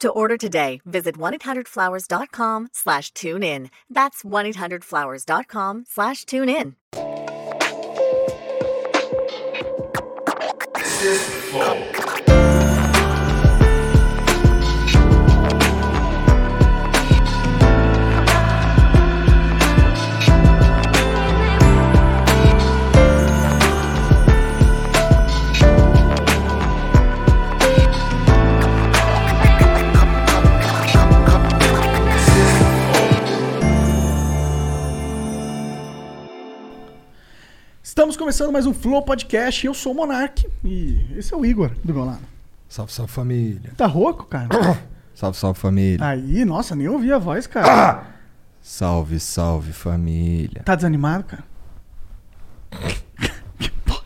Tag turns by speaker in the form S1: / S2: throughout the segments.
S1: To order today, visit 1-800-Flowers.com slash tune in. That's 1-800-Flowers.com slash tune in.
S2: Estamos começando mais um Flow Podcast. Eu sou o Monark e esse é o Igor do meu lado.
S3: Salve, salve família. Ah.
S2: Tá rouco, cara?
S3: Salve, salve família.
S2: Aí, nossa, nem ouvi a voz, cara.
S3: Salve, salve família.
S2: Tá desanimado, cara? Que porra.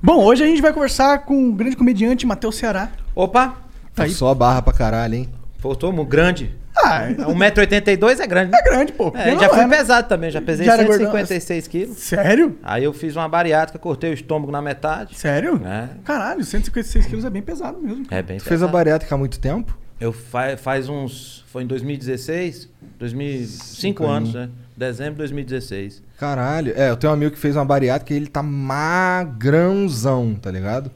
S2: Bom, hoje a gente vai conversar com o grande comediante Matheus Ceará.
S4: Opa,
S2: Tá aí.
S3: Só barra pra caralho, hein?
S4: faltou mu- grande.
S2: Ah, é
S4: 1,82m é grande. né?
S2: grande, pô.
S4: É,
S2: Não
S4: já fui
S2: é, né?
S4: pesado também, já pesei
S2: Já era gordão.
S4: 156 quilos.
S2: Sério?
S4: Aí eu fiz uma bariátrica, cortei o estômago na metade.
S2: Sério?
S4: É.
S2: Caralho, 156 quilos é bem pesado mesmo.
S4: É bem
S3: Tu fez a
S4: pesado.
S3: bariátrica há muito tempo?
S4: Eu fa faz uns. Foi em 2016, 2005 anos, né? Dezembro de 2016.
S3: Caralho. É, eu tenho um amigo que fez uma bariátrica e ele tá magrãozão, tá ligado?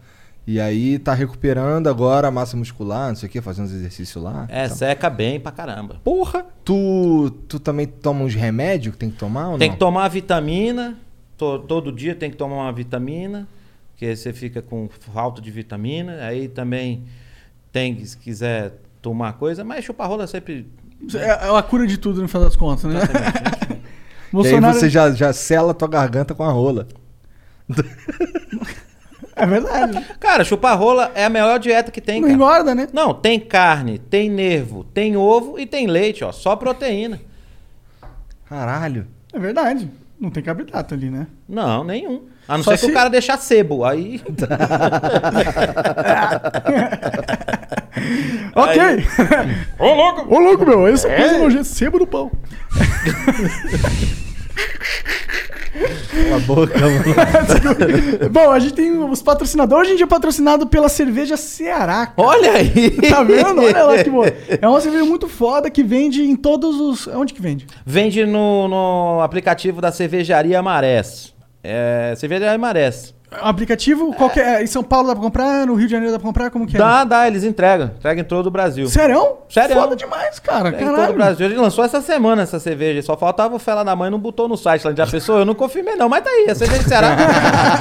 S3: E aí tá recuperando agora a massa muscular, não sei o que, fazendo os exercícios lá.
S4: É,
S3: tá.
S4: seca bem pra caramba.
S3: Porra! Tu, tu também toma uns remédios que tem que tomar ou
S4: Tem
S3: não?
S4: que tomar vitamina, to- todo dia tem que tomar uma vitamina, porque você fica com falta de vitamina. Aí também tem, se quiser tomar coisa, mas chupa-rola sempre.
S2: É é a cura de tudo, no final das contas, né?
S3: E aí
S2: Bolsonaro...
S3: você já, já sela tua garganta com a rola.
S2: É verdade.
S4: Cara, chupa-rola é a melhor dieta que tem,
S2: Não
S4: cara.
S2: engorda, né?
S4: Não, tem carne, tem nervo, tem ovo e tem leite, ó. Só proteína.
S3: Caralho.
S2: É verdade. Não tem carboidrato ali, né?
S4: Não, nenhum. A não
S2: Só
S4: ser que
S2: se-
S4: o cara deixar sebo. Aí.
S2: Ok!
S4: Ô, louco! É.
S2: Ô, louco, meu, essa coisa nojenta, sebo no pão.
S3: Cala a boca, mano.
S2: Bom, a gente tem os patrocinadores. Hoje a gente é patrocinado pela cerveja Ceará. cara.
S4: Olha aí!
S2: Tá vendo? Olha lá que boa. É uma cerveja muito foda que vende em todos os. Onde que vende?
S4: Vende no, no aplicativo da cervejaria Marés. É, cervejaria Marés.
S2: Aplicativo? Qualquer... Em São Paulo dá pra comprar? No Rio de Janeiro dá pra comprar? Como que é?
S4: Dá, dá, eles entregam. Entregam em todo o Brasil.
S2: Sério?
S4: Sério.
S2: Foda demais, cara.
S4: Entrega Em todo o
S2: é Caralho.
S4: Brasil. Ele lançou essa semana essa cerveja. Só faltava o Fela da Mãe, não botou no site lá. Já pensou? Eu não confirmei, não. Mas tá aí, a cerveja Ceará.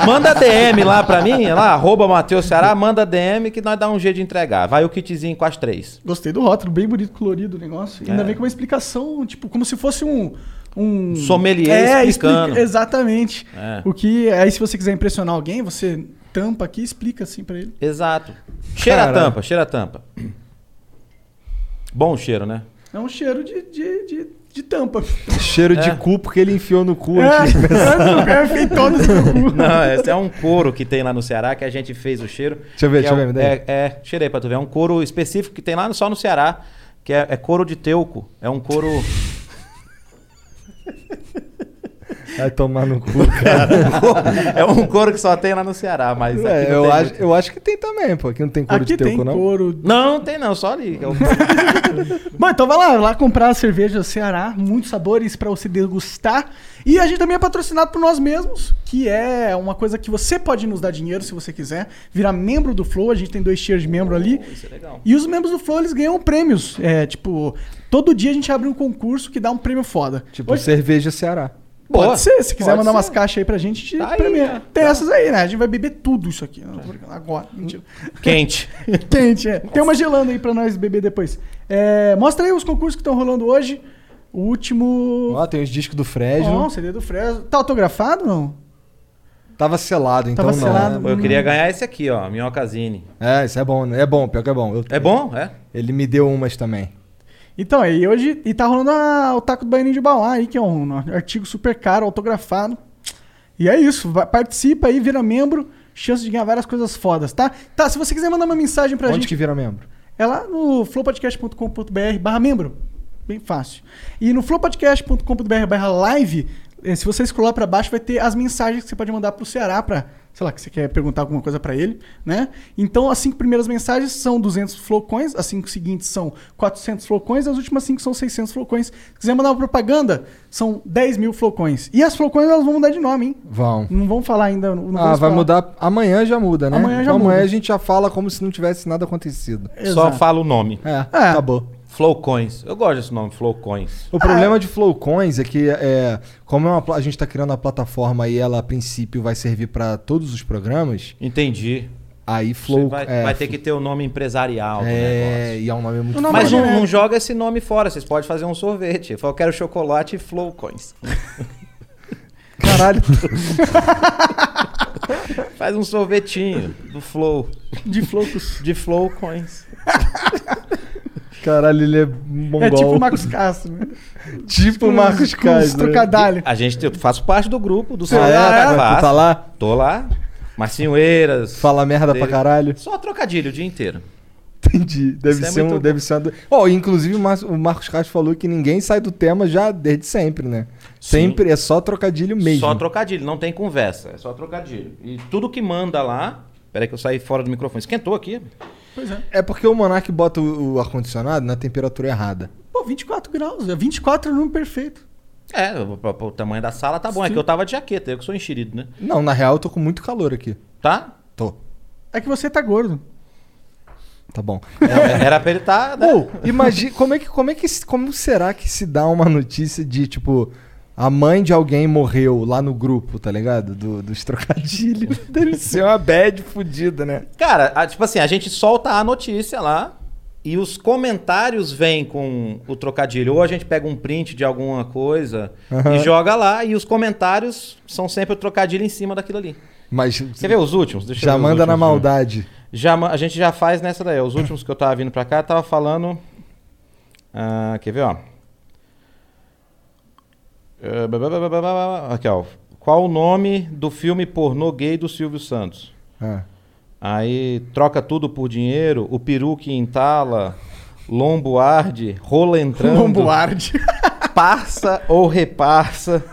S4: manda DM lá pra mim, é lá, arroba Matheus Ceará, manda DM que nós dá um jeito de entregar. Vai o kitzinho com as três.
S2: Gostei do rótulo, bem bonito, colorido o negócio.
S4: É.
S2: Ainda vem com uma explicação, tipo, como se fosse um. Um
S4: Sommelier explicando.
S2: Exatamente.
S4: É.
S2: O que. Aí, se você quiser impressionar alguém, você tampa aqui e explica assim pra ele.
S4: Exato. Cheira
S3: Caralho.
S4: a tampa, cheira a tampa. Bom cheiro, né?
S2: É um cheiro de, de, de, de tampa.
S3: Cheiro
S4: É.
S3: de cu porque ele enfiou no cu
S2: É,
S3: antes.
S2: antes do cara fez todo esse-
S4: Não, esse é um couro que tem lá no Ceará que a gente fez o cheiro.
S3: Deixa eu ver,
S4: Que
S3: deixa eu
S4: é,
S3: ver, me dá aí.
S4: É, é, cheirei pra tu ver. É um couro específico que tem lá no- só no Ceará, que é, é couro de teuco. É um couro.
S3: Vai tomar no cu, cara.
S4: é um couro que só tem lá no Ceará, mas. aqui
S3: É,
S4: não
S3: eu,
S4: tem
S3: acho,
S4: muito.
S3: eu acho que tem também, pô. Aqui não tem couro
S2: Aqui
S3: de teu
S2: tem
S3: cu, não.
S2: couro.
S4: Não, não tem não, só ali. que é o-
S2: Bom, então vai lá, lá comprar a cerveja Ceará, muitos sabores pra você degustar. E a gente também é patrocinado por nós mesmos, que é uma coisa que você pode nos dar dinheiro se você quiser, virar membro do Flow, a gente tem dois tiers de membro ali.
S4: Isso é legal.
S2: E os membros do Flow, eles ganham prêmios. É, tipo, todo dia a gente abre um concurso que dá um prêmio foda.
S3: Tipo,
S2: Hoje-
S3: cerveja Ceará.
S2: Pode
S4: Boa,
S2: ser, se quiser
S4: pode
S2: mandar
S4: ser.
S2: umas caixas aí pra gente, a gente
S4: Tá aí,
S2: premia.
S4: cara.
S2: Tem essas aí, né? A gente vai beber tudo isso aqui. né? Não, tô brincando, Agora, mentira.
S4: Quente.
S2: Quente, é. Tem uma gelando aí pra nós beber depois. É, mostra aí os concursos que estão rolando hoje. O último.
S3: Ó, tem os discos do Fred.
S2: Não, CD do Fresno. Tá autografado não?
S3: Tava selado, então
S2: Tava
S3: não.
S2: selado.
S3: né?
S4: Pô, Eu queria ganhar esse aqui, ó, Minhocazine.
S3: É, isso é bom, né? É bom, pior que é bom. Eu-
S4: É bom? É?
S3: Ele me deu umas também.
S2: Então, aí hoje. E tá rolando a- o Taco do Baianinho de Bauá aí, que é um artigo super caro, autografado. E é isso. vai- participa aí, vira membro. Chance de ganhar várias coisas fodas, tá? Tá, se você quiser mandar uma mensagem pra
S3: Onde
S2: gente.
S3: que vira membro?
S2: É lá no flowpodcast.com.br barra membro. Bem fácil. E no flowpodcast.com.br barra live, eh, se você escrolar para baixo, vai ter as mensagens que você pode mandar pro Ceará para sei lá, que você quer perguntar alguma coisa para ele, né? Então, as cinco primeiras mensagens são 200 flowcoins, as cinco seguintes são 400 flowcoins, as últimas cinco são 600 flowcoins. Se quiser mandar uma propaganda, são 10 mil flowcoins. E as flowcoins, elas vão mudar de nome, hein?
S3: Vão.
S2: Não vamos falar ainda. Não
S3: Ah,
S2: vamos
S3: vai
S2: falar.
S3: mudar. Amanhã já muda, né?
S2: Amanhã já
S3: Então,
S2: muda.
S3: a gente já fala como se não tivesse nada acontecido.
S4: Só
S2: Exato.
S4: fala o nome.
S3: É, acabou.
S4: Flowcoins. Eu gosto desse nome, Flowcoins.
S2: É.
S3: O problema de Flowcoins é que, é, como é uma pla- a gente está criando uma plataforma e ela, a princípio, vai servir para todos os programas,
S4: Entendi.
S3: aí
S4: Você
S3: Flow.
S4: vai,
S3: é,
S4: vai ter que ter o nome empresarial do
S3: É,
S4: negócio.
S3: e é um nome muito
S2: O nome
S3: foda.
S4: Mas não,
S2: genérico.
S4: não joga esse nome fora, vocês podem fazer um sorvete. Eu falo, eu quero chocolate e flowcoins.
S3: Caralho.
S4: Faz um sorvetinho do flow,
S2: De flocos.
S4: de flowcoins.
S3: Caralho, ele é
S2: É tipo
S3: mongol.
S2: o Marcos Castro, né?
S3: Tipo o Marcos
S2: Com os
S3: Castro.
S2: trocadalho.
S4: A gente, eu faço parte do grupo, do
S3: Ah, é?
S4: Ceará,
S3: Tu
S4: faço.
S3: tá lá?
S4: Tô lá. Marcinho Eiras.
S3: Fala merda pra
S4: Dele.
S3: caralho.
S4: Só trocadilho o dia inteiro.
S3: Entendi. Deve
S4: Isso é
S3: ser um.
S4: muito
S3: Deve ser uma... do- Ó, inclusive, o Mar- o Marcos Castro falou que ninguém sai do tema já desde sempre, né?
S4: Sim.
S3: Sempre é só trocadilho mesmo.
S4: Só trocadilho, não tem conversa, é só trocadilho. E tudo que manda lá. Peraí que eu saí fora do microfone. Esquentou aqui?
S2: Pois é.
S3: É porque o Monark bota o, o ar-condicionado na temperatura errada.
S2: Pô, 24 graus. é 24 é o número perfeito.
S4: É, o, o- o tamanho da sala tá bom. É que eu tava de jaqueta, eu que sou enxerido, né?
S3: Não, na real, eu tô com muito calor aqui.
S4: Tá?
S3: Tô.
S2: É que você tá gordo.
S3: Tá bom.
S4: É, Era pra ele tá. Né?
S3: Ou, imagina, como é que, como é que, se- como será que se dá uma notícia de, tipo, a mãe de alguém morreu lá no grupo, tá ligado? Do- dos trocadilhos. Deve ser uma bad fudida, né?
S4: Cara, a- tipo assim, a gente solta a notícia lá e os comentários vêm com o trocadilho. Ou a gente pega um print de alguma coisa e joga lá e os comentários são sempre o trocadilho em cima daquilo ali.
S3: Mas
S4: Quer ver os últimos? Deixa eu
S3: já
S4: ver os
S3: manda na
S4: últimos, né?
S3: maldade.
S4: Já, ma- a gente já faz nessa daí. Os últimos que eu tava vindo pra cá, tava falando. ah, quer ver, ó? Eh, bá, bá, bá, bá, bá, bá, bá. Aqui, ó. Qual o nome do filme pornô gay do Silvio Santos?
S3: Ah.
S4: Aí, troca tudo por dinheiro, o peru que entala, lombo arde, rola entrando,
S2: Um Lomboarde.
S4: passa ou repassa.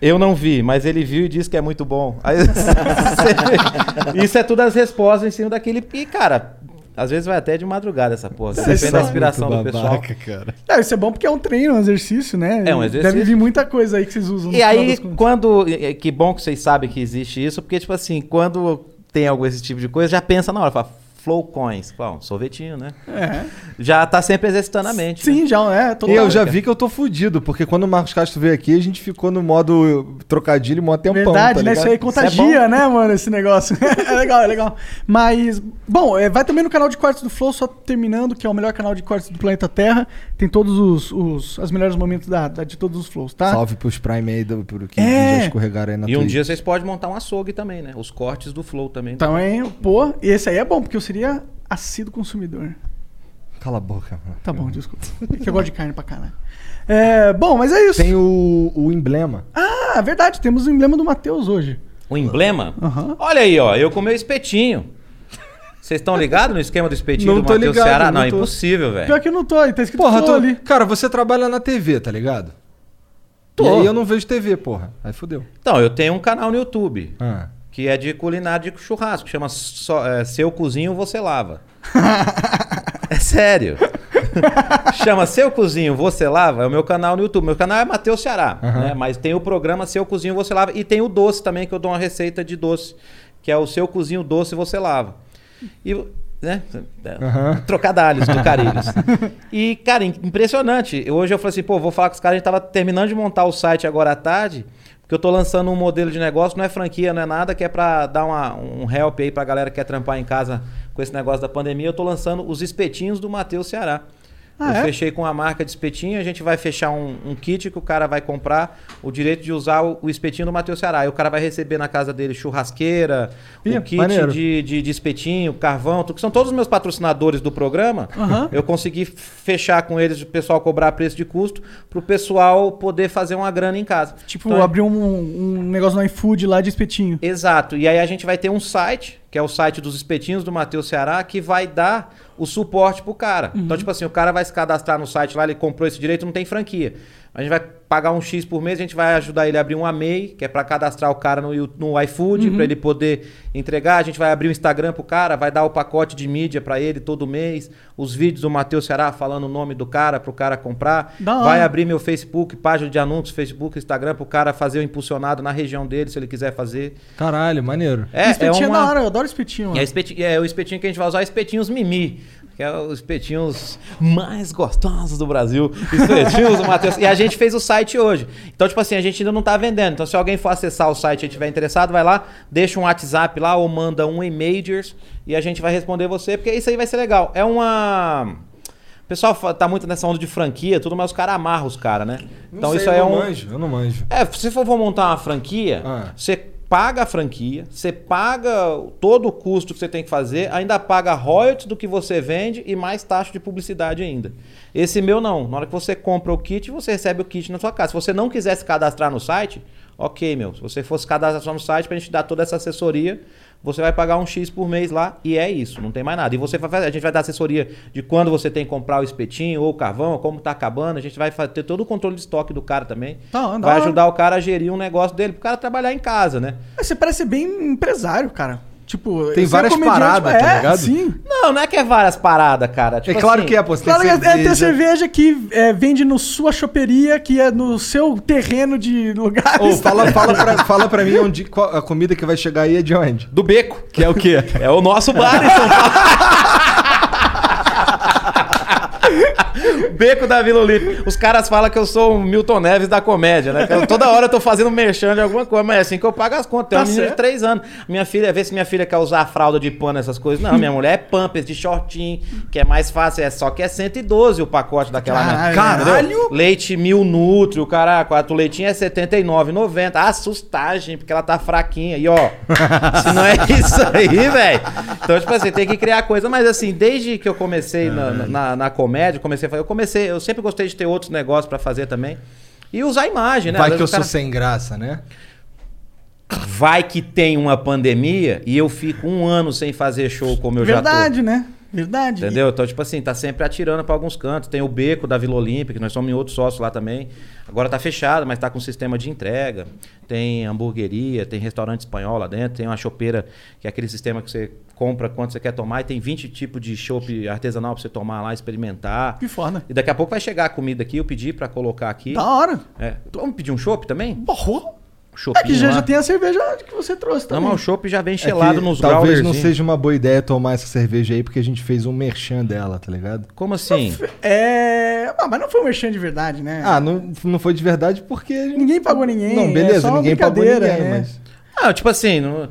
S4: Eu não vi, mas ele viu e disse que é muito bom. Aí, isso é tudo as respostas em cima daquele. E, cara, às vezes vai até de madrugada essa porra. Depende da Tá inspiração do pessoal.
S3: cara.
S2: É, isso é bom porque é um treino, um exercício, né?
S4: É um exercício.
S2: Deve vir muita coisa aí que vocês usam. no
S4: E
S2: final
S4: aí,
S2: das contas.
S4: quando. e- e Que bom que vocês sabem que existe isso, porque, tipo assim, quando tem algum esse tipo de coisa, já pensa na hora, fala, flow coins. Fala, um sorvetinho, né?
S2: É.
S4: Já tá sempre exercitando a mente. né?
S2: Sim, já é.
S3: E
S2: total.
S3: eu já vi que eu tô fudido, porque quando o Marcos Castro veio aqui, a gente ficou no modo trocadilho mó tempão.
S2: Verdade,
S3: tá
S2: né?
S3: ligado?
S2: Isso aí
S4: Isso
S2: contagia, né, mano, esse negócio. é legal, é legal. Mas, bom, é, vai também no canal de cortes do Flow, só terminando, que é o melhor canal de cortes do planeta Terra. Tem todos os, os as melhores momentos da, da- de todos os flows, tá?
S3: Salve pros Prime aí, do, pro, que
S2: É.
S3: já escorregaram aí na
S4: E um
S3: Twitch.
S4: dia vocês podem montar um açougue também, né? Os cortes do Flow também.
S2: Então, hein, pô, esse aí é bom, porque eu seria assíduo consumidor.
S3: Cala a boca, mano.
S2: Tá bom, desculpa. É que eu gosto de carne pra caralho. É, bom, mas é isso.
S3: Tem o, o emblema.
S2: Ah, verdade, temos o emblema do Matheus hoje.
S4: O Um emblema?
S2: Aham.
S4: Olha aí, ó. Eu com meu espetinho. Vocês estão ligados no esquema do espetinho
S3: Não
S4: do
S3: tô
S4: Matheus
S3: ligado,
S4: Ceará?
S3: não
S4: Não, é
S3: tô.
S4: impossível, velho.
S2: Pior que eu não tô, aí tá escrito
S3: Porra,
S2: Flow
S3: tô...
S2: ali.
S3: cara, você trabalha na TV, tá ligado?
S4: Tô.
S3: E aí eu não vejo TV, porra. Aí fodeu.
S4: Então, eu tenho um canal no YouTube
S3: Ah.
S4: que é de culinária de churrasco, chama Só- é, Seu Cozinho Você Lava. é sério. chama Seu Cozinho Você Lava, é o meu canal no YouTube. Meu canal é Matheus Ceará, né? Mas tem o programa Seu Cozinho Você Lava e tem o doce também, que eu dou uma receita de doce, que é o Seu Cozinho Doce Você Lava. E, né? Trocadalhos do Carilhos. e, cara, im- impressionante. Hoje eu falei assim, pô, vou falar com os caras, a gente tava terminando de montar o site agora à tarde, porque eu tô lançando um modelo de negócio, não é franquia, não é nada, que é pra dar uma- um help aí pra galera que quer trampar em casa com esse negócio da pandemia. Eu tô lançando os espetinhos do Matheus Ceará.
S2: Ah,
S4: eu
S2: é?
S4: fechei com a marca de espetinho, a gente vai fechar um, um kit que o cara vai comprar o direito de usar o, o espetinho do Matheus Ceará. E o cara vai receber na casa dele churrasqueira,
S3: Ih,
S4: o kit
S3: maneiro.
S4: de, de, de espetinho, carvão, tudo que são todos os meus patrocinadores do programa.
S2: Aham.
S4: Eu consegui fechar com eles, o pessoal cobrar preço de custo, pro pessoal poder fazer uma grana em casa.
S2: Tipo,
S4: Então,
S2: abrir um, um negócio no iFood lá de espetinho.
S4: Exato. E aí a gente vai ter um site, que é o site dos espetinhos do Matheus Ceará, que vai dar o suporte pro cara.
S2: Uhum.
S4: Então, tipo assim, o cara vai se cadastrar no site lá, ele comprou esse direito, não tem franquia. A gente vai pagar um X por mês, a gente vai ajudar ele a abrir um AMEI, que é pra cadastrar o cara no, Yu- no iFood,
S2: Uhum.
S4: pra ele poder entregar. A gente vai abrir o Instagram pro cara, vai dar o pacote de mídia pra ele todo mês, os vídeos do Matheus Ceará falando o nome do cara pro cara comprar.
S2: Da hora.
S4: Vai abrir meu Facebook, página de anúncios, Facebook, Instagram, pro cara fazer o impulsionado na região dele, se ele quiser fazer.
S3: Caralho, maneiro.
S4: É, é,
S2: espetinho é,
S4: uma...
S2: da hora, eu adoro espetinho. mano.
S4: É, espeti- é o espetinho que a gente vai usar, é espetinhos mimi. Que é os espetinhos mais gostosos do Brasil. Espetinhos do Matheus. E a gente fez o site hoje. Então, tipo assim, a gente ainda não tá vendendo. Então, se alguém for acessar o site e tiver interessado, vai lá, deixa um WhatsApp lá ou manda um e-mailers e a gente vai responder você, porque isso aí vai ser legal. É uma. O pessoal fa- tá muito nessa onda de franquia, tudo, mas os caras amarram os caras, né? Então, isso aí é
S3: eu não
S4: um.
S3: manjo, eu não manjo.
S4: É, se for, for montar uma franquia,
S3: Ah.
S4: você paga a franquia, você paga todo o custo que você tem que fazer, ainda paga royalties do que você vende e mais taxa de publicidade ainda. Esse meu não. Na hora que você compra o kit, você recebe o kit na sua casa. Se você não quiser se cadastrar no site, ok, meu. Se você fosse cadastrar só no site pra gente dar toda essa assessoria, você vai pagar um X por mês lá e é isso, não tem mais nada. E você vai, fazer- a gente vai dar assessoria de quando você tem que comprar o espetinho ou o carvão, como tá acabando, a gente vai fa- ter todo o controle de estoque do cara também.
S2: Da hora, da
S4: vai
S2: hora.
S4: ajudar o cara a gerir um negócio dele, pro cara trabalhar em casa, né?
S2: Mas Você parece bem empresário, cara. Tipo,
S3: Tem
S2: você
S3: várias
S2: comediante,
S3: paradas,
S2: é,
S3: tá ligado?
S2: Sim.
S4: Não, não é que é várias paradas, cara. Tipo
S3: é claro
S4: assim,
S3: que é, pô. Você
S2: Claro
S3: tem
S2: que é, é
S3: cerveja.
S2: ter cerveja que é, vende no sua choperia, que é no seu terreno de lugares.
S3: Ô, fala, fala, pra, fala pra mim onde, qual- a comida que vai chegar aí é de onde?
S4: Do beco. Que é o quê? É o nosso bar então. em São Paulo. Beco da Vila Olímpica. Os caras falam que eu sou o Milton Neves da comédia, né? Que eu- toda hora eu tô fazendo merchan de alguma coisa, mas é assim que eu pago as contas. Tem
S2: Tá
S4: uma menina de
S2: certo.
S4: três anos. Minha filha, vê se minha filha quer usar fralda de pano, essas coisas. Não, minha mulher é pampers de shortinho, que é mais fácil. É só que é 112 o pacote daquela.
S2: Caralho.
S4: entendeu?
S2: Caralho!
S4: Leite mil nutri, o caraca, a leitinho é R$ 79,90. Assustagem, porque ela tá fraquinha. E ó, se não é isso aí, velho. Então, tipo assim, tem que criar coisa. Mas assim, desde que eu comecei na,
S3: Uhum.
S4: na, na comédia, comecei a fazer, eu comecei, eu sempre gostei de ter outros negócios pra fazer também. E usar a imagem, né? Às
S3: Vai que
S4: vezes
S3: eu
S4: o cara-
S3: sou sem graça, né?
S4: Vai que tem uma pandemia e eu fico um ano sem fazer show como eu já tô.
S2: Verdade, né? Verdade.
S4: Entendeu? Então, tipo assim, tá sempre atirando pra alguns cantos. Tem o beco da Vila Olímpica, que nós somos em outro sócio lá também. Agora tá fechado, mas tá com sistema de entrega. Tem hamburgueria, tem restaurante espanhol lá dentro, tem uma chopeira, que é aquele sistema que você compra quanto você quer tomar, e tem 20 tipos de chopp artesanal pra você tomar lá, experimentar.
S2: Que foda.
S4: E daqui a pouco vai chegar a comida aqui, eu pedi pra colocar aqui.
S2: Da hora.
S4: É. Vamos pedir um chopp também?
S2: Porra.
S4: Um chopinho
S2: É que já,
S4: lá.
S2: já tem a cerveja que você trouxe
S4: Não,
S2: também.
S4: mas o chopp já vem gelado
S3: É que
S4: nos
S3: Talvez
S4: growlers.
S3: não seja uma boa ideia tomar essa cerveja aí, porque a gente fez um merchan dela, tá ligado?
S4: Como assim?
S2: É. Ah, mas não foi um merchan de verdade, né?
S3: Ah, não, não foi de verdade porque...
S2: Ninguém pagou ninguém,
S3: Não,
S2: é
S3: beleza,
S2: só uma
S3: ninguém pagou ninguém,
S2: brincadeira, né?
S3: mas...
S4: Ah, tipo assim, não-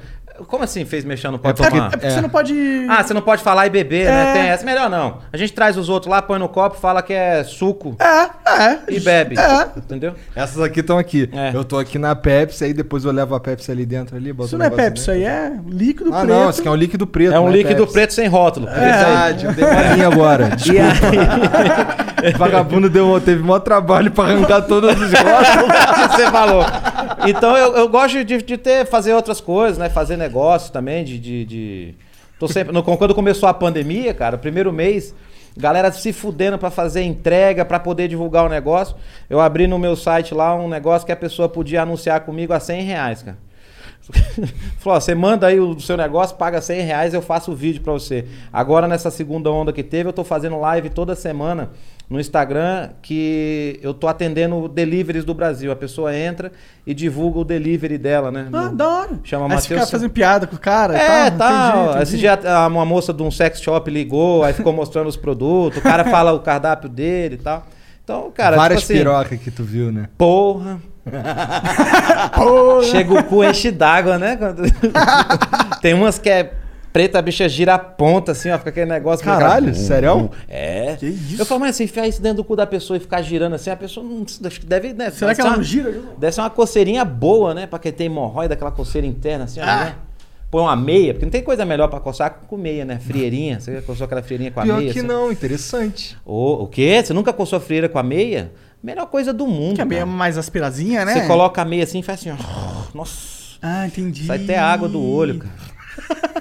S4: como assim fez mexer no pode
S3: É
S2: é,
S4: tomar?
S2: porque, é porque você não pode.
S4: Ah, você não pode falar e beber, né?
S2: É.
S4: Tem essa. Melhor não. A gente traz os outros lá, põe no copo, fala que é suco
S2: É, é.
S4: e bebe.
S2: É.
S4: Entendeu?
S3: Essas aqui estão aqui.
S4: É.
S3: Eu tô aqui na Pepsi, aí depois eu levo a Pepsi ali dentro ali, boto
S2: Isso
S3: um
S2: não é
S3: negócio
S2: Pepsi, isso aí
S3: dentro.
S2: é líquido
S3: Ah,
S2: preto.
S3: não, isso aqui é um líquido preto.
S4: É um
S3: não
S4: líquido
S3: Pepsi.
S4: preto sem rótulo.
S3: É verdade, eu dei uma linha agora.
S4: E aí,
S3: O vagabundo deu, teve maior trabalho pra arrancar todas as rótulos.
S4: é você falou. Então eu, eu gosto de, de ter, fazer outras coisas, né? Fazer negócio também, de. de, de- Tô sempre. no- quando começou a pandemia, cara, o primeiro mês. Galera se fudendo pra fazer entrega, pra poder divulgar o negócio. Eu abri no meu site lá um negócio que a pessoa podia anunciar comigo a 100 reais, cara. Falou, ó, você manda aí o seu negócio, paga 100 reais, eu faço o vídeo pra você. Agora, nessa segunda onda que teve, eu tô fazendo live toda semana no Instagram, que eu tô atendendo deliveries do Brasil. A pessoa entra e divulga o delivery dela, né?
S2: Ah,
S4: No-
S2: da hora.
S4: Chama
S2: Aí você
S4: Matheus-
S2: fica fazendo piada com o cara e
S4: é,
S2: tal,
S4: tá.
S2: entendi, entendi.
S4: Esse dia a- uma moça de um sex shop ligou, aí ficou mostrando os produtos, o cara fala o cardápio dele e tal. Então, cara,
S3: Várias
S4: tipo assim,
S3: pirocas que tu viu, né?
S4: Porra. Chega o cu enche d'água, né? Quando- Tem umas que é preta, a bicha gira a ponta, assim, ó, fica aquele negócio... meio
S3: Caralho,
S4: aquela-
S3: sério?
S4: É.
S2: Que isso?
S4: Eu falo, mas se enfiar isso dentro do cu da pessoa e ficar girando assim, a pessoa não, acho que deve... Né,
S2: Será
S4: deve
S2: que
S4: ser
S2: ela
S4: uma-
S2: não gira? Ju?
S4: Deve ser uma coceirinha boa, né? Pra quem tem hemorroida, aquela coceira interna, assim, ó,
S2: Ah.
S4: né? Põe uma meia, porque não tem coisa melhor pra coçar com meia, né? Frieirinha. Você já coçou aquela frieirinha com a
S3: Pior
S4: meia?
S3: que
S4: assim?
S3: não, interessante.
S4: Ô, o quê? Você nunca coçou a frieira com a meia? Melhor coisa do mundo.
S2: Que é meio
S4: cara.
S2: mais aspirazinha, né?
S4: Você coloca a meia assim e faz assim, ó. Nossa.
S2: Ah, entendi.
S4: Sai até água do olho, cara.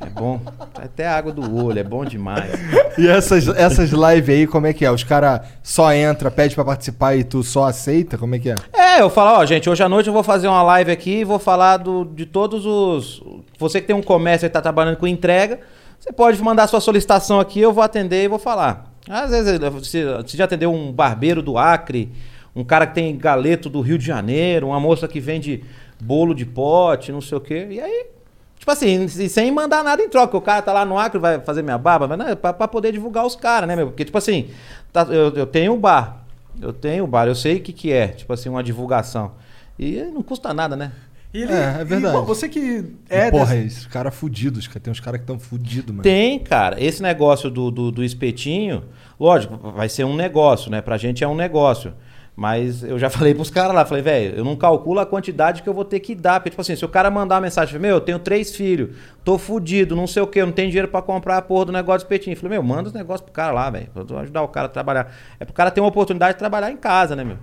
S4: É bom. Sai até água do olho, é bom demais.
S3: E essas, essas lives aí, como é que é? Os caras só entra, pede pra participar e tu só aceita? Como é que é?
S4: É, eu falo, ó, gente, hoje à noite eu vou fazer uma live aqui e vou falar do, de todos os. Você que tem um comércio e tá trabalhando com entrega, você pode mandar sua solicitação aqui, eu vou atender e vou falar. Às vezes, você, você já atendeu um barbeiro do Acre, um cara que tem galeto do Rio de Janeiro, uma moça que vende bolo de pote, não sei o quê. E aí, tipo assim, e sem mandar nada em troca. O cara tá lá no Acre, vai fazer minha barba, mas não, é pra, pra poder divulgar os caras, né, meu? Porque, tipo assim, tá- eu, eu tenho o bar. Eu tenho o bar, eu sei o que, que é, tipo assim, uma divulgação. E não custa nada, né?
S2: E Ele,
S3: É, é
S2: e,
S3: verdade.
S2: bom, você que é.
S3: Porra,
S2: dessa-
S3: esses caras fudidos, cara. Tem uns caras que estão fudidos, mano.
S4: Tem, cara. Esse negócio do, do, do espetinho, lógico, vai ser um negócio, né? Pra gente é um negócio. Mas eu já falei pros caras lá, falei, velho, eu não calculo a quantidade que eu vou ter que dar. Porque, tipo assim, se o cara mandar uma mensagem, meu, eu tenho três filhos, tô fudido, não sei o quê, eu não tenho dinheiro pra comprar a porra do negócio do espetinho. Eu Falei, meu, manda os negócios pro cara lá, velho. Eu vou ajudar o cara a trabalhar. É pro cara ter uma oportunidade de trabalhar em casa, né, meu?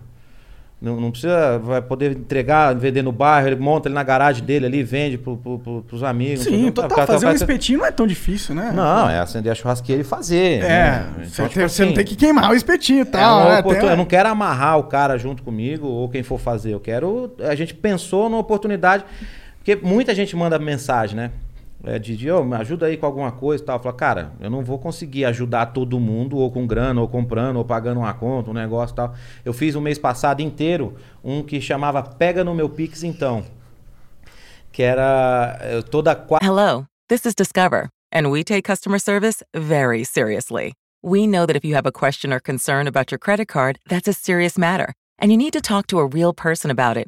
S4: Não, não precisa, vai poder entregar, vender no bairro, ele monta ele na garagem dele ali, vende pro, pro, pro, pros amigos.
S2: Sim,
S4: entendeu? O
S2: total.
S4: cara-
S2: Fazer um
S4: o cara-
S2: espetinho não é tão difícil, né?
S4: não, é acender a churrasqueira e fazer.
S2: É,
S4: né?
S2: você,
S4: Então, tipo
S2: você não
S4: assim,
S2: tem que queimar o espetinho e
S4: é uma
S2: tal. né?
S4: oportun-
S2: Tem-
S4: Eu não quero amarrar o cara junto comigo ou quem for fazer. Eu quero. A gente pensou numa oportunidade. Porque muita gente manda mensagem, né? É, de, de "Ô, me ajuda aí com alguma coisa e tal. Fala, cara, eu não vou conseguir ajudar todo mundo, ou com grana, ou comprando, ou pagando uma conta, um negócio e tal. Eu fiz um mês passado inteiro um que chamava Pega no Meu Pix Então. Que era eh, toda quarta.
S5: Hello, this is Discover, and we take customer service very seriously. We know that if you have a question or concern about your credit card, that's a serious matter, and you need to talk to a real person about it.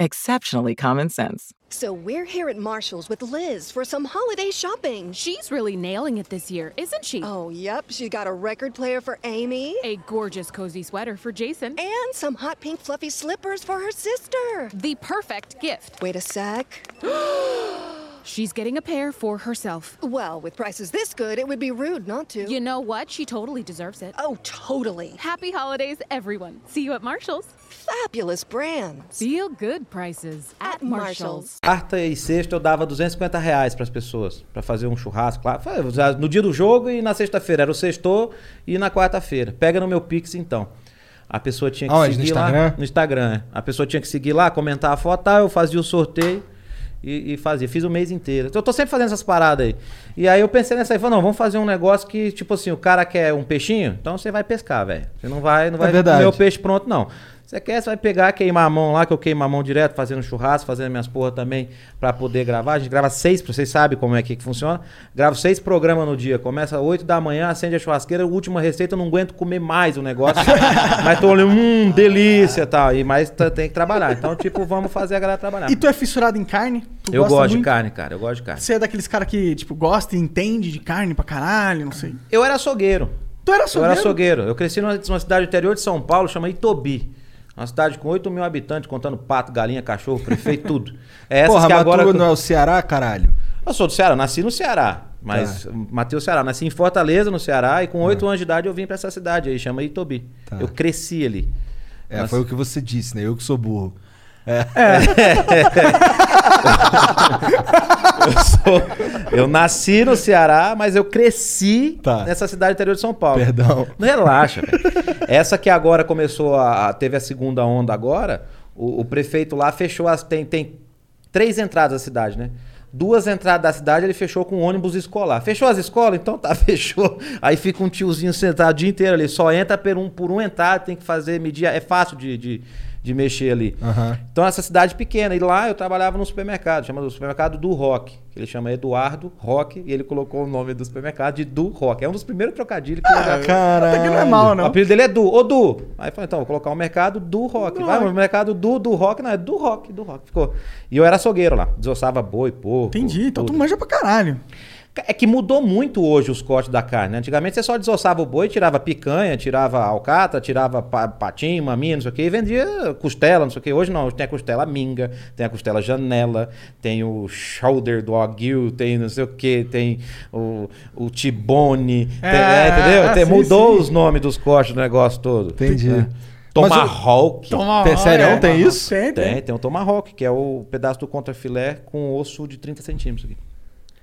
S5: exceptionally common sense.
S6: So we're here at Marshall's with Liz for some holiday shopping.
S7: She's really nailing it this year, isn't she?
S6: Oh, yep, she's got a record player for Amy
S7: A gorgeous cozy sweater for Jason.
S6: and some hot pink fluffy slippers for her sister.
S7: The perfect gift.
S6: Wait a sec.
S7: She's getting a pair for herself.
S6: Well, with prices this good, it would be rude not to.
S7: You know what? She totally deserves it.
S6: oh, totally.
S7: Happy holidays, everyone. See you at Marshall's.
S6: Fabulous brands.
S7: Feel good prices at,
S6: At Marshall's.
S4: Quarta e sexta eu dava 250 reais pras pessoas, pra fazer um churrasco lá. Fa- usar No dia do jogo e na sexta-feira. Era o sexto e na quarta-feira. Pega no meu Pix então. A pessoa tinha que
S3: Aonde? No
S4: seguir
S3: Instagram?
S4: lá. No Instagram. é. A pessoa tinha que seguir lá, comentar a foto, tá, eu fazia o sorteio e, e fazia. Fiz o mês inteiro. Então, Eu tô sempre fazendo essas paradas aí. E aí eu pensei nessa aí, falei, não, vamos fazer um negócio que, tipo assim, o cara quer um peixinho, então você vai pescar, velho. Você não vai, não vai
S3: É verdade.
S4: comer o peixe pronto, não. Você quer, você vai pegar, queimar a mão lá, que eu queimo a mão direto, fazendo churrasco, fazendo minhas porra também pra poder gravar. A gente grava seis, vocês sabem como é que que funciona. Gravo seis programas no dia. Começa às oito da manhã, acende a churrasqueira, última receita, eu não aguento comer mais o negócio. mas tô olhando, hum, delícia e tal. E, mas t- tem que trabalhar. Então, tipo, vamos fazer a galera trabalhar.
S2: E tu é fissurado em carne? Tu
S4: eu
S2: gosta
S4: gosto de
S2: muito?
S4: carne, cara. Eu gosto de carne.
S2: Você é daqueles caras que, tipo, gosta e entende de carne pra caralho, não sei.
S4: Eu era açougueiro.
S2: Tu era
S4: Eu
S2: açougueiro?
S4: era é açougueiro. Eu cresci numa, numa cidade do interior de São Paulo, chama Itobi. Uma cidade com 8 mil habitantes, contando pato, galinha, cachorro, prefeito, tudo. É essas
S3: Porra,
S4: que
S3: mas
S4: agora.
S3: tu não é o Ceará, caralho?
S4: Eu sou do Ceará, nasci no Ceará.
S3: Tá.
S4: Mas matei o Ceará. Nasci em Fortaleza, no Ceará, e com 8 anos de idade eu vim pra essa cidade aí, chama Itobi.
S3: Tá.
S4: Eu cresci ali.
S3: É,
S4: Nossa.
S3: foi o que você disse, né? Eu que sou burro.
S4: Eu, sou- eu nasci no Ceará, mas eu cresci
S3: Tá.
S4: nessa cidade do interior de São Paulo.
S3: Perdão.
S4: Não Relaxa, velho. Essa que agora começou a. a- Teve a segunda onda agora. O, o prefeito lá fechou as. Tem, tem três entradas da cidade, né? Duas entradas da cidade ele fechou com ônibus escolar. Fechou as escolas? Então tá, fechou. Aí fica um tiozinho sentado o dia inteiro ali. Só entra por um, por um entrar, tem que fazer, medir. É fácil de, de, de mexer ali.
S3: Aham.
S4: Então, essa cidade pequena. E lá eu trabalhava num supermercado, chamado Supermercado do Rock. que Ele chama Eduardo Rock e ele colocou o nome do supermercado de Do Rock. É um dos primeiros trocadilhos que eu já
S2: Até que não é
S3: Caralho.
S2: mal,
S4: o
S2: não.
S4: apelido dele é Du. Ô, Du. Aí eu falei, então, vou colocar um mercado do rock. Vai, um mercado do, do rock. Não, é do rock, do rock. Ficou. E eu era açougueiro lá. Desossava boi, porco.
S2: Entendi, então tu
S4: tudo.
S2: manja pra caralho.
S4: É que mudou muito hoje os cortes da carne. né? Antigamente você só desossava o boi, tirava picanha, tirava alcatra, tirava pa- patinho, maminha, não sei o quê, e vendia costela, não sei o quê. Hoje não, hoje tem a costela minga, tem a costela janela, tem o shoulder do aguil, tem não sei o quê, tem o, o tibone, tem-
S2: É,
S4: é, entendeu?
S2: ah,
S4: Tem-
S2: sim,
S4: mudou
S2: sim.
S4: os nomes dos cortes do negócio todo. Né?
S3: Entendi.
S4: Tomahawk.
S3: Tem- sério,
S2: é.
S3: tem isso?
S2: Tem,
S4: Tem,
S2: tem.
S4: tem o tomahawk, que é o pedaço do contrafilé com osso de 30 centímetros aqui.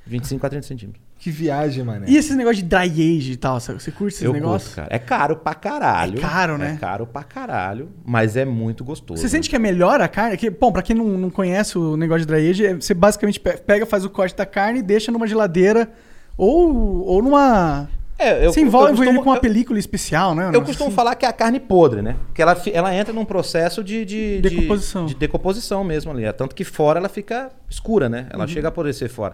S4: 25 a 30 centímetros.
S3: Que viagem, mané.
S2: E esses negócios de dry age e tal, você você curte esses
S4: eu
S2: negócios?
S4: gosto, cara. É caro pra caralho.
S2: É caro, né?
S4: É caro pra caralho, mas é muito gostoso.
S2: Você sente que é melhor a carne? Que, bom, pra quem não, não conhece o negócio de dry age, é- você basicamente pe- pega, faz o corte da carne e deixa numa geladeira ou, ou numa...
S4: É, eu-
S2: você envolve
S4: eu costumo-
S2: ele com uma
S4: eu-
S2: película especial, né? Um
S4: Eu
S2: negócio
S4: costumo
S2: assim.
S4: falar que é a carne podre, né? Porque ela, fi- ela entra num processo de, de- de-
S2: Decomposição.
S4: De, decomposição mesmo ali. É Tanto que fora ela fica escura, né?
S2: Uhum.
S4: Ela chega a apodrecer fora.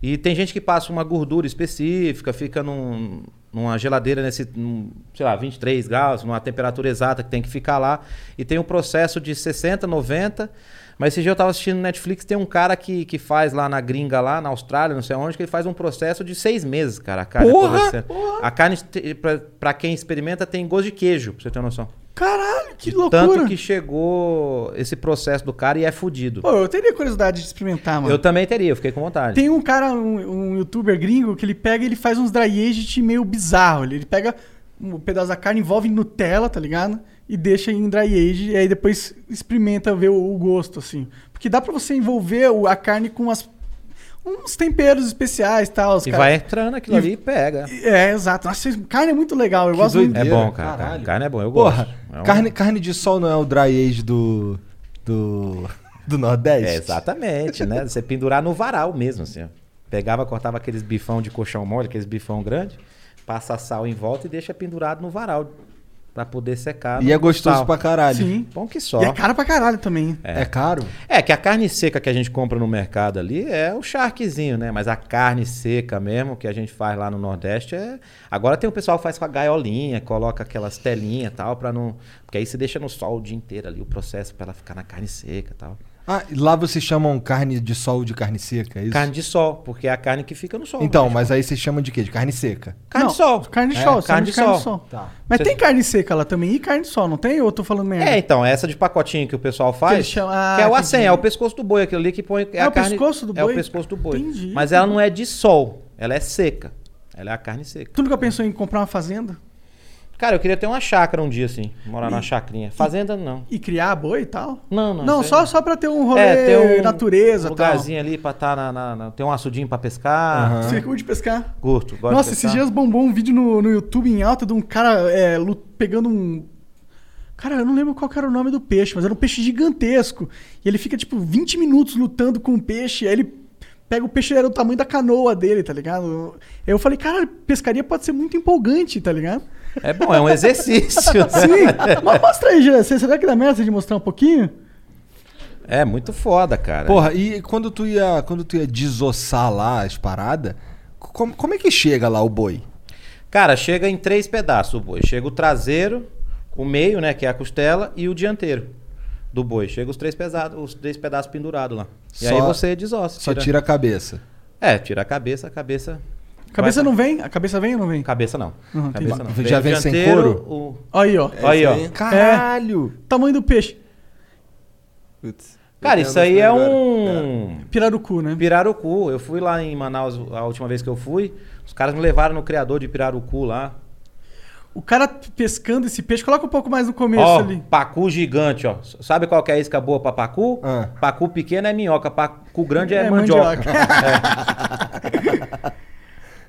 S4: E tem gente que passa uma gordura específica, fica num- numa geladeira nesse, num, sei lá, 23 graus, numa temperatura exata que tem que ficar lá. E tem um processo de 60, 90. Mas esse dia eu tava assistindo Netflix, tem um cara que, que faz lá na gringa, lá na Austrália, não sei onde, que ele faz um processo de seis meses, cara. A carne
S2: Porra!
S4: apodrecendo. A carne, te- pra, pra quem experimenta, tem gosto de queijo, pra você ter uma noção.
S2: Caralho, que
S4: De
S2: loucura.
S4: Tanto que chegou esse processo do cara e é fudido.
S2: Pô, eu teria curiosidade de experimentar, mano.
S4: Eu também teria, eu fiquei com vontade.
S2: Tem um cara, um, um youtuber gringo, que ele pega e ele faz uns dry aged meio bizarro. Ele, ele pega um pedaço da carne, envolve em Nutella, tá ligado? E deixa em dry age, e aí depois experimenta ver o, o gosto, assim. Porque dá pra você envolver o- a carne com umas, uns temperos especiais tal, os
S4: E
S2: cara-
S4: vai entrando aquilo
S2: E-
S4: ali e pega.
S2: É, exato. Nossa, carne é muito legal, eu
S3: Que
S2: gosto
S4: É
S3: doideira.
S4: bom, cara.
S3: Caralho.
S4: Carne é bom, eu
S3: Porra,
S4: gosto. É um-
S3: carne, carne de sol não é o dry age do. do. do Nordeste?
S4: É, exatamente, né? Você pendurar no varal mesmo, assim. ó. Pegava, cortava aqueles bifão de colchão mole, aqueles bifão grande, passa sal em volta e deixa pendurado no varal pra poder secar.
S3: E
S4: no
S3: é gostoso
S4: sal.
S3: pra caralho.
S2: Sim.
S4: Bom que só.
S2: E é cara pra caralho também.
S3: É. caro?
S4: É, que a carne seca que a gente compra no mercado ali é o charquezinho, né? Mas a carne seca mesmo que a gente faz lá no Nordeste é. Agora tem o pessoal que faz com a gaiolinha, coloca aquelas telinhas e tal, pra não. Porque aí você deixa no sol o dia inteiro ali o processo pra ela ficar na carne seca e tal.
S3: Ah, e lá vocês chamam carne de sol de carne seca, é isso?
S4: Carne de sol, porque é a carne que fica no sol.
S3: Então,
S4: né?
S3: mas aí vocês chamam de quê? De carne seca.
S4: Carne
S2: Não,
S4: de sol.
S2: Carne de
S4: É,
S2: sol,
S4: carne de sol.
S3: Tá.
S2: Mas
S4: Você-
S2: tem carne seca lá também e carne de sol, não tem? Ou eu tô falando merda?
S4: É, então, essa de pacotinho que o pessoal
S2: eles
S4: faz, que,
S2: chamam- Ah,
S4: é o
S2: entendi.
S4: acém, é o pescoço do boi, aquilo ali que põe...
S2: É
S4: a
S2: o pescoço do
S4: É
S2: boi?
S4: o pescoço do boi.
S2: Entendi.
S4: Mas ela não é de sol, ela é seca. Ela é a carne seca.
S2: Tu nunca pensou em comprar uma fazenda?
S4: Cara, eu queria ter uma chácara um dia, assim, morar numa chacrinha. Fazenda, não.
S2: E criar boi e tal?
S4: Não, não.
S2: Não,
S4: isso aí
S2: só, só pra ter um rolê
S4: É, ter um
S2: natureza e tal.
S4: lugarzinho ali pra estar na, na- na- Tem um açudinho pra pescar.
S3: Aham.
S2: Você curte pescar?
S4: Curto, gosto
S2: Nossa,
S4: de
S2: esses
S4: pescar.
S2: dias bombou um vídeo no, no YouTube em alta de um cara é, lu- pegando um. Cara, eu não lembro qual que era o nome do peixe, mas era um peixe gigantesco. E ele fica, tipo, 20 minutos lutando com o peixe, aí ele pega o peixe, era o tamanho da canoa dele, tá ligado? Eu falei, cara, pescaria pode ser muito empolgante, tá ligado?
S4: É bom, é um exercício. né?
S2: Sim, mas mostra aí, Jean, você- será que dá merda de mostrar um pouquinho?
S4: É muito foda, cara.
S3: Porra, e quando tu ia, quando tu ia desossar lá as paradas, como, como é que chega lá o boi?
S4: Cara, chega em três pedaços o boi. Chega o traseiro, o meio, né, que é a costela, e o dianteiro do boi. Chega os três, pesado, os três pedaços pendurados lá. E
S3: Só-
S4: aí você desossa.
S3: Só tira a cabeça.
S4: É, tira a cabeça, a cabeça...
S2: Cabeça
S4: Vai-
S2: não vem? A cabeça vem ou não vem?
S4: Cabeça não.
S2: Uhum,
S4: cabeça
S2: tem-
S4: não.
S3: Já
S4: o
S3: vem sem
S4: dianteiro,
S3: couro?
S4: o-
S2: Aí, ó.
S4: Olha aí, ó.
S8: É aí.
S3: Caralho!
S2: Tamanho do peixe.
S8: Putz.
S4: Cara,
S8: Eu
S4: isso
S8: tenho
S4: aí é
S8: agora.
S4: um...
S2: Pirarucu, né?
S4: Pirarucu. Eu fui lá em Manaus a última vez que eu fui. Os caras me levaram no criador de Pirarucu lá.
S2: O cara pescando esse peixe, coloca um pouco mais no começo
S4: Ó,
S2: ali.
S4: pacu gigante, ó. Sabe qual que é a isca boa pra pacu?
S3: Ah.
S4: Pacu pequeno é minhoca, pacu grande é,
S2: É
S4: mandioca.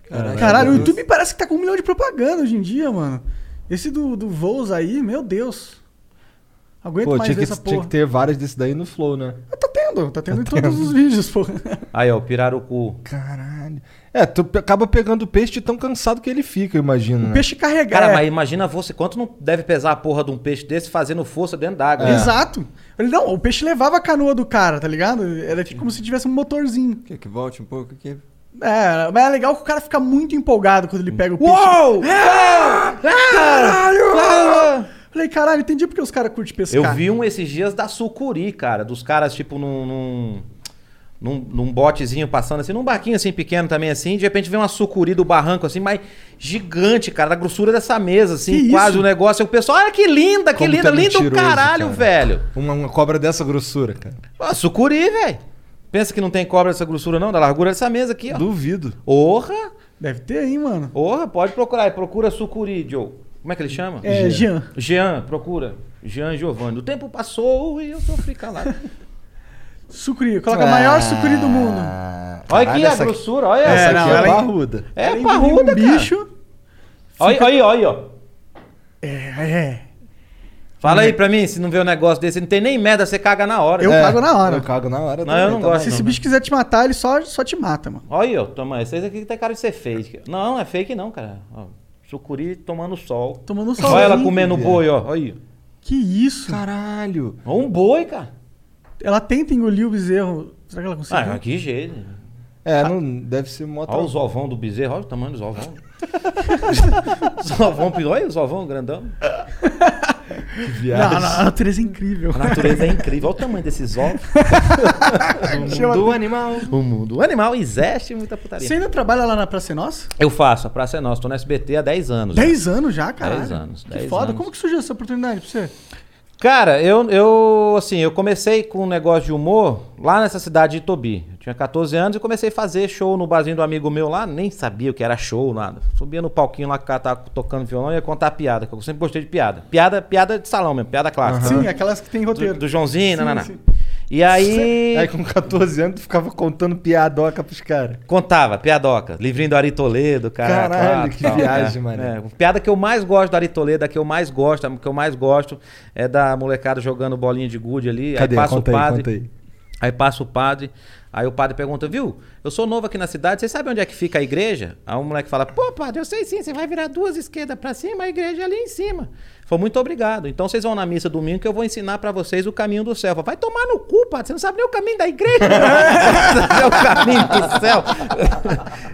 S8: Caralho,
S2: Caralho, o
S8: Deus.
S2: YouTube parece que tá com um milhão de propaganda hoje em dia, mano. Esse do, do voos aí, meu Deus. Aguento
S3: Pô,
S2: mais
S3: tinha
S2: ver
S3: que,
S2: essa
S3: tinha
S2: porra.
S3: que ter várias desse daí no Flow, né?
S2: Ah, Tá tendo, tá tendo em todos os vídeos, porra.
S4: Aí, ó, o pirarucu.
S3: Caralho. Caralho. É, tu pe- acaba pegando o peixe de tão cansado que ele fica, eu imagino. né?
S2: Peixe é. carregado.
S4: Cara, mas imagina você, quanto não deve pesar a porra de um peixe desse fazendo força dentro d'água.
S2: É.
S4: né?
S2: Exato. Ele, não, o peixe levava a canoa do cara, tá ligado? Era tipo como se tivesse um motorzinho.
S8: Quer que volte um pouco aqui?
S2: É, mas é legal que o cara fica muito empolgado quando ele pega o peixe.
S4: Uou!
S2: Caralho! Falei, caralho, entendi porque os caras curtem pescar.
S4: Eu vi um esses dias da sucuri, cara. Dos caras, tipo, num. num... Num, num botezinho passando assim, num barquinho assim pequeno também assim, de repente vem uma sucuri do barranco assim, mas gigante, cara, da grossura dessa mesa assim,
S2: Que
S4: quase
S2: isso?
S4: o negócio. Aí O pessoal, olha que linda, que
S3: Como
S4: linda,
S3: tá
S4: linda o
S3: mentiroso,
S4: caralho,
S3: cara.
S4: velho.
S3: Uma, uma cobra dessa grossura, cara.
S4: Ó, sucuri, velho. Pensa que não tem cobra dessa grossura não, da largura dessa mesa aqui, ó.
S3: Duvido.
S4: Orra,
S2: Deve ter aí, mano.
S4: orra, pode procurar, aí, procura sucuri, Joe. Como é que ele chama?
S2: É, Jean.
S4: Jean, procura. Jean Giovanni. O tempo passou e eu sofri calado.
S2: Sucuri. Coloca a maior sucuri do mundo.
S4: Olha aqui
S3: Caralho,
S4: a
S3: essa aqui-
S4: grossura, olha
S2: É,
S4: essa.
S3: Essa
S2: não,
S3: aqui é
S2: ela-
S3: barruda.
S4: É,
S2: Ela engoliu
S4: parruda,
S2: um
S4: cara.
S2: bicho.
S4: Olha, olha, olha, olha.
S2: É, é.
S4: Fala aí pra mim, se não vê um negócio desse, não tem nem merda, você caga na hora.
S2: Eu
S4: É.
S2: cago na hora.
S3: Eu cago na hora. tá
S4: Não, eu não gosto.
S2: Se esse
S4: né?
S2: bicho quiser te matar, ele só, só te mata, mano.
S4: Olha aí, ó, toma, esse aqui tem cara de ser fake. Não, não é fake não, cara. Ó, sucuri tomando sol.
S2: Tomando sol.
S4: Olha ela comendo boi, ó. Olha aí.
S2: Que isso?
S3: Caralho.
S4: Ó, Um boi, cara.
S2: Ela tenta engolir o bezerro. Será que ela
S4: Ah,
S2: conseguiu?
S4: mas que jeito.
S3: É, não deve ser mó
S4: Olha os ovão do bezerro, olha o tamanho dos ovão. os ovão, olha os ovão grandão.
S2: não, não, a natureza é incrível.
S4: A natureza é incrível, olha o tamanho desses ovos.
S3: do animal.
S4: O mundo animal existe muita putaria.
S2: Você ainda trabalha lá na Praça é Nossa?
S4: Eu faço, a Praça é Nossa. Tô no SBT há 10 anos. já.
S2: 10 anos já, cara.
S4: Dez anos,
S2: Que
S4: dez
S2: foda.
S4: anos.
S2: Como que surgiu essa oportunidade pra você?
S4: Cara, eu, eu, assim, eu comecei com um negócio de humor lá nessa cidade de Tobi. Eu tinha 14 anos e comecei a fazer show no barzinho do amigo meu lá. Nem sabia o que era show, nada. Subia no palquinho lá que o cara tava tocando violão e ia contar piada, que eu sempre gostei de piada. Piada, piada de salão mesmo, piada clássica.
S2: Sim, aquelas que tem
S4: Do,
S2: roteiro.
S4: do Joãozinho,
S2: Sim,
S4: nananá.
S2: sim.
S4: E aí...
S3: É, Aí com 14 anos tu ficava contando piadoca pros caras.
S4: Contava, piadoca. Livrinho do Ari Toledo, caraca.
S3: Caralho,
S4: lá,
S3: que
S4: tal, é,
S3: viagem, mano.
S4: é. Piada que eu mais gosto do Ari Toledo, a que eu mais gosto, a que eu mais gosto é da molecada jogando bolinha de gude ali.
S3: Cadê?
S4: Aí passa
S3: Conta
S4: o
S3: aí,
S4: padre.
S3: conta aí.
S4: Aí passa o padre, aí o padre pergunta, viu? Eu sou novo aqui na cidade, você sabe onde é que fica a igreja? Aí o moleque fala, pô, padre, eu sei sim, você vai virar duas esquerdas pra cima, a igreja é ali em cima. Foi muito obrigado. Então vocês vão na missa domingo que eu vou ensinar pra vocês o caminho do céu. Eu falo, vai tomar no cu, padre, você não sabe nem o caminho da igreja. é o caminho do céu.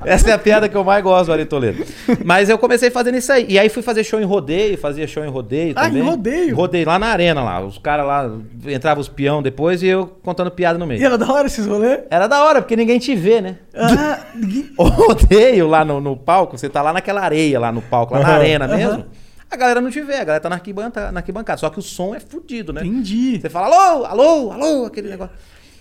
S4: Essa é a piada que eu mais gosto, Ari Toledo. Mas eu comecei fazendo isso aí. E aí fui fazer show em rodeio, fazia show em rodeio
S2: Ah, em
S4: também.
S2: rodeio?
S4: Rodeio, lá na arena, lá. Os caras lá, entravam os peão depois e eu contando piada no meio.
S2: E era da hora esses rolês?
S4: Era da hora, porque ninguém te vê, né?
S2: Ah, ninguém-
S4: Eu Odeio lá no, no palco, você tá lá naquela areia, lá no palco, lá na arena mesmo. A galera não te vê, a galera tá na arquibancada, na arquibancada. Só que o som é fudido, né?
S2: entendi.
S4: Você fala, alô, alô, alô, aquele negócio.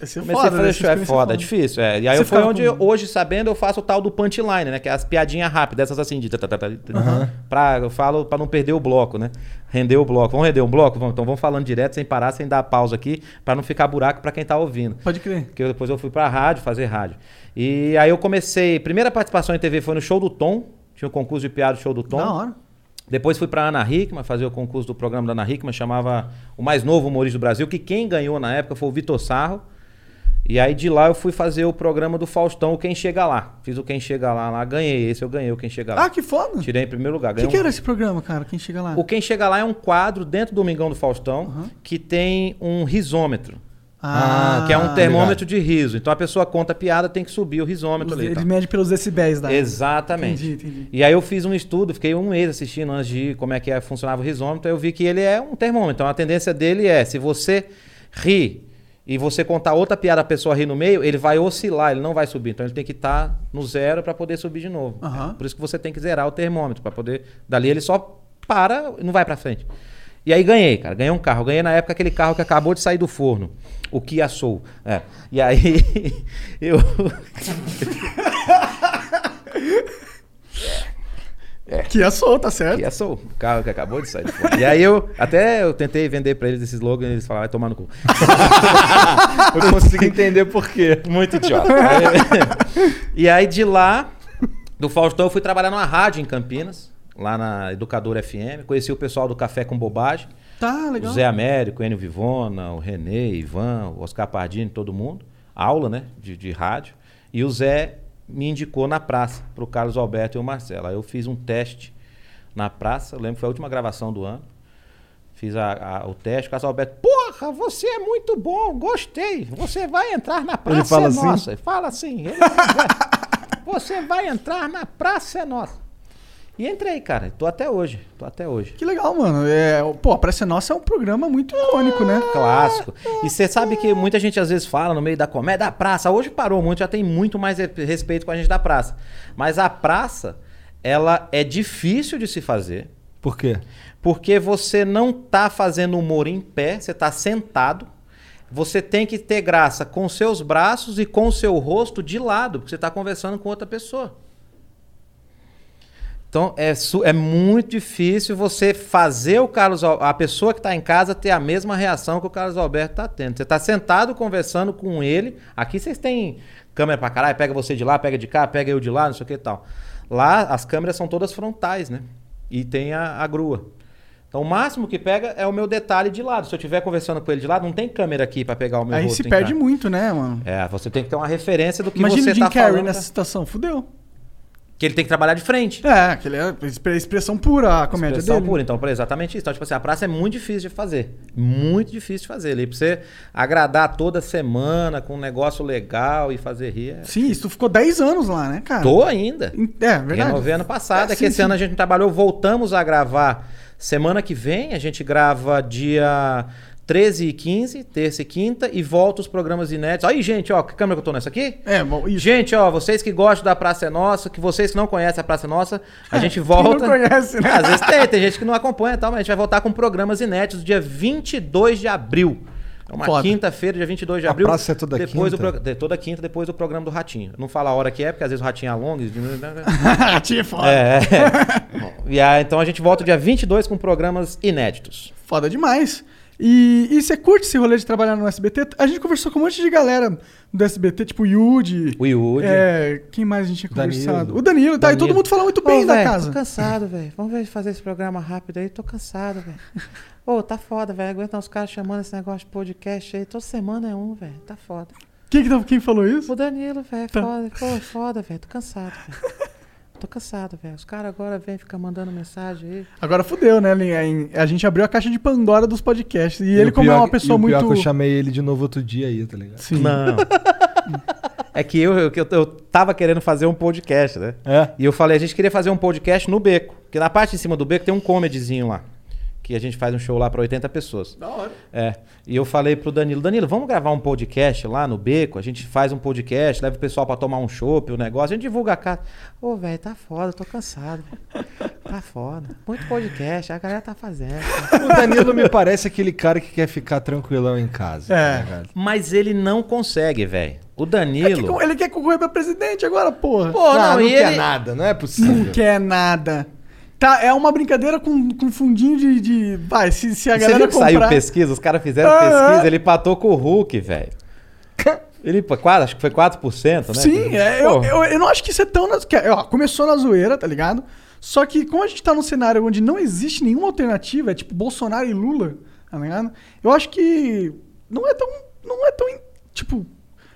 S2: Esse é
S4: Comecei a
S2: né?
S4: fazer
S2: Essa
S4: show, é
S2: experiência
S4: foda, é difícil. É. E aí
S2: Você
S4: eu foi
S2: ficava
S4: onde,
S2: com-
S4: eu- hoje, sabendo, eu faço o tal do punchline, né? Que é as piadinhas rápidas, essas assim, de... tá, tá, tá, tá, pra, eu falo pra não perder o bloco, né? Render o bloco. Vamos render um bloco? Vamos, então vamos falando direto, sem parar, sem dar pausa aqui, pra não ficar buraco pra quem tá ouvindo.
S2: Pode crer.
S4: Porque eu- depois eu fui pra rádio, fazer rádio. E aí eu comecei... Primeira participação em TV foi no Show do Tom. Tinha o concurso de piada do Show do Tom.
S2: Da hora.
S4: Depois fui pra Ana Hickman fazer o concurso do programa da Ana Hickman, chamava o mais novo humorista do Brasil, que quem ganhou na época foi o Vitor Sarro. E aí de lá eu fui fazer o programa do Faustão, o Quem Chega Lá. Fiz o Quem Chega Lá lá, ganhei esse, eu ganhei o Quem Chega Lá.
S2: Ah, que foda. O
S4: Tirei em primeiro lugar.
S2: que,
S4: ganhei
S2: que
S4: um-
S2: era esse programa, cara? Quem chega lá?
S4: O Quem Chega Lá é um quadro dentro do Domingão do Faustão que tem um risômetro.
S2: Ah,
S4: que é um
S2: tá
S4: termômetro de riso. Então a pessoa conta a piada, tem que subir o risômetro
S2: Os-
S4: ali. e
S2: Ele
S4: tal.
S2: mede pelos decibéis da.
S4: Exatamente.
S2: Entendi, entendi.
S4: E aí eu fiz um estudo, fiquei um mês assistindo antes de ir, como é que é- funcionava o risômetro, aí eu vi que ele é um termômetro. Então a tendência dele é, se você ri e você contar outra piada, a pessoa ri no meio, ele vai oscilar, ele não vai subir. Então ele tem que estar no zero para poder subir de novo. É
S2: Aham.
S4: Por isso que você tem que zerar o termômetro para poder dali ele só para, e não vai para frente. E aí ganhei, cara, ganhei um carro. Ganhei na época aquele carro que acabou de sair do forno, o Kia Soul. É. E aí eu
S2: Que é sol, tá certo?
S4: Que é só o carro que acabou de sair. do forno. E aí eu até eu tentei vender pra eles esse slogan e eles falaram, vai tomar no cu.
S3: Eu consigo entender por quê.
S4: Muito idiota. Aí- e aí de lá, do Faustão, eu fui trabalhar numa rádio em Campinas, lá na Educadora FM. Conheci o pessoal do Café com Bobagem.
S2: Tá,
S4: O
S2: legal.
S4: Zé Américo, o Enio Vivona, o Renê, Ivan, o Oscar Pardini, todo mundo. Aula, né? De, de rádio. E o Zé me indicou na praça pro Carlos Alberto e o Marcelo. Aí eu fiz um teste na praça, eu lembro que foi a última gravação do ano. Fiz a- a- o teste, o Carlos Alberto, porra, você é muito bom, gostei. Você vai entrar na praça
S3: fala
S4: é
S3: assim?
S4: nossa. Ele fala assim, ele- você vai entrar na praça é nossa. E entrei, cara. Tô até hoje. Tô até hoje.
S2: Que legal, mano. É, pô, a Praça é Nossa é um programa muito icônico, né?
S4: Clássico. E você sabe que muita gente às vezes fala no meio da comédia, da praça. Hoje parou muito, já tem muito mais re- respeito com a gente da praça. Mas a praça, ela é difícil de se fazer,
S3: Por quê?
S4: porque você não tá fazendo humor em pé, você tá sentado. Você tem que ter graça com seus braços e com seu rosto de lado, porque você tá conversando com outra pessoa. Então é, su- é muito difícil você fazer o Carlos Al- a pessoa que está em casa ter a mesma reação que o Carlos Alberto está tendo. Você está sentado conversando com ele. Aqui vocês têm câmera pra caralho, pega você de lá, pega de cá, pega eu de lá, não sei o que e tal. Lá as câmeras são todas frontais, né? E tem a, a grua. Então o máximo que pega é o meu detalhe de lado. Se eu estiver conversando com ele de lado, não tem câmera aqui para pegar o meu
S2: Aí
S4: rosto.
S2: se
S4: em
S2: perde
S4: cara.
S2: muito, né, mano?
S4: É, você tem que ter uma referência do que
S2: Imagina
S4: você
S2: o Jim
S4: está
S2: Carrey
S4: falando. né?
S2: nessa situação, fudeu.
S4: Que ele tem que trabalhar de frente.
S2: É, aquele é expre- expressão pura a comédia
S4: Expressão
S2: dele.
S4: pura, então, pra- exatamente isso. Então, tipo assim, a praça é muito difícil de fazer. Muito difícil de fazer. E pra você agradar toda semana com um negócio legal e fazer rir. é-
S2: Sim, isso tu ficou 10 anos lá, né, cara?
S4: Tô ainda.
S2: É, verdade.
S4: Renovei ano passado,
S2: É,
S4: é,
S2: sim,
S4: que esse
S2: sim.
S4: ano a gente não trabalhou, voltamos a gravar semana que vem, a gente grava dia 13 e 15, terça e quinta, e volta os programas inéditos. Aí, gente, ó, que câmera que eu tô nessa aqui?
S2: É, bom, isso.
S4: Gente, ó, vocês que gostam da Praça é Nossa, que vocês que não conhecem a Praça é Nossa, a gente volta.
S2: não conhece, né?
S4: Às vezes tem, tem gente que não acompanha e tal, mas a gente vai voltar com programas inéditos dia 22 de abril. É uma
S2: Foda.
S4: quinta-feira, dia 22 de
S3: A
S4: abril.
S3: praça é toda
S4: depois
S3: quinta?
S4: Do pro- de- Toda quinta, depois do programa do Ratinho. Não fala a hora que é, porque às vezes o Ratinho alonga. e diminui- né,
S2: Tinha foda.
S4: É. e aí, então a gente volta dia 22 com programas inéditos.
S2: Foda demais. E, e você curte esse rolê de trabalhar no SBT? A gente conversou com um monte de galera do SBT, tipo o Yudi.
S4: O Yudi.
S2: É, quem mais a gente tinha
S3: Danilo.
S2: conversado? O Danilo, tá? E todo
S4: Danilo.
S2: mundo fala muito bem
S4: Ô,
S2: da
S4: véi,
S2: casa.
S4: Tô cansado, velho. Vamos ver de fazer esse programa rápido aí. Tô cansado, velho. Ô, tá foda, velho. Aguenta os caras chamando esse negócio de podcast aí. Toda semana é um, velho. Tá foda.
S2: Quem, que tá- quem falou isso?
S4: O Danilo, velho, foda. Pô, é foda, velho. Tô cansado, velho. Tô cansado, velho. Os caras agora vêm ficar mandando mensagem aí.
S2: Agora fudeu, né, Lin? Aí A gente abriu a caixa de Pandora dos podcasts. E, ele,
S3: o
S2: como é
S3: pior-
S2: uma pessoa
S3: e o pior
S2: muito.
S3: que eu chamei ele de novo outro dia aí, tá ligado?
S2: Sim.
S4: Não. É que eu, eu, eu- eu tava querendo fazer um podcast, né?
S3: É.
S4: E eu falei, a gente queria fazer um podcast no beco. Porque na parte de cima do beco tem um comedyzinho lá. Que a gente faz um show lá pra 80 pessoas. Da hora. É. E eu falei pro Danilo, Danilo, vamos gravar um podcast lá no beco? A gente faz um podcast, leva o pessoal pra tomar um chopp, o negócio, a gente divulga a casa. Ô, velho, tá foda, eu tô cansado. velho. Tá foda. Muito podcast, a galera tá fazendo.
S3: O Danilo me parece aquele cara que quer ficar tranquilão em casa.
S2: É.
S3: tá ligado?
S4: Mas ele não consegue, velho. O
S2: Ele
S4: Danilo.
S2: quer- Ele quer concorrer pra presidente agora, porra.
S4: Pô,
S3: não, não,
S4: e
S3: quer
S4: ele-
S3: nada, não é
S2: Não
S3: possível.
S2: quer nada. Tá, é uma brincadeira com, com fundinho de, de- Vai, se, se a
S4: Você
S2: galera
S4: viu que saiu
S2: comprar...
S4: pesquisa? Os caras fizeram
S2: Ah,
S4: pesquisa,
S2: é.
S4: ele patou com o Hulk, velho. Ele, pô, quase, acho que foi 4%, né?
S2: Sim, é, eu,
S4: Pô,
S2: eu, eu não acho que isso é tão... Na... que- ó, começou na zoeira, tá ligado? Só que como a gente tá num cenário onde não existe nenhuma alternativa, é tipo Bolsonaro e Lula, tá ligado? Eu acho que não é tão... Não é tão, in- tipo...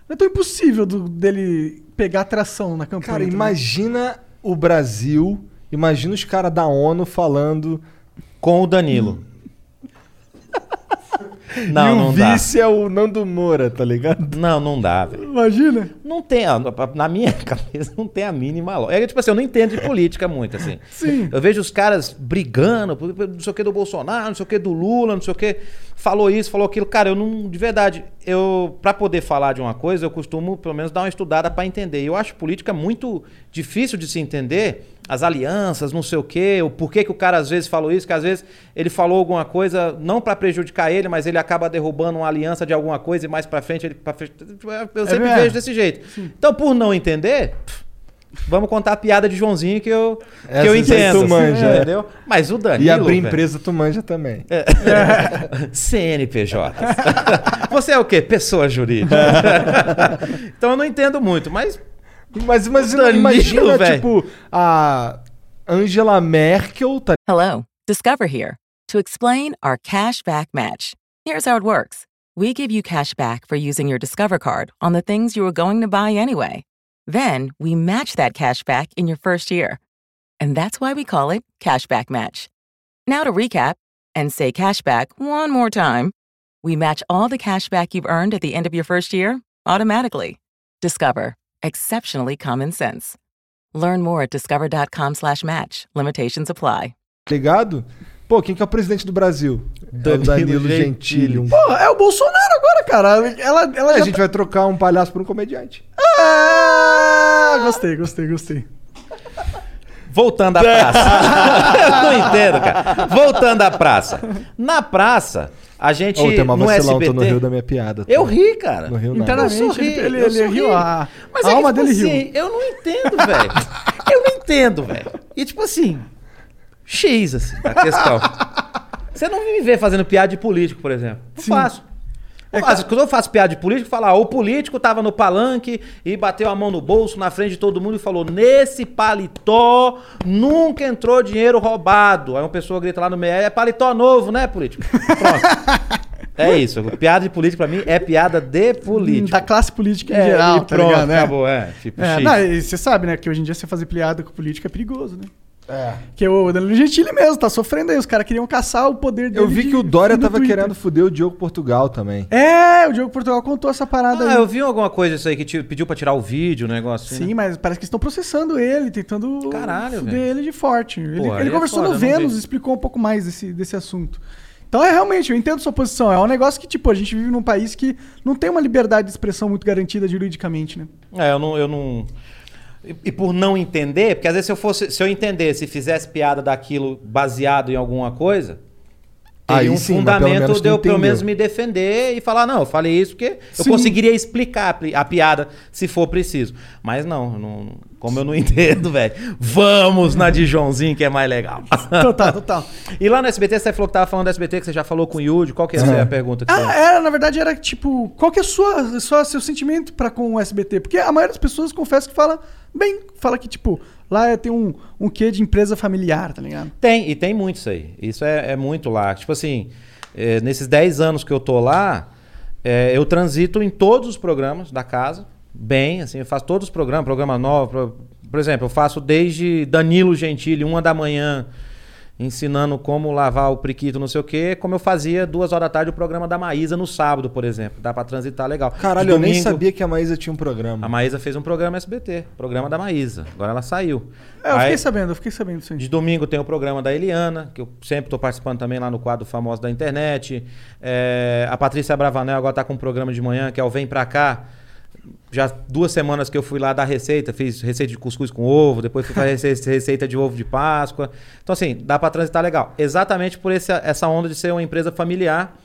S2: Não é tão impossível do- dele pegar atração na campanha.
S3: Cara,
S2: tá ligado?
S3: imagina o Brasil, imagina os caras da ONU falando.
S4: Com o Danilo.
S3: e
S4: não,
S3: o
S4: não dá.
S3: vice é o Nando Moura, tá ligado?
S4: Não, não dá, velho.
S2: Imagina.
S4: Não tem, ó, na minha cabeça, não tem a mínima lógica. É tipo assim, eu não entendo de política muito, assim.
S2: Sim.
S4: Eu vejo os caras brigando, por- por- não sei o que do Bolsonaro, não sei o que do Lula, não sei o que. Falou isso, falou aquilo. Cara, eu não. De verdade, eu. Pra poder falar de uma coisa, eu costumo, pelo menos, dar uma estudada pra entender. E Eu acho política muito difícil de se entender. As alianças, não sei o quê, o porquê que o cara às vezes falou isso, que às vezes ele falou alguma coisa, não pra prejudicar ele, mas ele acaba derrubando uma aliança de alguma coisa e mais pra frente ele. pra frente- eu sempre
S2: mesmo.
S4: vejo desse jeito. Então, por não entender, pff, vamos contar a piada de Joãozinho que eu, que eu
S3: Essa você
S4: entendo.
S3: manja, é.
S4: entendeu? Mas o Danilo.
S3: E abrir
S4: velho, É.
S3: empresa tu manja também.
S4: CNPJ. Você é o quê? Pessoa jurídica. então eu não entendo muito, mas.
S3: Mas, mas
S4: Danilo,
S3: imagina,
S4: velho.
S3: tipo, a Angela Merkel, tá
S5: Hello, Discover here to explain our cash back match. Here's how it works we give you cash back for using your Discover card on the things you were going to buy anyway. Then we match that cash back in your first year. And that's why we call it Cashback Match. Now to recap and say cashback one more time. We match all the cash back you've earned at the end of your first year automatically. Discover. Exceptionally common sense. Learn more at discover.com slash match. Limitations apply.
S3: Tá Ligado? Pô, quem que é o presidente do Brasil? É o
S4: Danilo Gentili.
S3: Um-
S2: Porra, é o Bolsonaro agora, cara. Ela, ela
S4: É,
S3: A
S2: já tá-
S3: gente vai trocar um palhaço por um comediante.
S2: Ah, gostei, gostei, gostei.
S4: Voltando à praça. Eu não entendo, cara. Voltando à praça. Na praça, a gente.
S3: Ô, tem uma
S4: no
S3: vacilão, tô
S4: SBT,
S3: no Rio da minha piada. tá?
S4: Eu ri, cara.
S3: No Rio nada.
S2: Internamente,
S4: Eu sorri,
S2: ele, ele,
S4: eu
S2: ele
S4: sorri.
S2: riu. A,
S4: Mas
S2: a
S4: é
S2: alma
S4: que,
S2: dele
S4: tipo
S2: riu.
S4: assim, eu não entendo, velho. eu não entendo, velho. E tipo assim, X, assim, a questão. Você não me vê fazendo piada de político, por exemplo. Não faço. Não faço. Quando eu faço piada de político, fala, ah, o político tava no palanque e bateu a mão no bolso na frente de todo mundo e falou: nesse paletó nunca entrou dinheiro roubado. Aí uma pessoa grita lá no meio, é paletó novo, né, político? Pronto. é isso. Piada de político, pra mim, é piada de político.
S2: Da classe política em
S4: É,
S2: geral,
S4: e
S2: tá
S4: pronto,
S2: ligado? É.
S4: acabou, é. Tipo,
S2: É,
S4: X.
S2: não, e você sabe, né, que hoje em dia você fazer piada com política é perigoso, né? É. Que o Danilo Gentili mesmo tá sofrendo aí. Os caras queriam caçar o poder dele.
S3: Eu vi
S2: de-
S3: que o Dória
S2: do
S3: tava
S2: Twitter.
S3: querendo foder o Diogo Portugal também.
S2: É, o Diogo Portugal contou essa parada
S4: Ah,
S2: aí.
S4: eu vi alguma coisa isso aí que te pediu pra tirar o vídeo, um negócio assim.
S2: Sim, mas parece que estão processando ele, tentando
S4: Caralho,
S2: fuder
S4: velho.
S2: ele de forte. Ele,
S4: Pô, aí
S2: ele
S4: é
S2: conversou
S4: foda,
S2: no
S4: eu não
S2: Vênus
S4: vi.
S2: e explicou um pouco mais desse, desse assunto. Então é realmente, eu entendo sua posição. É um negócio que, tipo, a gente vive num país que não tem uma liberdade de expressão muito garantida juridicamente, né?
S4: né? É, eu não. Eu não... E, e por não entender, porque às vezes se eu fosse. Se eu entendesse e fizesse piada daquilo baseado em alguma coisa, teria
S3: Aí
S4: um
S3: sim, mas pelo
S4: fundamento
S3: menos
S4: de
S3: tu
S4: eu pelo
S3: entendeu.
S4: menos me defender e falar, não, eu falei isso porque eu
S2: Sim.
S4: conseguiria explicar a pi- a piada se for preciso. Mas não, eu não- como eu não entendo, velho. Vamos na de Joãozinho que é mais legal.
S3: Então tá,
S2: Total, Então, tá, total.
S4: E lá no SBT, você falou que tava falando do SBT, que você já falou com o Yudi. Qual que é a pergunta que
S2: Ah,
S4: você...
S2: era, na verdade, era tipo, qual que é a sua, sua seu sentimento para com o SBT? Porque a maioria das pessoas confessa que fala bem, fala que, tipo, lá tem um, um quê de empresa familiar, tá ligado?
S4: Tem, e tem muito isso aí. Isso é, é muito lá. Tipo assim, é, nesses 10 anos que eu tô lá, é, eu transito em todos os programas da casa, bem, assim, eu faço todos os programas, programa novo. pro- por exemplo, eu faço desde Danilo Gentili, uma da manhã, ensinando como lavar o priquito, não sei o quê, como eu fazia duas horas da tarde o programa da Maísa no sábado, por exemplo. Dá pra transitar legal.
S3: Caralho,
S4: De
S3: eu nem
S4: domingo-
S3: sabia que a Maísa tinha um
S4: A
S3: programa.
S4: Maísa fez um programa SBT, programa da Maísa. Agora ela saiu.
S2: É, eu
S4: Aí-
S2: fiquei sabendo, eu fiquei sabendo disso aí.
S4: de domingo tem o programa da Eliana, que eu sempre estou participando também lá no quadro famoso da internet. É, a Patrícia Bravanel agora está com um programa de manhã, que é o Vem Pra Cá. Já duas semanas que eu fui lá dar receita, fiz receita de cuscuz com ovo, depois fui fazer rece- receita de ovo de Páscoa. Então, assim, dá para transitar legal. Exatamente por esse- essa onda de ser uma empresa familiar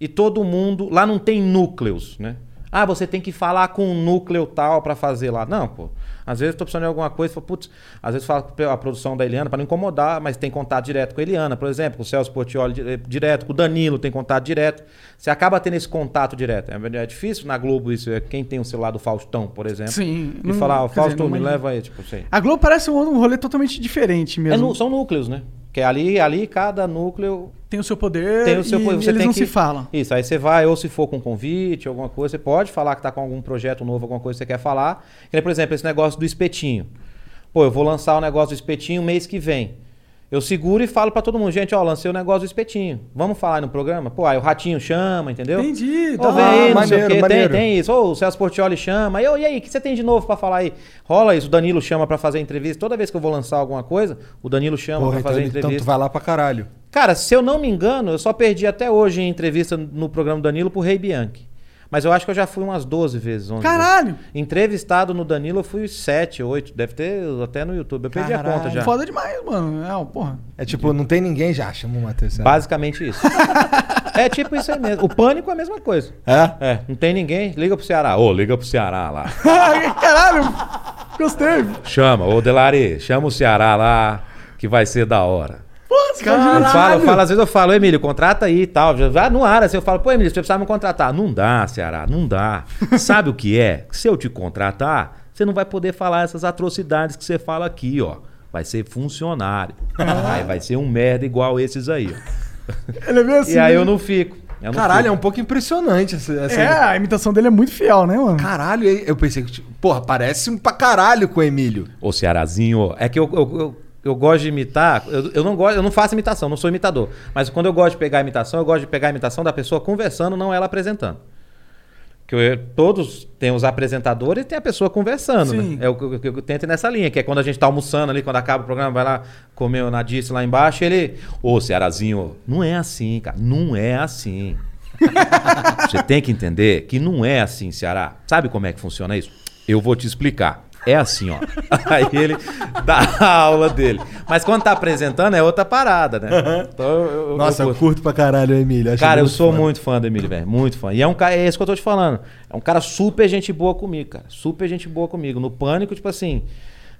S4: e todo mundo. Lá não tem núcleos, né? Ah, você tem que falar com um núcleo tal pra fazer lá. Não, pô. Às vezes eu tô precisando de alguma coisa, falo, putz, às vezes falo pra a produção da Eliana pra não incomodar, mas tem contato direto com a Eliana, por exemplo, com o Celso Portioli di- eh, direto, com o Danilo tem contato direto. Você acaba tendo esse contato direto. É, é difícil na Globo isso, é quem tem o celular do Faustão, por exemplo.
S2: Sim,
S4: E
S2: não-
S4: falar, ó,
S2: quer dizer,
S4: Fausto,
S2: não
S4: me
S2: imagino.
S4: leva aí, tipo assim.
S2: A Globo parece um, um rolê totalmente diferente
S4: É
S2: mesmo.
S4: nu- são núcleos, né? Que ali, ali cada núcleo
S2: Tem o seu poder
S4: tem o seu
S2: e
S4: co- você
S2: eles
S4: tem
S2: não
S4: que
S2: se falam.
S4: Isso, aí você vai, ou se for com convite, alguma coisa, você pode falar que tá com algum projeto novo, alguma coisa que você quer falar. Que nem, por exemplo, esse negócio do espetinho. Pô, eu vou lançar o negócio do espetinho mês que vem. Eu seguro e falo pra todo mundo, gente, ó, lancei o negócio do espetinho. Vamos falar aí no programa? Pô, aí o ratinho chama, entendeu?
S2: Entendi,
S4: Ô,
S2: tá.
S4: vem aí,
S3: Ah,
S4: não sei o
S3: maneiro,
S4: quê, tem,
S3: maneiro.
S4: tem isso. Ou o Celso Portioli chama. E, ô, e aí, o que você tem de novo pra falar aí? Rola isso, o Danilo chama pra fazer entrevista. Toda vez que eu vou lançar alguma coisa, o Danilo chama
S3: Porra,
S4: pra
S3: então,
S4: fazer
S3: ele- então
S4: entrevista.
S3: tu vai lá pra caralho.
S4: Cara, se eu não me engano, eu só perdi até hoje em entrevista no programa do Danilo pro Rei Bianchi. Mas eu acho que eu já fui umas 12 vezes. 11
S2: Caralho!
S4: vezes. Entrevistado no Danilo eu fui 7, 8. Deve ter até no YouTube. Eu perdi a
S3: Caralho.
S4: conta já.
S2: Foda demais, mano. É, ó, porra.
S3: É tipo, não tem ninguém já, chama o Matheus. Ceará.
S4: Basicamente isso. é tipo isso aí mesmo. O pânico é a mesma coisa.
S3: É?
S4: É, não tem ninguém. Liga pro Ceará. Ô, liga pro Ceará lá.
S2: Caralho, gostei.
S4: Chama, ô Delari, chama o Ceará lá, que vai ser da hora.
S2: Porra, tá esse cara
S4: Eu
S2: já-
S4: falo, eu falo, às vezes eu falo, Emílio, contrata aí e tal. Já vai no ar, assim, eu falo, pô, Emílio, você precisa me contratar. Não dá, Ceará, não dá. Sabe o que é? Se eu te contratar, você não vai poder falar essas atrocidades que você fala aqui, ó. Vai ser
S3: Ah.
S4: funcionário. Aí vai ser um merda igual esses aí. ó.
S2: Ele é meio assim.
S4: E aí
S2: né?
S4: eu não fico. Eu não
S3: Caralho,
S4: fui.
S3: é um pouco impressionante essa. essa-
S2: É, a imitação dele é muito fiel, né, mano?
S3: Caralho, eu pensei que. tipo, Porra, parece um pra caralho com o Emílio.
S4: Ô, Cearazinho, é que eu, eu, eu, eu gosto de imitar. Eu, eu não gosto, eu não faço imitação, não sou imitador. Mas quando eu gosto de pegar a imitação, eu gosto de pegar a imitação da pessoa conversando, não ela apresentando. Que eu- todos têm os apresentadores e tem a pessoa conversando,
S2: Sim.
S4: né? É o que eu, que eu tento ir nessa linha, que é quando a gente tá almoçando ali, quando acaba o programa, vai lá comer na Disse lá embaixo, ele. Ô, Cearazinho, não é assim, cara. Não é assim. Você tem que entender que não é assim, Ceará. Sabe como é que funciona isso? Eu vou te explicar. É assim, ó. Aí ele dá a aula dele. Mas quando tá apresentando é outra parada, né? Então, eu- eu- eu
S3: Nossa, eu
S4: curto.
S3: curto pra caralho o Emílio. acho
S4: Cara, eu
S3: muito
S4: sou
S3: foda.
S4: muito fã do Emílio, velho. Muito fã. E é um cara, é isso que eu tô te falando. É um cara super gente boa comigo, cara. Super gente boa comigo. No pânico, tipo assim.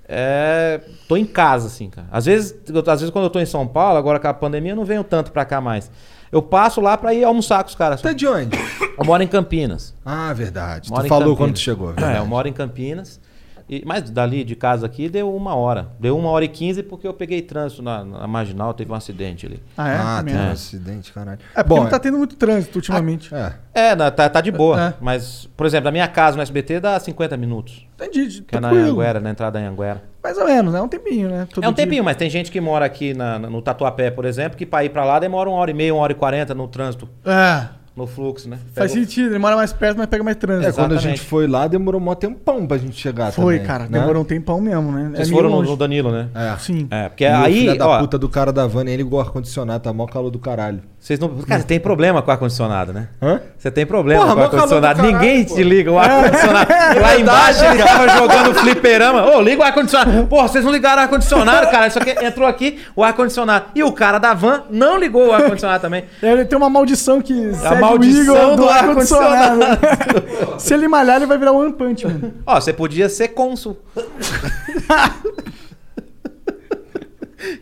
S4: É, tô em casa, assim, cara. Às vezes, eu- às vezes, quando eu tô em São Paulo, agora com a pandemia, eu não venho tanto pra cá mais. Eu passo lá pra ir almoçar com os caras.
S3: Tá de onde?
S4: Eu moro em Campinas.
S3: Ah, verdade.
S4: Moro
S3: tu
S4: em
S3: falou
S4: Campinas.
S3: quando tu chegou,
S4: É, eu
S3: verdade.
S4: moro em Campinas. E, mas dali de casa aqui deu uma hora. Deu uma hora e quinze porque eu peguei trânsito na, na marginal, teve um acidente ali.
S2: Ah, é?
S3: Ah,
S2: Também
S3: tem um
S2: é.
S3: acidente, caralho.
S2: É porque não tá tendo muito trânsito ultimamente.
S3: É.
S4: É, na- tá, tá de boa.
S2: É.
S4: Mas, por exemplo, da minha casa no SBT dá 50 minutos.
S2: Entendi,
S4: Que é na
S2: tranquilo.
S4: Anhanguera, na entrada da Anhanguera.
S2: Mais ou menos, né? É um tempinho, né? Todo
S4: é um
S2: dia.
S4: tempinho, mas tem gente que mora aqui na- na- no Tatuapé, por exemplo, que pra ir pra lá demora uma hora e meia, uma hora e quarenta no trânsito,
S2: É,
S4: no fluxo, né?
S2: faz
S4: Pegou-
S2: sentido. Ele mora mais perto, mas pega mais
S3: É,
S2: trânsito.
S3: quando a
S4: Exatamente.
S3: gente foi lá, demorou um mó tempão pra gente chegar
S2: Foi,
S3: também,
S2: cara.
S3: né?
S2: Demorou um tempão mesmo, né?
S4: Vocês
S2: meio
S4: foram no,
S2: longe.
S4: no Danilo, né?
S3: É.
S2: Sim.
S4: É, porque
S3: E o
S4: aí,
S3: filho da
S4: ó,
S3: puta do cara da van, ele ligou o ar-condicionado, tá mó calor do caralho.
S4: vocês não... Cara, você tem problema com ar-condicionado, né?
S3: Hã?
S4: Você tem problema
S3: Porra,
S4: com
S3: mó
S4: ar-condicionado.
S3: calor do caralho,
S4: Ninguém
S3: pô.
S4: te liga o ar-condicionado. Lá embaixo ele tava jogando fliperama. Ô, liga o ar-condicionado. Porra, vocês não ligaram o ar-condicionado, cara. Isso aqui entrou aqui, o ar-condicionado. E o cara da van não ligou o ar-condicionado também.
S2: É, Ele tem uma maldição que
S4: É A
S2: segue
S4: maldição
S2: o Igor
S4: do ar-condicionado.
S2: ar-condicionado. Se ele malhar, ele vai virar One Punch Man.
S4: Ó, você podia ser cônsul.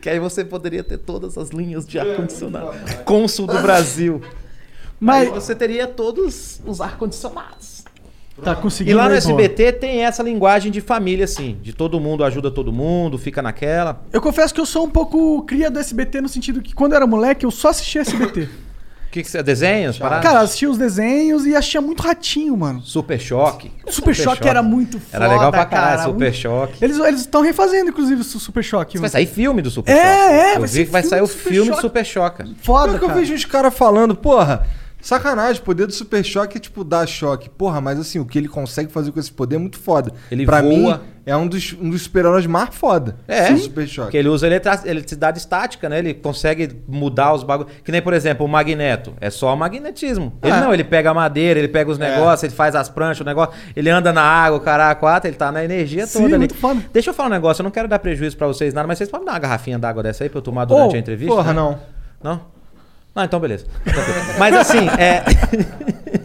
S4: que aí você poderia ter todas as linhas de ar-condicionado. Cônsul do Brasil. Aí
S2: Mas
S4: você teria todos os ar-condicionados.
S2: tá
S4: E
S2: conseguindo.
S4: lá no
S2: aí, pô.
S4: SBT tem essa linguagem de família, assim. De todo mundo ajuda todo mundo, fica naquela.
S2: Eu confesso que eu sou um pouco cria do SBT no sentido que quando eu era moleque, eu só assistia SBT.
S4: O que, que você. Desenhos? Parada?
S2: Cara, eu assistia os desenhos e achei muito ratinho, mano.
S4: Super choque.
S2: Super, Choque, era muito foda,
S4: Era legal pra
S2: cara.
S4: caralho, Super
S2: muito-
S4: Choque.
S2: Eles estão refazendo, inclusive, o Super Choque.
S4: Vai
S2: mano.
S4: sair filme do Super
S2: É,
S4: Choque.
S2: é,
S4: Eu vi
S2: vai ser
S4: que vai
S2: filme
S4: sair
S2: do
S4: o
S2: Super
S4: filme do
S2: Choque.
S4: Super Choque.
S3: é
S2: Foda,
S3: Pior que eu
S2: cara.
S3: vejo os caras falando, porra, sacanagem, o poder do super choque é tipo dar choque. Porra, mas assim, o que ele consegue fazer com esse poder é muito foda.
S4: Ele
S3: pra
S4: voa.
S3: mim, é um dos, um dos super-heróis mais foda.
S4: É,
S3: O super choque.
S4: porque ele usa eletra- eletricidade estática, né? Ele consegue mudar os bagulhos. Que nem, por exemplo, o magneto. É só magnetismo. Ele não, ele pega a madeira, ele pega os negócios, ele faz as pranchas, o negócio. Ele anda na água, o caraca, quatro, ele tá na energia
S2: Sim,
S4: toda ali.
S2: muito foda.
S4: Deixa eu falar um negócio, eu não quero dar prejuízo pra vocês nada, mas vocês podem dar uma garrafinha d'água dessa aí pra eu tomar durante
S2: Ô,
S4: a entrevista? né?
S3: Porra, não.
S4: Não? Não, então beleza. Tranquilo. mas assim, é.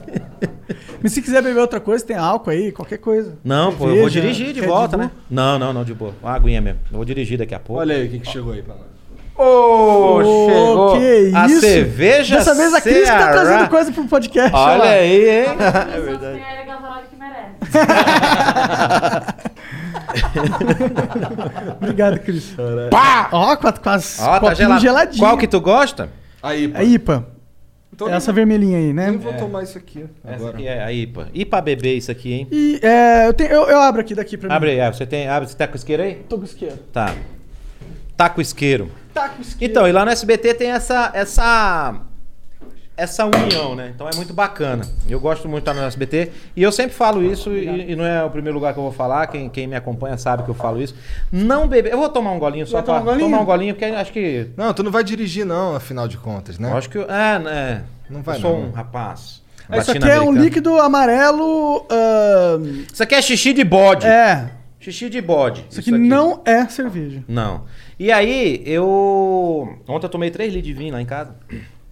S2: Mas se quiser beber outra coisa, tem álcool aí, qualquer coisa.
S4: Não, pô, eu vou
S2: Cerveja,
S4: dirigir de
S2: Red
S4: volta,
S2: Bull.
S4: né? Não, não, não, de boa. Uma aguinha mesmo. Eu vou dirigir daqui a pouco.
S3: Olha aí o que, que chegou aí pra nós.
S4: Ô,
S2: Ô, que isso?
S4: A cerveja
S2: Dessa vez a Cris que tá
S4: Ceará.
S2: trazendo coisa pro podcast.
S4: Olha
S2: lá.
S4: aí, hein?
S2: Obrigado, Cris. Pá! Ó, quase, quase
S4: Ó, tá
S2: copinho
S4: gelado.
S2: geladinho.
S4: Qual que tu gosta?
S3: Aí, pô.
S2: É IPA.
S3: Então
S2: É essa vermelhinha aí, né?
S3: Eu vou tomar isso aqui
S4: É. Essa
S3: agora.
S4: aqui é a IPA. IPA bebê isso aqui, hein?
S2: E é, eu, tenho, eu, eu abro aqui daqui pra
S4: Abre
S2: mim.
S4: aí, ah, você tem. Abre, você tá com isqueiro aí?
S2: Tô com isqueiro.
S4: Tá. Tá com isqueiro.
S2: Tá com isqueiro.
S4: Então, e lá no SBT tem essa. essa. Essa união, né? Então é muito bacana. Eu gosto muito de estar no SBT. E eu sempre falo isso, e, e não é o primeiro lugar que eu vou falar. Quem, quem me acompanha sabe que eu falo isso. Não beber. Eu vou tomar um golinho só
S2: Vai tomar
S4: pra
S2: um golinho?
S4: tomar um golinho, porque acho que
S3: Não, tu não vai dirigir não, afinal de contas, né?
S4: Eu acho que. eu- É, né?
S3: Não vai
S4: eu sou
S3: não.
S4: um rapaz.
S2: Isso aqui é um
S4: latino-americano.
S2: líquido amarelo. ahn,
S4: Isso aqui é xixi de bode.
S2: é.
S4: Xixi de bode.
S2: Isso aqui, não é cerveja.
S4: Não. E aí, eu. Ontem eu tomei 3 litros de vinho lá em casa.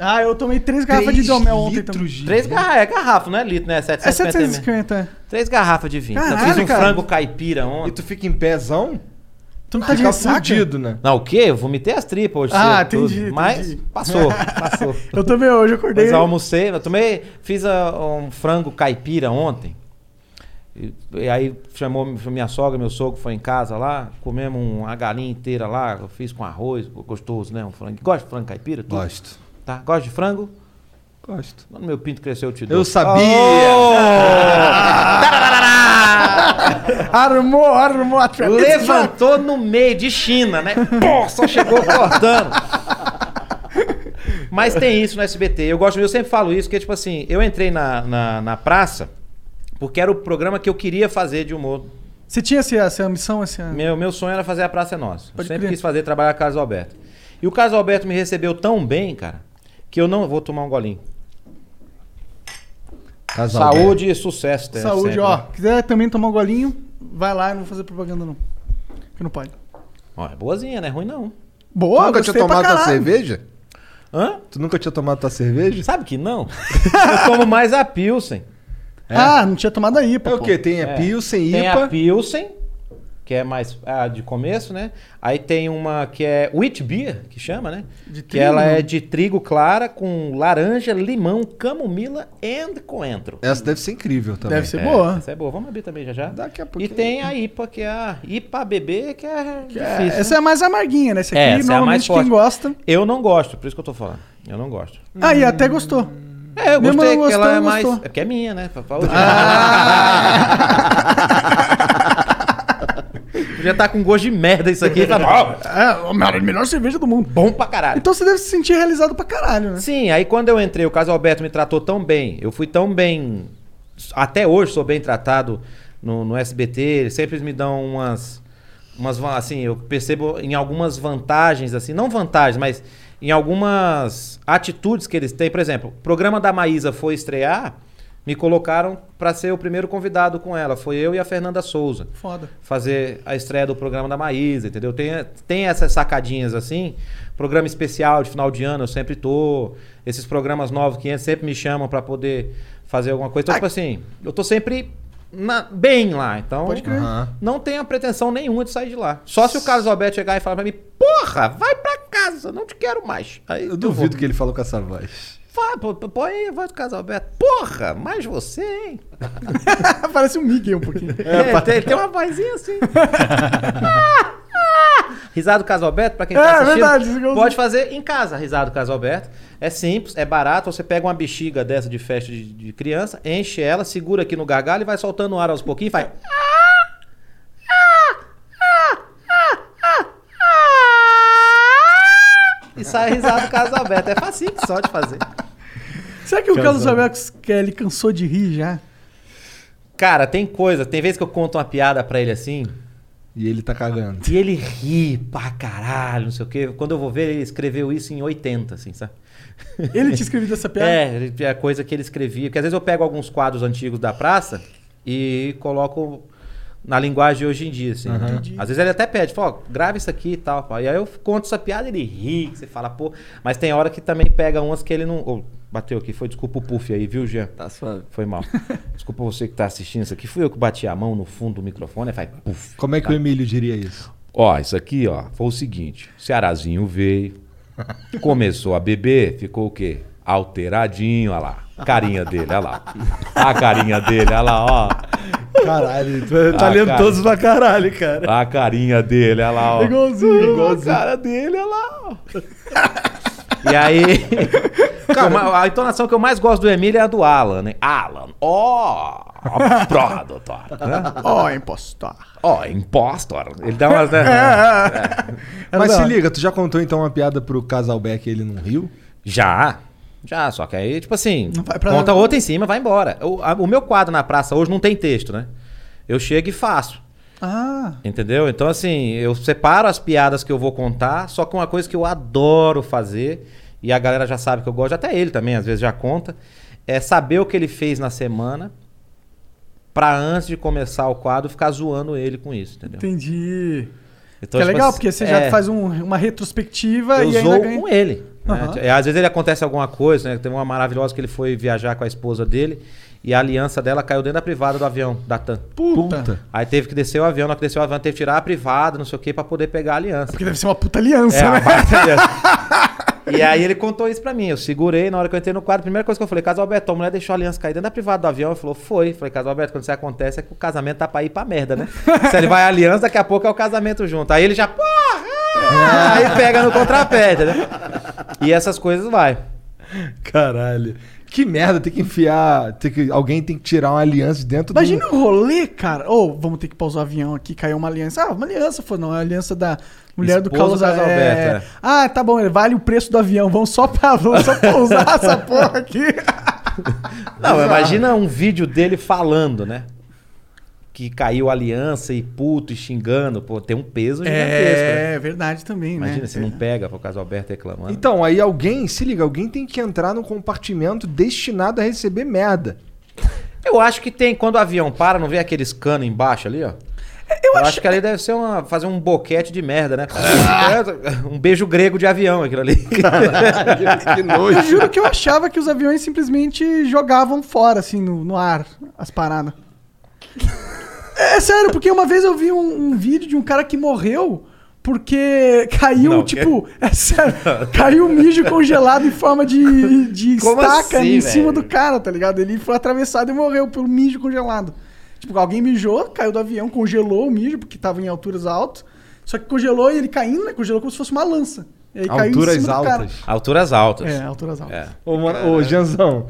S2: Ah, eu tomei três garrafas de
S3: Três
S2: hidromel ontem
S3: litros
S2: também.
S3: de-
S4: 3 garrafas. É garrafa, não é litro, né?
S2: É
S4: 750 ml.
S2: 750. é.
S4: 3 garrafas de vinho. eu
S2: Caralho,
S4: fiz um
S2: cara.
S4: frango caipira
S3: E
S4: ontem.
S3: tu fica em pezão,
S2: Tu não tá de
S3: Ah, fica
S2: ressaca?
S3: fudido, né?
S4: Não, o quê? Eu vomitei as tripas hoje.
S2: Ah,
S4: cedo, tudo.
S2: entendi,
S4: Mas
S2: entendi.
S4: passou, passou.
S2: Eu também hoje, eu acordei.
S4: Mas eu almocei, eu tomei, fiz ah, um frango caipira ontem. E, e aí chamou mi- minha sogra, meu sogro foi em casa lá, comemos um- uma galinha inteira lá, eu fiz com arroz, go- gostoso, né? Um frango. Gosta de frango caipira? tu?
S3: Gosto.
S4: Tá? Gosta de frango?
S3: Gosto.
S4: Quando meu pinto cresceu, eu te dou. Oh!
S3: Eu sabia! armou, armou a
S4: Levantou no meio de China, né? Pô, só chegou cortando. Mas tem isso no SBT. Eu gosto, eu sempre falo isso, que tipo assim, eu entrei na, na, na praça porque era o programa que eu queria fazer de humor.
S2: Você tinha essa, essa missão, essa...
S4: Meu, meu sonho era fazer a Praça é Nossa. Eu
S2: Pode
S4: sempre
S2: crer.
S4: quis fazer trabalhar com o Carlos Alberto. E o Carlos Alberto me recebeu tão bem, cara, que eu não vou tomar um golinho. Saúde e sucesso, né,
S2: Saúde,
S4: sempre, né?
S2: ó. Quiser também tomar um golinho, vai lá, eu não vou fazer propaganda não. Que não pode.
S4: Ó, é boazinha, né? Ruim não.
S2: Boa,
S3: nunca
S2: gostei
S3: tinha tomado
S2: pra
S3: tua
S2: caralho.
S3: cerveja?
S4: Hã?
S3: Tu nunca tinha tomado tua cerveja?
S4: Sabe que não? eu tomo mais a Pilsen.
S2: Ah, não tinha tomado aí, pô.
S3: É o quê? Tem a
S4: É.
S3: Pilsen,
S4: Tem a
S3: IPA.
S4: Pilsen, que é mais ah, de começo, né? Aí tem uma que é Wheat Beer, que chama, né?
S2: De
S4: que
S2: trigo,
S4: ela
S2: né?
S4: é de trigo clara com laranja, limão, camomila e coentro.
S3: Essa deve ser incrível também.
S2: Deve ser boa.
S4: Essa é boa. Vamos abrir também já já.
S3: Daqui a
S4: E
S3: pouquinho.
S4: tem a IPA, que é a IPA BB, que é
S2: É,
S4: difícil.
S2: essa é a mais amarguinha, né? Essa aqui,
S4: É, essa é a mais
S2: normalmente,
S4: forte.
S2: quem gosta...
S4: Eu não gosto, por isso que eu tô falando. Eu não gosto.
S2: Ah, e
S3: Hum.
S2: até gostou.
S4: É, eu
S2: Mesmo
S4: gostei
S2: não
S4: que ela é
S2: gostando,
S4: mais.
S2: gostou.
S4: É porque é minha, né? Pra- pra- Podia estar tá com gosto de merda isso aqui. Tá bom.
S2: É, a melhor, melhor cerveja do mundo.
S4: Bom pra caralho.
S2: Então você deve se sentir realizado pra caralho, né?
S4: Sim, aí quando eu entrei, o Caso Alberto me tratou tão bem, eu fui tão bem. Até hoje sou bem tratado no, no SBT, eles sempre me dão umas. umas van- assim, eu percebo em algumas vantagens, assim, não vantagens, mas em algumas atitudes que eles têm. Por exemplo, o programa da Maísa foi estrear, me colocaram pra ser o primeiro convidado com ela. Foi eu e a Fernanda Souza
S2: Foda.
S4: fazer a estreia do programa da Maísa, entendeu? Tem, tem essas sacadinhas assim. Programa especial de final de ano, eu sempre tô. Esses programas novos que entram sempre me chamam pra poder fazer alguma coisa. Então, tipo assim, eu tô sempre na- bem lá. Então,
S2: Pode crer.
S3: Aham.
S4: não tenho a pretensão nenhuma de sair de lá. Só se o Carlos Alberto chegar e falar pra mim, porra, vai pra casa, não te quero mais. Aí
S3: Eu duvido que ele falou com essa voz.
S4: Vai, pô, pô, põe aí a voz do Carlos Alberto. Porra, mais você, hein?
S2: Parece um Miguel um pouquinho.
S4: É, tem, tem uma vozinha assim. Ah, ah. risada do Casalberto, pra quem tá
S2: É,
S4: assistindo,
S2: verdade, isso que eu-
S4: pode fazer em casa, risada do Casalberto. É simples, é barato, você pega uma bexiga dessa de festa de, de criança, enche ela, segura aqui no gargalho e vai soltando o ar aos pouquinhos e faz... E sai a risada do Casalberto. É facinho só de fazer.
S2: Será que o Carlos Alberto que ele cansou de rir já?
S4: Cara, tem coisa, tem vezes que eu conto uma piada pra ele assim...
S3: E ele tá cagando.
S4: E ele ri pra caralho, não sei o quê. Quando eu vou ver, ele escreveu isso em 80, assim, sabe?
S2: Ele tinha escrevido essa piada?
S4: É, ele- é a coisa que ele escrevia. Porque às vezes eu pego alguns quadros antigos da praça e coloco na linguagem de hoje em dia, assim. né? Às vezes ele até pede, fala, ó, grava isso aqui e tal. pá. E aí eu conto essa piada ele ri, que você fala, pô. Mas tem hora que também pega umas que ele não. Ô, bateu aqui, foi desculpa o puff aí, viu, Jean?
S8: Tá suave.
S4: Foi mal. Desculpa você que tá assistindo isso aqui. Fui eu que bati a mão no fundo do microfone e faz puff.
S3: Como é que o Emílio diria isso?
S4: Ó, isso aqui, ó, foi o seguinte: Cearazinho veio, começou a beber, ficou o quê? Alteradinho, olha lá. Carinha dele, olha lá. A carinha dele, olha lá, ó.
S3: Caralho, tu é
S4: Ah,
S3: talentoso pra caralho, cara.
S4: A carinha dele, olha lá, ó.
S2: Igualzinho, igualzinho.
S4: A cara dele, olha lá, ó. E aí. Calma, a entonação que eu mais gosto do Emílio é a do Alan, né? Alan, ó, ó prova, doutor. né?
S2: Ó, impostor.
S4: Ó, impostor. Ele dá umas. né?
S3: É, Mas
S2: Era
S3: se
S2: da-
S3: liga, tu já contou então uma piada pro Casalbeck e ele não riu?
S4: Já. Já, só que aí, tipo assim,
S2: Não vai pra-
S4: conta outra em cima, vai embora. O, a- o meu quadro na praça hoje não tem texto, né? Eu chego e faço,
S2: Ah,
S4: entendeu? Então, assim, eu separo as piadas que eu vou contar, só com uma coisa que eu adoro fazer, e a galera já sabe que eu gosto, até ele também, às vezes já conta, é saber o que ele fez na semana pra antes de começar o quadro ficar zoando ele com isso, entendeu?
S2: entendi.
S4: Então,
S2: que é
S4: tipo
S2: legal,
S4: assim,
S2: porque você
S4: é.
S2: já faz um- uma retrospectiva
S4: Eu
S2: e ainda
S4: zoo
S2: ganha.
S4: com ele. né?
S2: Aham.
S4: É, Às vezes ele acontece alguma coisa, né? Tem uma maravilhosa que ele foi viajar com a esposa dele e a aliança dela caiu dentro da privada do avião, da TAM.
S2: Puta.
S4: Aí teve que descer o avião, na hora que desceu o avião, teve que tirar a privada, não sei o que, pra poder pegar a aliança.
S2: Porque deve ser uma puta aliança,
S4: É, a
S2: né?
S4: baita aliança. E aí ele contou isso pra mim. Eu segurei, na hora que eu entrei no quadro, a primeira coisa que eu falei, Caso Alberto, a mulher deixou a aliança cair dentro da privada do avião. Ele falou, foi. Eu falei, Caso Alberto, quando isso acontece é que o casamento tá pra ir pra merda, né? Se ele vai à aliança, daqui a pouco é o casamento junto. Aí ele já,
S2: Ah.
S4: porra! Aí pega no contrapé, entendeu? E essas coisas vai.
S3: Caralho. Que merda, tem que enfiar. Tem que, alguém tem que tirar uma aliança de dentro
S2: Imagina
S3: do.
S2: o rolê, cara. Ou vamos ter que pausar o avião aqui, caiu uma aliança. Ah, uma aliança, foi não, é a aliança da mulher do
S4: Esposa
S2: Carlos
S4: do Carlos
S2: é...
S4: Alberto, é.
S2: Ah, tá bom, vale o preço do avião. Vamos só pra vamos só pousar essa porra aqui.
S4: Não, imagina um vídeo dele falando, né? Que caiu a aliança e puto e xingando. Pô, tem um peso gigantesco. né?
S2: É, verdade também,
S4: Imagina
S2: né?
S4: se não pega pro caso Alberto reclamando.
S3: Então, aí alguém, se liga, alguém tem que entrar num compartimento destinado a receber merda.
S4: Eu acho que tem, quando o avião para, não vê aqueles canos embaixo ali, ó?
S2: É,
S4: Eu, acho... que ali deve ser uma. fazer um boquete de merda, né? um beijo grego de avião, aquilo ali.
S8: que nojo.
S2: Eu
S4: é.
S2: juro que eu achava que os aviões simplesmente jogavam fora, assim, no, no ar, as paradas. É sério, porque uma vez eu vi um, um vídeo de um cara que morreu porque caiu,
S4: Não,
S2: tipo, é sério, caiu um mijo congelado em forma de, de
S4: Como
S2: estaca
S4: assim,
S2: em cima
S4: velho?
S2: do cara, tá ligado? Ele foi atravessado e morreu pelo mijo congelado. Tipo, alguém mijou, caiu do avião, congelou o mijo, porque tava em alturas altas. Só que congelou e ele caindo, né? Congelou como se fosse uma lança. E aí caiu em
S3: Alturas
S2: cima
S3: altas.
S4: Alturas altas.
S2: do cara. É, alturas altas.
S4: É.
S3: Ô, mano, ô, Janzão,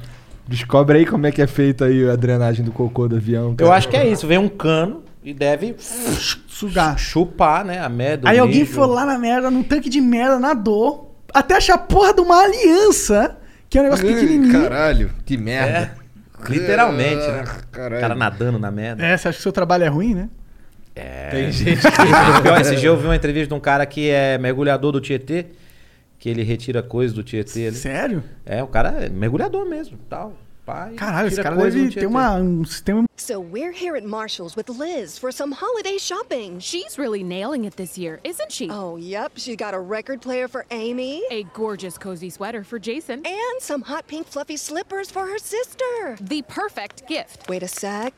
S3: descobre aí como é que é feita aí a drenagem do cocô do avião.
S4: Eu acho que é isso. Vem um cano e deve
S2: Sugar.
S4: chupar, né? A merda. o
S2: Aí alguém
S4: mijo.
S2: foi lá na merda, num tanque de merda, nadou, até achar a porra de uma aliança, que é um negócio pequenininho.
S8: Caralho, que
S4: É.
S8: merda.
S4: Literalmente, né?
S8: Ah,
S4: O
S8: Caralho.
S4: cara nadando na merda.
S2: É, você acha que o seu trabalho é ruim, né?
S8: Tem gente
S4: Pior, esse dia eu vi uma entrevista de um cara que é mergulhador do Tietê, que ele retira coisa do Tietê ali.
S2: Sério?
S4: É, o cara é mergulhador mesmo, tal. Pai,
S2: Caralho, esse cara deve ter uma, um sistema...
S6: So we're here at Marshall's with Liz for some holiday shopping.
S7: She's really nailing it this year, isn't she?
S6: Oh, yep, she's got a record player for Amy
S7: A gorgeous cozy sweater for Jason.
S6: and some hot pink fluffy slippers for her sister.
S7: The perfect gift.
S6: Wait a sec.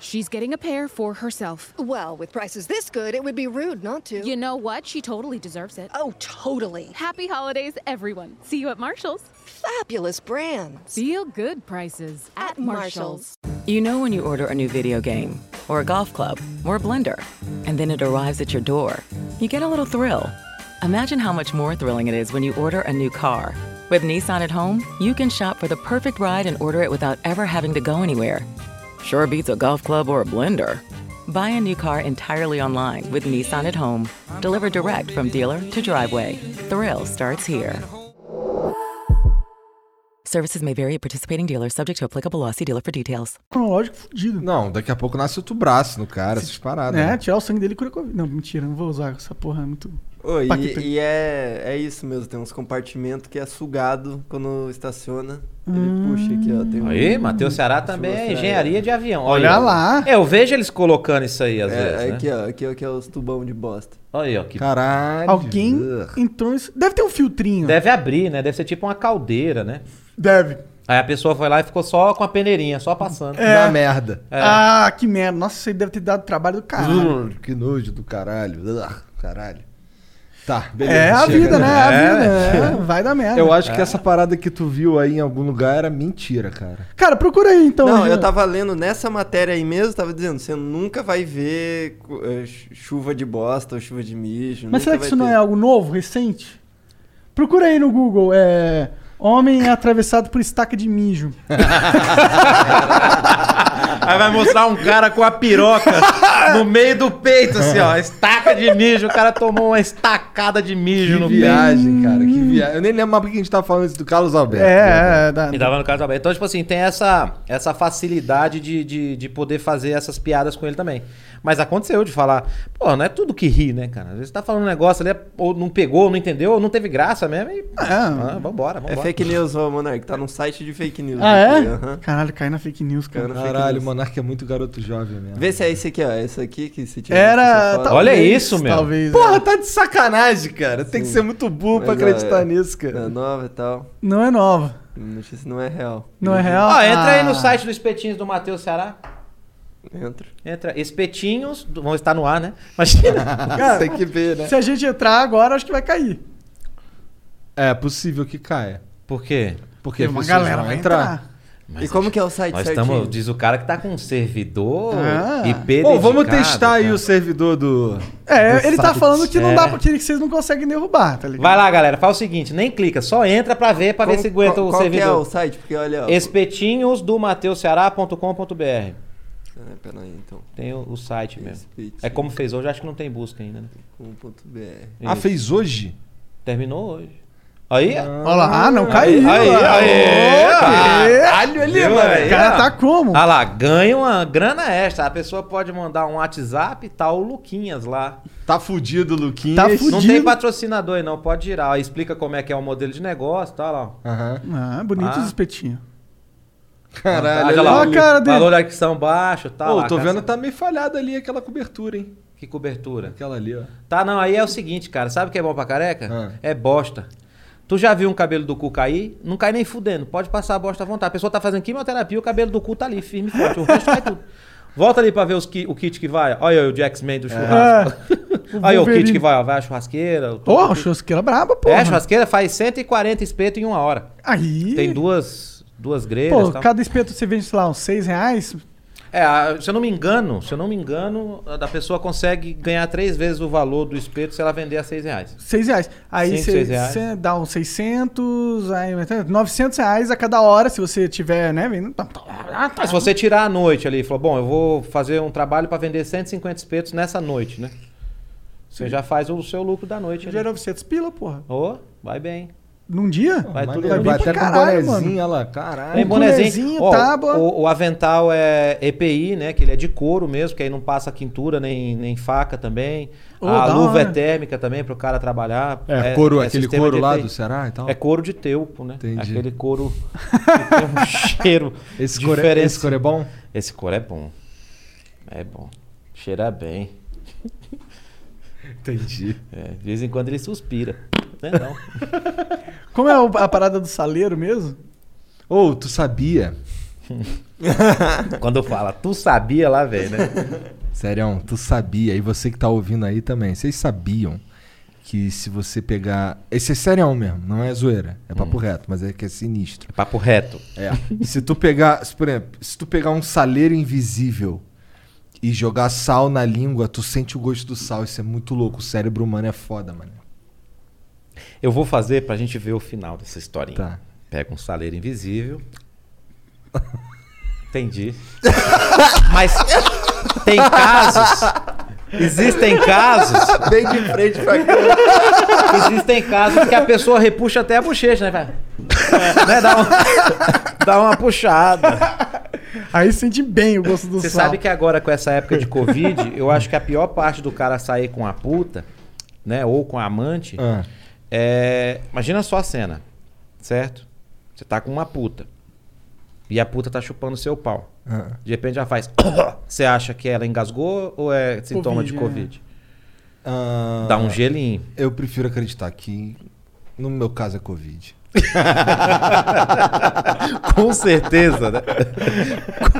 S7: She's getting a pair for herself.
S6: Well, with prices this good, it would be rude not to.
S7: You know what? She totally deserves it.
S6: oh, totally.
S7: Happy holidays, everyone. See you at Marshall's.
S6: Fabulous brands.
S7: Feel good prices at, Marshall's.
S5: You know when you order a new video game, or a golf club, or a blender, and then it arrives at your door, you get a little thrill. Imagine how much more thrilling it is when you order a new car. With Nissan at home, you can shop for the perfect ride and order it without ever having to go anywhere. Sure beats a golf club or a blender. Buy a new car entirely online with Nissan at home. Delivered direct from dealer to driveway. Thrill starts here. Services may vary at participating dealers, subject to applicable lossy dealer for details.
S2: cronológico fudido.
S3: Não, daqui a pouco nasce outro braço no cara, essas paradas.
S2: É,
S3: né?
S2: tirar o sangue dele e cura Covid. Não, mentira, não vou usar essa porra, é muito...
S8: Ô, e-
S2: Paquita.
S8: e é, é isso mesmo, tem uns compartimentos que é sugado quando estaciona. Ele puxa aqui, ó. Tem um-
S4: Aí, Matheus Ceará também
S8: Deixa eu
S4: é
S8: mostrar
S4: engenharia
S8: aí.
S4: de avião.
S2: Olha
S4: aí.
S2: lá.
S4: É, eu vejo eles colocando isso aí às vezes,
S8: É,
S4: né?
S8: aqui, ó. Aqui, ó, que é os tubão de bosta.
S4: Olha aí, ó. que-
S3: Caralho.
S2: Alguém
S3: Ugh.
S2: entrou... Nesse... Deve ter um filtrinho.
S4: Deve abrir, né? Deve ser tipo uma caldeira, né?
S2: Deve.
S4: Aí a pessoa foi lá e ficou só com a peneirinha, só passando.
S3: Dá merda.
S2: Ah, que merda. Nossa, isso aí deve ter dado trabalho do caralho.
S3: Ugh, Que nojo do caralho. Ugh, Caralho. Tá, beleza.
S2: É a
S3: chega,
S2: vida, né? É
S4: É,
S2: a vida. é, vai dar merda.
S3: Eu acho que essa parada que tu viu aí em algum lugar era mentira, cara.
S2: Cara, procura aí, então.
S8: Não,
S2: Renan.
S8: eu tava lendo nessa matéria aí mesmo, tava dizendo, você nunca vai ver cu- eh, chu- chuva de bosta ou chuva de mijo.
S2: Mas será
S8: nunca vai
S2: que isso não
S8: ter.
S2: é algo novo, recente? Procura aí no Google, é. Homem é atravessado por estaca de mijo.
S4: Aí vai mostrar um cara com a piroca no meio do peito, assim, ó. Estaca de mijo. O cara tomou uma estacada de mijo
S3: Que
S4: no
S3: viagem, cara. Que viagem. Eu nem lembro mais porque a gente tava falando isso do Carlos Alberto.
S2: hum.
S3: né?
S2: É, é, da,
S4: E tava no caso aberto. Então, tipo assim, tem essa, essa facilidade de, de, de poder fazer essas piadas com ele também. Mas aconteceu de falar, pô, não é tudo que ri, né, cara? Às vezes tá falando um negócio ali, ou não pegou, ou não entendeu, ou não teve graça mesmo, e. Ah, vambora,
S8: É
S4: vambora.
S8: fake news, ô Monark, tá num site de fake news.
S2: Ah,
S8: aqui,
S2: é?
S8: aham.
S2: Caralho, caiu na fake news, cara.
S8: Caiu na
S3: Caralho, o Monark é muito garoto jovem mesmo.
S8: Vê se é esse aqui, ó. Esse aqui que se tiver.
S2: Era.
S8: essa foto.
S4: Olha isso, meu.
S2: Talvez.
S3: Porra,
S2: é.
S3: tá de sacanagem, cara. Tem que ser muito burro pra
S8: Mas, ó,
S3: acreditar
S8: é-
S3: nisso,
S8: É
S3: cara.
S8: nova e tal.
S2: Não é nova.
S8: Notícia não é real.
S2: Não
S3: Uhum.
S2: é real.
S4: Ó, entra aí
S2: Ah.
S4: no site do Espetinhos do Matheus Ceará.
S8: Entra.
S4: Entra. Espetinhos. do- Vão estar no ar, né? Imagina.
S2: Cara,
S3: Tem que ver, né?
S2: se a gente entrar agora, acho que vai cair.
S3: É possível que caia.
S4: Por quê?
S3: Porque
S2: uma
S3: as pessoas
S2: galera
S3: vão
S2: vai entrar.
S8: e como que é o site
S4: Nós
S8: certinho?
S4: estamos, diz o cara que tá com um servidor
S2: Ah.
S4: IP
S3: Bom, vamos
S4: dedicado,
S3: testar aí
S4: cara.
S3: o servidor do.
S2: É,
S3: do
S2: ele tá
S3: site.
S2: falando que não dá
S4: É.
S2: porque vocês não conseguem derrubar, tá ligado?
S4: Vai lá, galera, faz o seguinte, nem clica, só entra pra ver, pra ver
S8: Como-
S4: se aguenta
S8: qual,
S4: o
S8: qual que é o
S4: servidor.
S8: site? Porque olha... ó,
S4: Espetinhosdomateuceará.com.br
S8: é, Peraí, então.
S4: Tem o, o site mesmo.
S8: Espetinho.
S4: É como fez hoje, acho que não tem busca ainda. Né?
S8: .br.
S3: Ah,
S4: Isso.
S3: fez hoje?
S4: Terminou hoje. Aí,
S2: Olha lá, ah, não caiu.
S4: aí,
S2: ah,
S4: aí,
S2: ok.
S4: caralho, ele,
S2: Viu,
S4: mano,
S2: O cara
S4: aí,
S2: tá como?
S4: Ah lá, ganha uma grana extra. A pessoa pode mandar um WhatsApp e tal, o Luquinhas lá.
S3: Tá fudido, Luquinhas.
S2: Tá
S3: fudido.
S2: fudido.
S4: Não tem patrocinador aí, não. Pode girar. Aí explica como é que é o modelo de negócio tá, e tal. Lá.
S2: Ah, bonito
S4: Ah.
S2: os espetinhos.
S3: Caralho,
S4: Olha
S3: olha
S4: lá,
S2: Olha a cara dele.
S4: Valor de aquisição baixo e tal.
S3: Pô,
S4: lá,
S3: tô
S4: cara,
S3: vendo tá meio falhado ali aquela cobertura, hein?
S4: Que cobertura.
S3: Aquela ali, ó.
S4: Tá, não, aí é o seguinte, cara. Sabe o que é bom pra careca?
S3: Ah.
S4: É bosta. Tu já viu um cabelo do cu cair? Não cai nem fudendo. Pode passar a bosta à vontade. A pessoa tá fazendo quimioterapia, o cabelo do cu tá ali, firme e forte. O resto cai tudo. Volta ali pra ver os ki- o kit que vai. Olha aí o Jax-Man do churrasco. Olha aí o kit
S2: É. Wolverine.
S4: que vai, ó. Vai a churrasqueira. o-
S2: Porra, oh, churrasqueira braba, pô.
S4: É, a churrasqueira faz 140 espetos em uma hora.
S2: Aí.
S4: Tem duas, duas grelhas.
S2: Pô,
S4: e tal.
S2: cada espeto você vende, sei lá, uns 6 reais.
S4: É, a- se eu não me engano, se eu não me engano, a da pessoa consegue ganhar três vezes o valor do espeto se ela vender a seis reais.
S2: 6 reais. Aí
S4: Cinco, seis reais.
S2: você dá uns 600, aí 900 reais a cada hora, se você tiver, né? Vendo. Tá, tá, tá, tá.
S4: Mas se você tirar a noite ali e falar, bom, eu vou fazer um trabalho pra vender 150 espetos nessa noite, né? Você já faz o seu lucro da noite.
S2: Gera
S4: ali.
S2: 900 é pila, porra.
S4: Ô, vai bem.
S2: Num dia?
S4: Vai
S3: Mas
S4: tudo
S3: ele
S4: bem
S3: vai
S2: pra
S3: até com
S2: caralho,
S3: bonezinho,
S2: mano.
S3: olha lá. Caralho.
S4: Tem bonezinho,
S2: bonezinho,
S4: ó,
S2: tábua.
S4: O, o avental é EPI, né? Que ele é de couro mesmo, que aí não passa quintura nem, nem faca também.
S2: Ô,
S4: a
S2: da
S4: luva
S2: hora.
S4: é térmica também pro cara trabalhar.
S3: É, couro, aquele
S4: sistema
S3: couro
S4: de
S3: lá
S4: EPI.
S3: do Ceará e tal.
S4: É couro de teupo, né?
S3: Entendi.
S4: Aquele couro que tem um cheiro
S3: Esse couro, é,
S4: diferente.
S3: esse couro é bom?
S4: Esse couro é bom. É bom. Cheira bem.
S3: Entendi.
S4: É, de vez em quando ele suspira. Né, não?
S2: Como é o- a parada do saleiro mesmo?
S3: Ô, tu sabia?
S4: Quando fala, tu sabia lá, velho, né?
S3: Sério, tu sabia, e você que tá ouvindo aí também, vocês sabiam que se você pegar. Esse é sério mesmo, não é zoeira. É
S8: Uhum.
S3: papo reto, mas é que é sinistro.
S4: Papo reto.
S3: É. se tu pegar. se, Por exemplo, se tu pegar um saleiro invisível e jogar sal na língua, tu sente o gosto do sal. Isso é muito louco. O cérebro humano é foda, mano.
S4: Eu vou fazer pra gente ver o final dessa historinha.
S3: Tá.
S4: Pega um saleiro invisível. Entendi. Mas tem casos. Existem casos.
S8: Bem de frente pra cá.
S4: Existem casos que a pessoa repuxa até a bochecha, né? Vai, né? Dá, um- dá uma puxada.
S2: Aí sente bem o gosto do
S4: Você
S2: sal.
S4: sabe que agora, com essa época de Covid, eu acho que a pior parte do cara sair com a puta, né? Ou com a amante.
S3: Ah.
S4: É, imagina só a cena, certo? Você tá com uma puta. E a puta tá chupando seu pau.
S3: Ah.
S4: De repente ela faz. Você acha que ela engasgou ou é sintoma de
S2: Covid,
S4: Covid?
S3: Ah,
S4: Dá um gelinho.
S3: Eu prefiro acreditar que. No meu caso é Covid.
S4: Com certeza, né?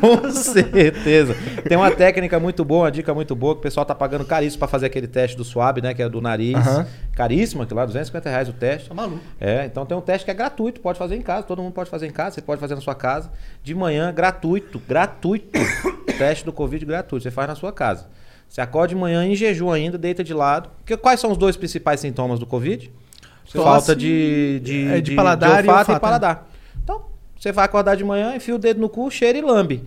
S4: Com certeza. Tem uma técnica muito boa, uma dica muito boa, que o pessoal tá pagando caríssimo pra fazer aquele teste do swab, né? Que é do nariz.
S3: Aham.
S4: Caríssimo aquilo lá, 250 reais o teste.
S2: Tá maluco.
S4: É, então tem um teste que é gratuito, pode fazer em casa, todo mundo pode fazer em casa, você pode fazer na sua casa. De manhã, gratuito, gratuito. teste do Covid gratuito, você faz na sua casa. Você acorda de manhã em jejum ainda, deita de lado. Porque quais são os dois principais sintomas do Covid?
S2: Tosse,
S4: Falta de, de,
S2: é, de paladar e
S4: olfato
S2: olfato, né?
S4: e paladar. Então, você vai acordar de manhã, enfia o dedo no cu, cheira e lambe.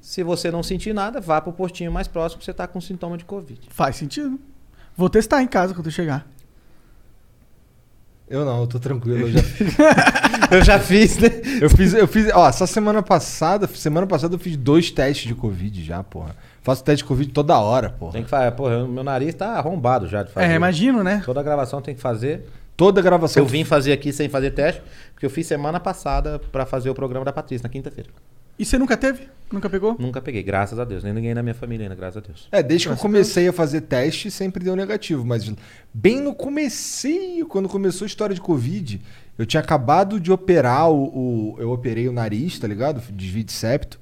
S4: Se você não sentir nada, vá pro postinho mais próximo que você tá com sintoma de Covid.
S2: Faz sentido. Vou testar em casa quando eu chegar.
S3: Eu não, eu tô tranquilo. Eu já
S4: Eu já fiz, né?
S3: Eu fiz, eu fiz, ó, essa semana passada, semana passada eu fiz dois testes de Covid já, porra. Faço teste de Covid toda hora, porra.
S4: Tem que falar, porra, meu nariz tá arrombado já de fazer.
S2: É, imagino, né?
S4: Toda gravação tem que fazer.
S3: Toda gravação.
S4: Eu vim fazer aqui sem fazer teste, porque eu fiz semana passada pra fazer o programa da Patrícia, na quinta-feira.
S2: E você nunca teve? Nunca pegou?
S4: Nunca peguei, graças a Deus. Nem ninguém na minha família ainda, graças a Deus.
S3: É, desde que eu comecei a fazer teste, sempre deu negativo. Mas bem no comecinho, quando começou a história de Covid, eu tinha acabado de operar o. o- eu operei o nariz, tá ligado? Desvio de septo.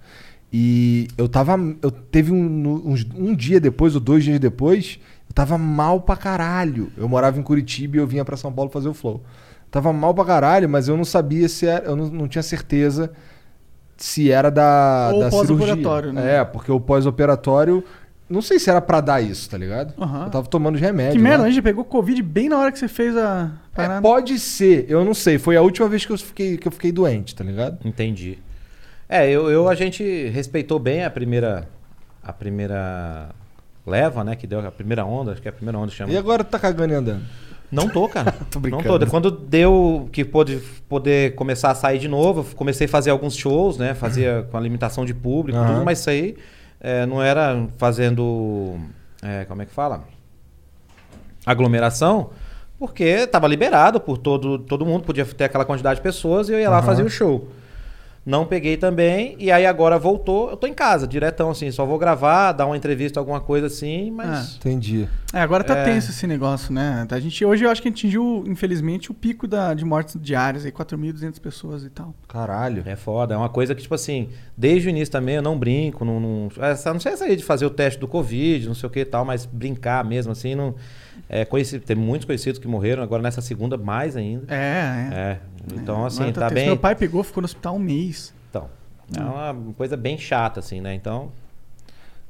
S3: E eu tava. Eu teve um, no- uns- um dia depois, ou dois dias depois, eu tava mal pra caralho. Eu morava em Curitiba e eu vinha pra São Paulo fazer o flow. Tava mal pra caralho, mas eu não sabia se era. Eu não, não tinha certeza se era da,
S2: Ou
S3: da
S2: pós-operatório,
S3: cirurgia.
S2: né?
S3: É, porque o pós-operatório, não sei se era pra dar isso, tá ligado?
S2: Aham.
S3: Eu tava tomando os
S4: É,
S3: remédios.
S2: Que merda,
S3: lá.
S2: a gente pegou Covid bem na hora que você fez a parada.
S3: É, pode ser, eu não sei. Foi a última vez que eu fiquei, que eu fiquei doente, tá ligado?
S4: Entendi. É, eu, eu- a gente respeitou bem a primeira a primeira leva, né, que deu a primeira onda, acho que é a primeira onda que chama.
S3: E agora tu tá cagando e andando.
S4: Não tô, cara.
S3: Tô
S4: não
S3: brincando.
S4: tô. Quando deu que pôde poder começar a sair de novo, eu comecei a fazer alguns shows, né? Fazia com a limitação de público,
S3: Aham.
S4: tudo, mas isso aí eh, não era fazendo. eh, como é que fala? Aglomeração, porque estava liberado por todo, todo mundo, podia ter aquela quantidade de pessoas e eu ia lá fazer o show. Não peguei também, e aí agora voltou, eu tô em casa, diretão assim, só vou gravar, dar uma entrevista, alguma coisa assim, mas.
S3: Entendi.
S2: É, agora tá tenso esse negócio, né? A gente, hoje eu acho que a gente atingiu, infelizmente, o pico da, de mortes diárias, aí 4.200 pessoas e tal.
S3: Caralho.
S4: É foda, é uma coisa que, tipo assim, desde o início também eu não brinco, não, não, essa, não sei essa aí de fazer o teste do Covid, não sei o que e tal, mas brincar mesmo, assim, não. É, conheci, tem muitos conhecidos que morreram, agora nessa segunda mais ainda.
S2: É, é.
S4: É. Então, assim,
S2: Agora
S4: tá
S2: tenso.
S4: bem.
S2: Meu pai Hum. pegou, ficou no hospital um mês.
S4: Então, é uma coisa bem chata, assim, né? Então.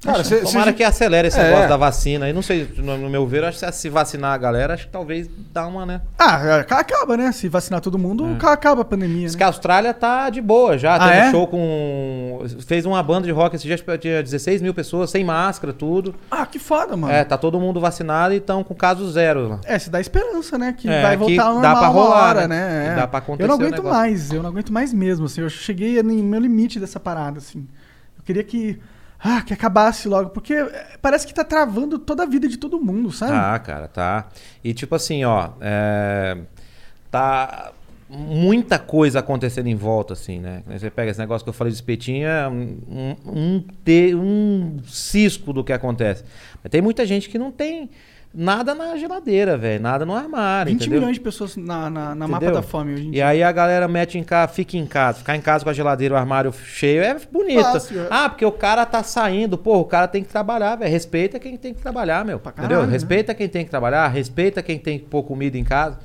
S3: Cara, cê,
S4: Tomara
S3: cê-
S4: que acelere esse
S3: É.
S4: negócio da vacina aí. Não sei, no, no meu ver, acho que se vacinar a galera, acho que talvez dá uma, né?
S2: Ah, ac- acaba, né? Se vacinar todo mundo,
S4: É.
S2: ca- acaba a pandemia,
S4: Diz
S2: né?
S4: que a Austrália tá de boa já.
S2: Ah,
S4: Teve
S2: é?
S4: show com. Fez uma banda de rock esse dia, acho que tinha 16 mil pessoas, sem máscara, tudo.
S2: Ah, que foda, mano.
S4: É,
S2: É,
S4: tá todo mundo vacinado e estão com caso zero lá.
S2: se dá esperança, né? Que
S4: É,
S2: vai
S4: que
S2: voltar ao
S4: dá
S2: normal
S4: pra
S2: uma
S4: rolar,
S2: hora,
S4: né?
S2: né?
S4: Que
S2: É.
S4: dá pra acontecer
S2: Eu não
S4: o
S2: aguento
S4: negócio.
S2: mais, eu não aguento mais mesmo, assim. Eu cheguei no meu limite dessa parada, assim. Eu queria que... Ah, que acabasse logo, porque eh, parece que tá travando toda a vida de todo mundo, sabe?
S4: Tá, cara, tá. E tipo assim, ó, é, tá muita coisa acontecendo em volta, assim, né? Você pega esse negócio que eu falei de espetinho, é um, um, te- um cisco do que acontece. Mas tem muita gente que não tem nada na geladeira, velho, nada no armário,
S2: 20
S4: entendeu?
S2: milhões de pessoas na, na, na mapa
S4: Entendeu?
S2: da fome hoje em
S4: E
S2: dia.
S4: aí a galera mete em casa, fica em casa. Ficar em casa com a geladeira, o armário cheio é bonito.
S2: Fácil, é.
S4: Ah, porque o cara tá saindo. Pô, o cara tem que trabalhar, velho. Respeita quem tem que trabalhar, meu.
S2: caralho,
S4: entendeu?
S2: né?
S4: Respeita quem tem que trabalhar, respeita quem tem que pôr comida em casa.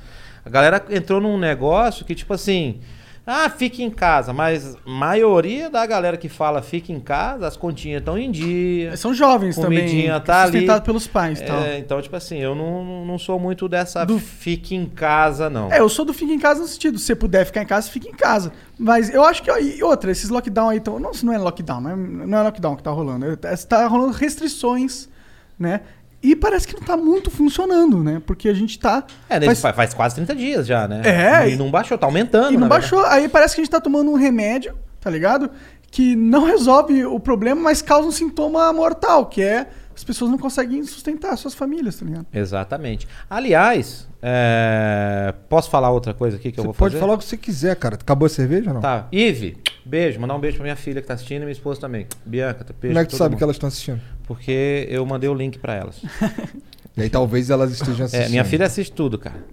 S4: A galera entrou num negócio que, tipo assim... Ah, fica em casa. Mas maioria da galera que fala fica em casa, as continhas estão em dia.
S2: São jovens também,
S4: Comidinha tá ali.
S2: sustentado pelos pais e
S4: É,
S2: tal.
S4: então, tipo assim, eu não, não sou muito dessa
S2: Do-
S4: fica em casa, não.
S2: É, eu sou do fica em casa no sentido, se você puder ficar em casa, fica em casa. Mas eu acho que, e outra, esses lockdown aí estão... Não, isso não é lockdown, não é, não é lockdown que tá rolando. É- Tá rolando restrições, né? E parece que não tá muito funcionando, né? Porque a gente tá...
S4: É, desde-
S2: faz-
S4: faz, faz quase 30 dias já, né?
S2: É,
S4: E não baixou, tá aumentando.
S2: E não
S4: na verdade.
S2: baixou. Aí parece que a gente tá tomando um remédio, tá ligado? Que não resolve o problema, mas causa um sintoma mortal, que é as pessoas não conseguem sustentar suas famílias, tá ligado?
S4: Exatamente. Aliás, é, posso falar outra coisa aqui que eu
S3: Você
S4: vou
S3: pode
S4: fazer?
S3: falar o que você quiser, cara. Acabou a cerveja ou não?
S4: Tá, Ive, beijo. Mandar um beijo pra minha filha que tá assistindo e minha esposa também. Bianca, tá- beijo.
S3: Como é
S4: pra
S3: que tu
S4: todo
S3: sabe
S4: mundo.
S3: que elas estão assistindo?
S4: Porque eu mandei o link pra elas.
S3: E aí talvez elas estejam assistindo.
S4: É, minha filha assiste tudo, cara.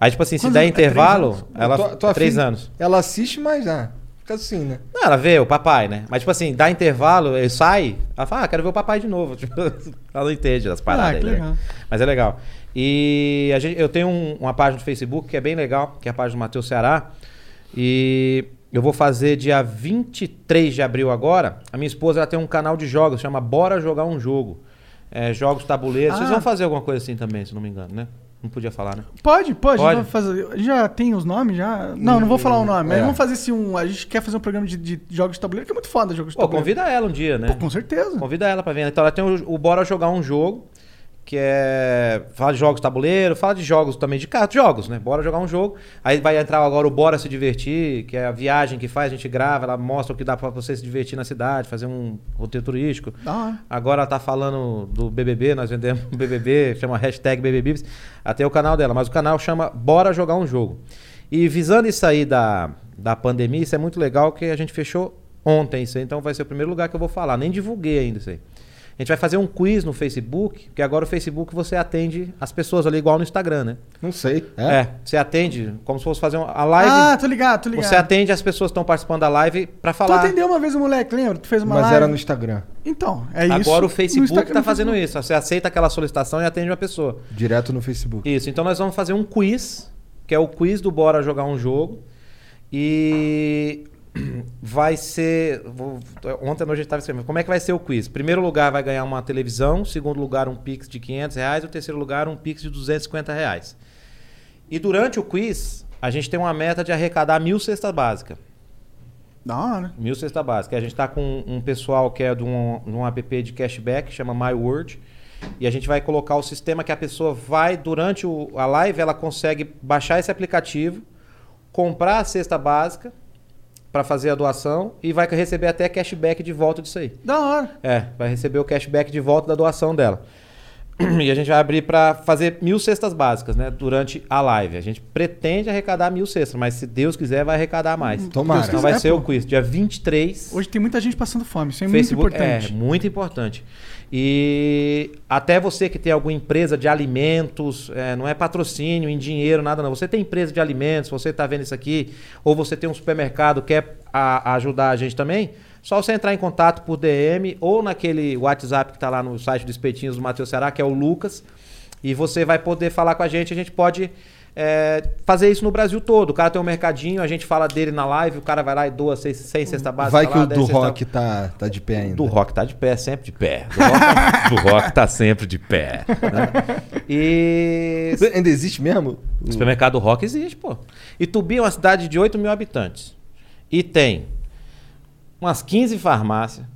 S4: Aí, tipo assim, se
S2: Quantos
S4: der
S2: anos? É três
S4: intervalo,
S2: anos?
S4: ela. é
S3: Tua- tua
S4: três
S3: filha-
S4: anos.
S3: Ela assiste, mas ah, fica assim, né?
S4: Não, ela vê o papai, né? Mas, tipo assim, dá intervalo, ele sai, ela fala, ah, quero ver o papai de novo. Tipo, ela não entende das paradas
S2: Ah,
S4: aí,
S2: que
S4: né?
S2: legal.
S4: Mas é legal. E a gente- eu tenho um- uma página do Facebook que é bem legal, que é a página do Matheus Ceará. E eu vou fazer dia 23 de abril agora. A minha esposa ela tem um canal de jogos, chama Bora Jogar um Jogo. É, jogos tabuleiros. Vocês
S2: Ah.
S4: vão fazer alguma coisa assim também, se não me engano, né? Não podia falar, né?
S2: Pode, pode.
S4: Pode.
S2: vai fazer- já tem os nomes? já? Não, não vou falar o nome, mas
S3: é.
S2: vamos fazer assim um. A gente quer fazer um programa de, de jogos de tabuleiro, que é muito foda jogos de
S4: Pô,
S2: tabuleiro.
S4: convida ela um dia, né?
S2: Pô, com certeza.
S4: Convida ela pra vir. Então ela tem o, o Bora Jogar um Jogo, que é. Fala de jogos tabuleiro, fala de jogos também de cartas, jogos, né? Bora jogar um jogo. Aí vai entrar agora o Bora Se Divertir, que é a viagem que faz, a gente grava, ela mostra o que dá pra você se divertir na cidade, fazer um roteiro turístico.
S2: Da hora.
S4: Agora ela tá falando do BBB, nós vendemos um BBB, chama hashtag BBBs, até o canal dela, mas o canal chama Bora Jogar um Jogo. E visando isso aí da, da pandemia, isso é muito legal que a gente fechou ontem isso aí, então vai ser o primeiro lugar que eu vou falar, nem divulguei ainda isso aí. A gente vai fazer um quiz no Facebook, porque agora o Facebook você atende as pessoas ali igual no Instagram, né?
S3: Não sei.
S4: É, você atende como se fosse fazer uma, a live,
S2: Ah, tô ligado, tô ligado.
S4: você atende as pessoas que estão participando da live pra
S2: Tu
S4: falar.
S2: atendeu uma vez o moleque, lembra? Tu fez uma
S3: Mas
S2: live.
S3: era no Instagram.
S2: Então, é isso.
S4: Agora o
S2: No
S4: Facebook
S2: Instagram,
S4: está fazendo
S2: no
S4: isso. Você aceita aquela solicitação e atende uma pessoa.
S3: Direto no Facebook.
S4: Isso. Então nós vamos fazer um quiz, que é o quiz do Bora Jogar um Jogo. E vai ser. vou- ontem à noite a gente estava escrevendo. Como é que vai ser o quiz? Primeiro lugar vai ganhar uma televisão, segundo lugar um Pix de 500 reais, o terceiro lugar um Pix de 250 reais. E durante o quiz, a gente tem uma meta de arrecadar mil cestas básicas.
S2: Da hora.
S4: Mil cesta básica. A gente está com um pessoal que é de um, de um app de cashback, chama My Word. E a gente vai colocar o sistema que a pessoa vai, durante o- a live, ela consegue baixar esse aplicativo, comprar a cesta básica para fazer a doação e vai receber até cashback de volta disso aí.
S2: Da hora.
S4: É, vai receber o cashback de volta da doação dela. E a gente vai abrir para fazer mil cestas básicas, né? Durante a live. A gente pretende arrecadar mil cestas, mas se Deus quiser, vai arrecadar mais.
S3: Tomara.
S4: Então vai
S2: quiser,
S4: ser
S2: pô.
S4: o quiz. Dia 23.
S2: Hoje tem muita gente passando fome, isso é
S4: Facebook
S2: muito importante.
S4: É, muito importante. E até você que tem alguma empresa de alimentos, é, não é patrocínio em dinheiro, nada não. Você tem empresa de alimentos, você está vendo isso aqui, ou você tem um supermercado, quer a- ajudar a gente também? Só você entrar em contato por DM ou naquele WhatsApp que está lá no site do Espetinhos do Matheus Ceará, que é o Lucas. E você vai poder falar com a gente, a gente pode é, fazer isso no Brasil todo. O cara tem um mercadinho, a gente fala dele na live, o cara vai lá e doa 100 cesta básica.
S3: Vai que
S4: lá,
S3: o
S4: dez
S3: do
S4: cesta-
S3: rock tá, tá de pé ainda.
S4: Do rock tá de pé, sempre de pé. Do rock, do rock tá sempre de pé. né? E.
S3: Ainda existe mesmo?
S4: O supermercado rock existe, pô. Itubi é uma cidade de 8 mil habitantes. E tem umas 15 farmácias,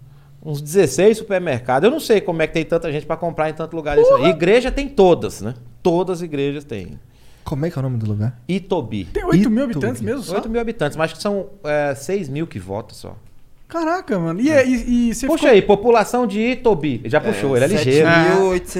S4: uns 16 supermercados. Eu não sei como é que tem tanta gente pra comprar em tanto lugar. Isso aí. Igreja tem todas, né? Todas as igrejas têm.
S3: Como é que é o nome do lugar?
S4: Itobi.
S2: Tem 8 mil
S3: E tudo.
S2: habitantes mesmo só?
S4: 8 mil habitantes, mas acho que são é, 6 mil que votam só.
S2: Caraca, mano.
S4: É.
S2: E, é, e, e você
S4: Puxa
S2: ficou-
S4: aí, população de Itobi. Já puxou, ele é ligeiro.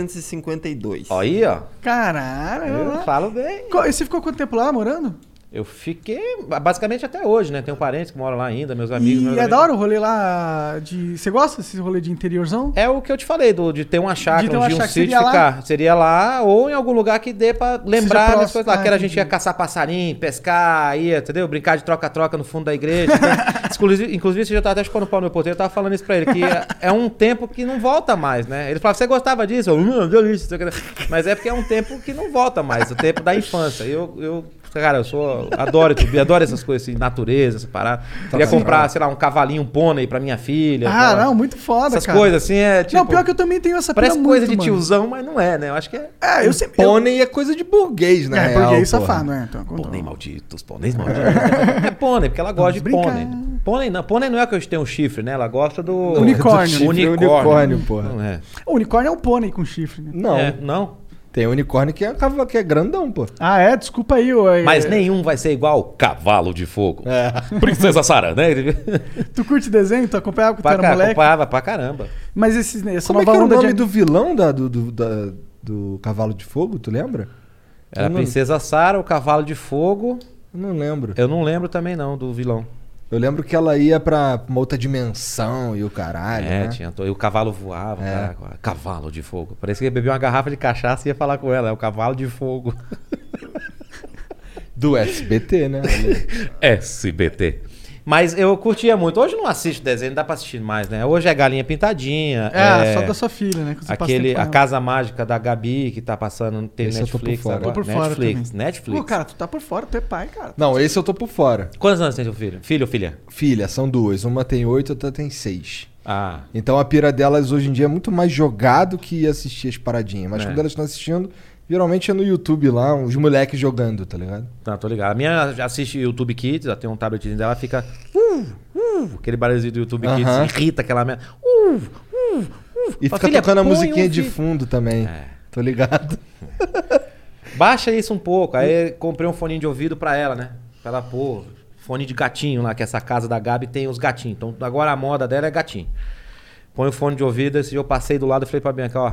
S8: 7.852.
S4: Ó Aí, ó. É, Eu
S2: Caralho.
S4: falo bem.
S2: Co- E você ficou quanto tempo lá morando?
S4: Eu fiquei basicamente até hoje, né? Tenho parentes que moram lá ainda, meus amigos. meus
S2: e é
S4: amigos.
S2: da hora o rolê lá de. Você gosta desse rolê de interiorzão?
S4: É o que eu te falei, do, de ter uma chácara,
S2: Então, De ter
S4: um
S2: uma
S4: dia um
S2: chácara,
S4: sítio
S2: seria lá?
S4: ficar. Seria lá ou em algum lugar que dê pra lembrar das
S2: próximo.
S4: coisas lá.
S2: Ah,
S4: que era a gente
S2: entendi.
S4: ia caçar passarinho, pescar, ia, entendeu? Brincar de troca-troca no fundo da igreja. Então, inclusive, inclusive, você já tá até chupando o pau no meu porteiro, eu tava falando isso pra ele, que é, é um tempo que não volta mais, né? Ele falava, você gostava disso? Eu, não, delícia. não sei o que. Mas é porque é um tempo que não volta mais, o tempo da infância. Eu... eu Cara, eu sou. Adoro tudo, adoro essas coisas assim, natureza, essa parada. Queria comprar, sei lá, um cavalinho, um pônei pra minha filha.
S2: ah,
S4: pra-
S2: não, muito foda,
S4: essas
S2: cara.
S4: coisas assim é tipo.
S2: não, pior que eu também tenho essa
S4: Parece
S2: pira
S4: coisa
S2: muito,
S4: de
S2: mano.
S4: tiozão, mas não é, né? Eu acho que é.
S2: É, eu sempre. eu-
S3: Pônei é coisa de burguês, né?
S2: É, porque aí safado, né? Então, conta-
S4: Pônei malditos, pôneis malditos. é pônei, porque ela gosta de
S2: brincar.
S4: pônei. Pônei não, pônei não é que eu tenho um chifre, né? Ela gosta do.
S2: Unicórnio.
S4: do chifre,
S3: Unicórnio,
S4: unicórnio,
S3: porra.
S4: Não é.
S2: O unicórnio é um pônei com chifre, né?
S3: Não,
S4: É, não.
S3: tem unicórnio que é, cava- que é grandão, pô.
S2: Ah, é? Desculpa aí, ô, é-
S4: Mas nenhum vai ser igual cavalo de fogo. Princesa Sara, né?
S2: Tu curte desenho? Tu acompanhava quando tu
S4: pra,
S2: era
S4: ca-
S2: moleque?
S4: acompanhava pra caramba.
S2: Mas esses, né, essa
S3: Como é que
S2: nova
S3: era o
S2: onda
S3: nome
S2: de...
S3: do vilão da, do, do, da- do Cavalo de Fogo, tu lembra?
S4: Era
S3: Eu não-
S4: Princesa Sara, o cavalo de fogo.
S3: Eu Não lembro.
S4: Eu não lembro também, não, do vilão.
S3: Eu lembro que ela ia pra uma outra dimensão e o caralho,
S4: É,
S3: né? É.
S4: tinha. to- E o cavalo voava, cara, cavalo de fogo. Parecia que ia beber uma garrafa de cachaça e ia falar com ela. É o cavalo de fogo.
S3: Do SBT, né?
S4: SBT. Mas eu curtia muito. Hoje eu não assisto desenho, não dá pra assistir mais, né? Hoje é Galinha Pintadinha.
S2: É, só da sua filha, né? Que você passa
S4: Aquele,
S2: tempo
S4: a
S2: com ela.
S4: Casa Mágica da Gabi, que tá passando, tem
S3: Esse eu tô por
S4: Netflix
S3: fora.
S4: agora.
S2: Tô por fora
S4: Netflix,
S2: também.
S4: Netflix.
S2: Pô, cara, tu tá por fora, tu é pai, cara.
S3: Não, esse eu tô por fora.
S4: Quantos anos tem seu filho? Filho ou filha?
S3: Filha, são duas. Uma tem oito, outra tem seis.
S4: Ah,
S3: Então a pira delas hoje em dia é muito mais jogado que assistir as paradinhas. Mas
S4: É.
S3: quando elas estão assistindo, geralmente é no YouTube lá, os moleques jogando, tá ligado?
S4: tá, tô ligado. A minha já assiste YouTube Kids, ela tem um tabletzinho dela, fica... Uh, uh, aquele barulhinho do YouTube
S3: Aham.
S4: Kids, irrita aquela merda. Uh, uh, uh.
S3: E
S4: Fala,
S3: fica
S4: "Filha,
S3: tocando a
S4: põe um É.
S3: musiquinha de
S4: vídeo."
S3: fundo também. Tô ligado.
S4: Baixa isso um pouco. Aí comprei um foninho de ouvido pra ela, né? Pra ela pôr fone de gatinho lá, que essa casa da Gabi tem os gatinhos. Então agora a moda dela é gatinho. Põe o fone de ouvido, esse dia eu passei do lado e falei pra Bianca, ó.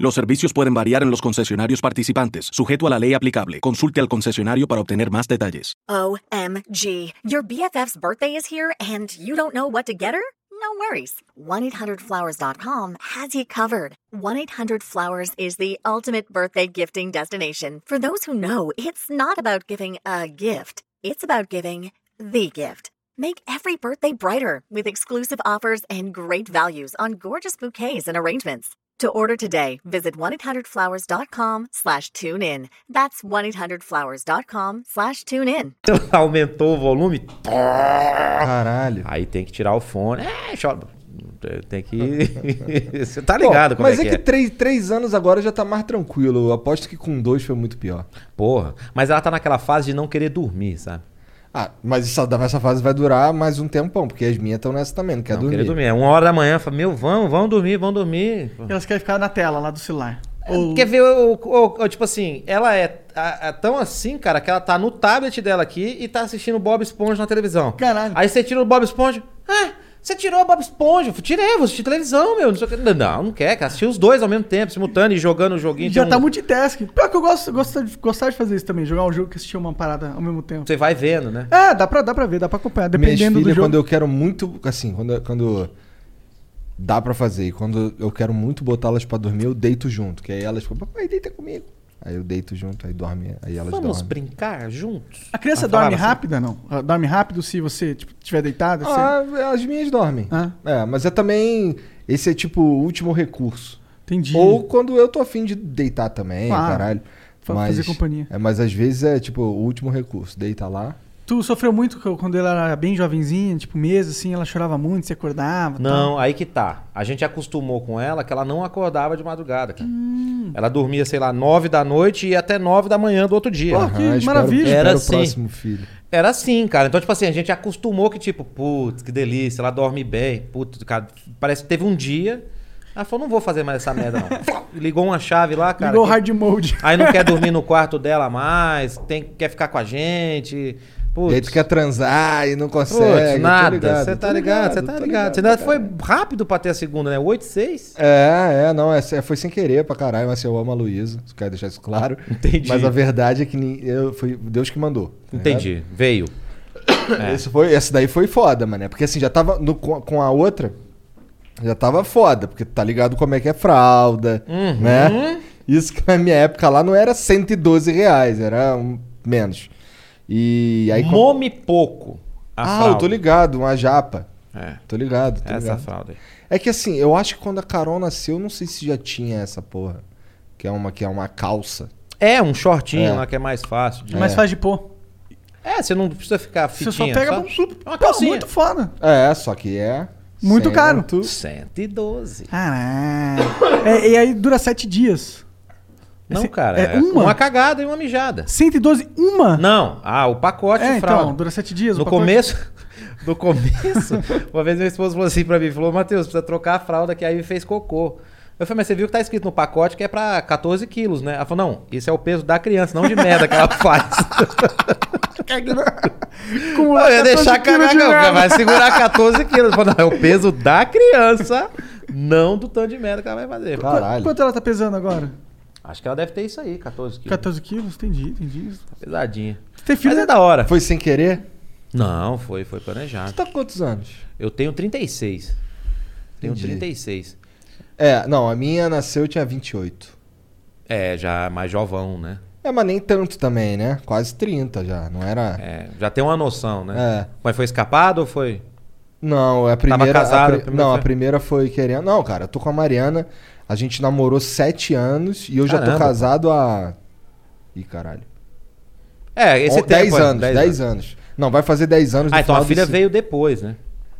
S9: Los servicios pueden variar en los concesionarios participantes, sujeto a la ley aplicable. Consulte al concesionario para obtener más detalles.
S1: OMG. Your BFF's birthday is here and you don't know what to get her? No worries. 1-800-Flowers.com has you covered. 1-800-Flowers is the ultimate birthday gifting destination. For those who know, it's not about giving a gift. It's about giving the gift. Make every birthday brighter with exclusive offers and great values on gorgeous bouquets and arrangements. To order today, visit 1-800-Flowers.com slash tune in. That's 1-800-Flowers.com slash tune in.
S4: Aumentou o volume.
S3: Caralho.
S4: Aí tem que tirar o fone. É, chora. Tem que. Você tá ligado
S3: Bom,
S4: como
S3: mas
S4: é que é.
S3: Três, três anos agora já tá mais tranquilo. Eu aposto que com dois foi muito pior.
S4: Porra. Mas ela tá naquela fase de não querer dormir, sabe?
S3: Ah, mas essa, essa fase vai durar mais um tempão, porque as minhas estão nessa também, não quer
S4: não
S3: dormir.
S4: querer dormir. É uma hora da manhã. Fala, meu, vamos, vamos dormir, vamos dormir.
S2: Elas querem ficar na tela lá do celular. Ou-
S4: Quer ver, o, o- o- tipo assim, ela é, a- a- tão assim, cara, que ela tá no tablet dela aqui e tá assistindo Bob Esponja na televisão.
S2: Caralho.
S4: Aí você tira o Bob Esponja. Ah, você tirou o Bob Esponja. Eu falei, Tirei, vou assistir televisão, meu. Não, sei o que. Não, não, não quer, cara. Assistir os dois ao mesmo tempo, simultâneo e jogando o joguinho.
S2: Já
S4: Tem
S2: tá
S4: um-
S2: multitasking. Pior que eu gosto, gosto de, gostar de fazer isso também, jogar um jogo que assistir uma parada ao mesmo tempo.
S4: Você vai vendo, né?
S2: É, dá pra, dá pra ver, dá pra acompanhar,
S3: Minhas
S2: dependendo do
S3: filhas,
S2: jogo.
S3: quando eu quero muito. Assim, quando, quando dá pra fazer e quando eu quero muito botá-las pra dormir, eu deito junto. Que aí elas ficam, papai, deita comigo. Aí eu deito junto, aí dorme, aí elas
S4: Vamos
S3: dormem.
S4: brincar juntos?
S2: A criança
S4: Ah,
S2: dorme
S4: falava assim.
S2: rápida, não? Ela Dorme rápido se você tipo, tiver deitada? você-
S3: Ah, as minhas dormem.
S2: Ah.
S3: É, mas é também. Esse é tipo o último recurso.
S2: Entendi.
S3: Ou quando eu tô afim de deitar também,
S2: Claro.
S3: caralho.
S2: Fa-
S3: Mas,
S2: fazer companhia.
S3: É, mas às vezes é tipo o último recurso. Deita lá.
S2: Tu sofreu muito co- quando ela era bem jovenzinha, tipo meses, assim, ela chorava muito, se acordava. tal.
S4: Não, aí que tá. A gente acostumou com ela que ela não acordava de madrugada, cara. Ela dormia, sei lá, nove da noite e ia até nove da manhã do outro dia.
S2: Porra, Que
S3: Ah, espero-
S2: maravilha.
S3: espero
S4: Era
S3: o
S4: assim.
S3: próximo filho.
S4: Era assim, cara. Então, tipo assim, a gente acostumou que, tipo, putz, que delícia, ela dorme bem. Putz, cara, parece que teve um dia. Ela falou, não vou fazer mais essa merda, não. Ligou uma chave lá, cara.
S2: Ligou o
S4: que-
S2: hard mode.
S4: Aí não quer dormir no quarto dela mais, tem, quer ficar com a gente. Putz,
S3: E aí tu quer transar e não
S4: putz,
S3: consegue. tô
S4: nada.
S3: ligado,
S4: Você tá
S3: tô
S4: ligado, você
S3: tô
S4: tá ligado. Você ainda foi rápido pra ter a segunda, né? 8, 6?
S3: É, é, não, é, é, foi sem querer pra caralho, mas assim, eu amo a Luísa, se quero deixar isso claro.
S4: Entendi.
S3: Mas a verdade é que nem- eu, foi Deus que mandou. tá
S4: Entendi. é. Veio.
S3: ligado? Esse foi, essa daí foi foda, mané, porque assim, já tava no- com com a outra, já tava foda, porque tá ligado como é que é fralda,
S4: Uhum.
S3: né? Isso que na minha época lá não era 112 reais, era um- menos. E aí... com-
S4: Mome pouco. A
S3: ah,
S4: fralda.
S3: eu tô ligado, uma japa.
S4: É,
S3: Tô ligado, tô
S4: essa
S3: ligado.
S4: fralda aí.
S3: É que assim, eu acho que quando a Carol nasceu, eu não sei se já tinha essa porra. Que é uma, que é uma calça.
S4: É, um shortinho
S3: É.
S4: lá que é mais fácil. De...
S2: Mas faz de pô.
S4: É, você não precisa ficar
S2: Você
S4: fitinha.
S2: só pega
S4: sabe?
S2: um
S4: Uma
S2: Pô,
S4: calcinha.
S2: muito foda.
S3: É, só que é.
S2: Muito caro.
S4: 112.
S2: Caralho. É, e aí dura sete dias.
S4: Não,
S2: Esse-
S4: cara.
S2: é
S4: É
S2: uma?
S4: uma? cagada e uma mijada.
S2: 112, uma?
S4: Não. Ah, o pacote
S2: é,
S4: de fralda.
S2: então, dura sete dias. o
S4: no
S2: pacote.
S4: começo... No começo, uma vez meu esposo falou assim pra mim, falou, Matheus, precisa trocar a fralda que aí fez cocô. Eu falei, mas você viu que tá escrito no pacote que é pra 14 quilos, né? Ela falou, não, isso é o peso da criança, não de merda que ela faz.
S2: É Como
S4: Eu ia
S2: 14
S4: deixar
S2: quilos de
S4: cagar, não,
S2: merda.
S4: cara, vai segurar 14 quilos. Eu falei, Não, é o peso da criança, não do tanto de merda que ela vai fazer. "Ah,
S2: Qu-
S3: Caralho.
S2: Quanto ela tá pesando agora?
S4: Acho que ela deve ter isso aí, 14 quilos.
S2: 14 quilos? Entendi, entendi.
S4: Pesadinha.
S2: Ter filho
S4: Mas
S2: é
S4: é da hora.
S3: Foi sem querer?
S4: Não, foi, foi
S3: Tu
S4: planejado.
S3: tá com quantos anos?
S4: Eu tenho 36. Tenho
S3: Entendi.
S4: 36.
S3: É, não, a minha nasceu, eu tinha 28.
S4: É, já mais jovão, né?
S3: É, mas nem tanto também, né? Quase 30 já, não era.
S4: É, já tem uma noção, né?
S3: É.
S4: Mas foi escapado ou foi?
S3: Não, a primeira.
S4: casado,
S3: a
S4: a
S3: pri-
S4: primeira
S3: Não,
S4: foi-
S3: a primeira foi querendo. Não, cara, eu tô com a Mariana. A gente namorou 7 anos e eu já tô
S4: Caramba.
S3: casado há. Ih, caralho.
S4: É, esse
S3: Ó,
S4: tempo.
S3: 10
S4: é,
S3: anos, 10 anos. Não, vai fazer 10 anos no
S4: Ah, então a
S3: final
S4: filha
S3: desse-
S4: veio depois, né?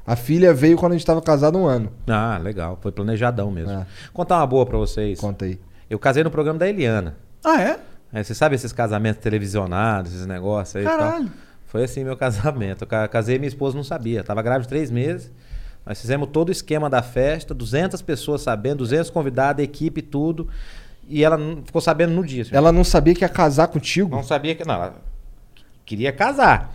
S3: A filha veio quando a gente tava casado um ano.
S4: Ah, legal. Foi planejadão mesmo.
S3: É.
S4: Contar uma boa pra vocês.
S3: Conta aí.
S4: Eu casei no programa da Eliana.
S2: Ah, é?
S4: É, você sabe esses casamentos televisionados, esses negócios aí e
S2: Caralho.
S4: tal? Foi assim meu casamento. Eu ca- casei e minha esposa não sabia. Tava grávida de três meses. Nós fizemos todo o esquema da festa, 200 pessoas sabendo, 200 convidados, equipe, tudo. E ela não- ficou sabendo no dia. assim.
S3: Ela não sabia que ia casar contigo?
S4: não sabia que. Não, ela queria casar.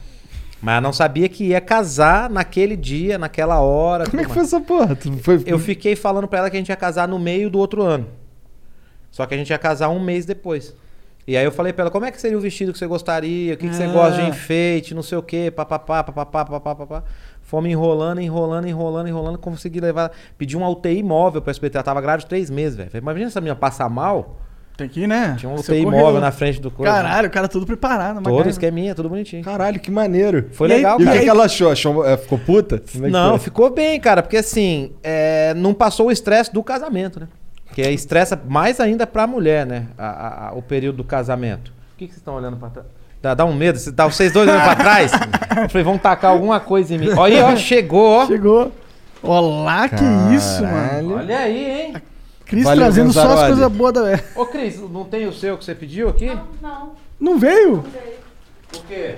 S4: Mas ela não sabia que ia casar naquele dia, naquela hora.
S3: Como é
S4: tudo
S3: que
S4: mais.
S3: foi essa porra? Tu foi...
S4: Eu fiquei falando pra ela que a gente ia casar no meio do outro ano. Só que a gente ia casar um mês depois. E aí eu falei pra ela, como é que seria o vestido que você gostaria? O que, que você
S2: Ah.
S4: gosta de enfeite, não sei o quê, papapá, papapá, papapá, papapá. Fomos enrolando, enrolando, enrolando, enrolando. Consegui levar. Pedi um UTI móvel pra SBT. Ela tava grávida de três meses, velho. Falei, Imagina essa minha passar mal.
S2: Tem que ir, né?
S4: Tinha um
S2: Você
S4: UTI
S2: correu.
S4: móvel na frente do corpo.
S2: Caralho, o cara tudo preparado.
S4: Todo
S2: MacGyver.
S4: esqueminha, tudo bonitinho.
S3: Caralho, que maneiro.
S4: Foi
S2: E aí-
S4: legal,
S3: E o
S4: cara.
S3: que, que ela achou? achou é, ficou puta? Como é que
S4: Não,
S3: foi?
S4: ficou bem, cara, porque assim, é, não passou o estresse do casamento, né? Que é estressa mais ainda pra mulher, né? A- a- a- o período do casamento. O que que vocês estão olhando pra trás? Dá, dá um medo, cê- tá vocês dois olhando pra trás? Eu falei, vão tacar alguma coisa em mim. Olha aí, ó, chegou, ó.
S2: Chegou. Olá, que isso, mano.
S4: Olha aí, hein?
S2: Cris
S3: Valeu,
S2: trazendo só as
S3: Ganzaroli.
S2: coisas boas da.
S4: Ô, Cris, não tem o seu que você pediu aqui?
S2: Não veio?
S4: O quê?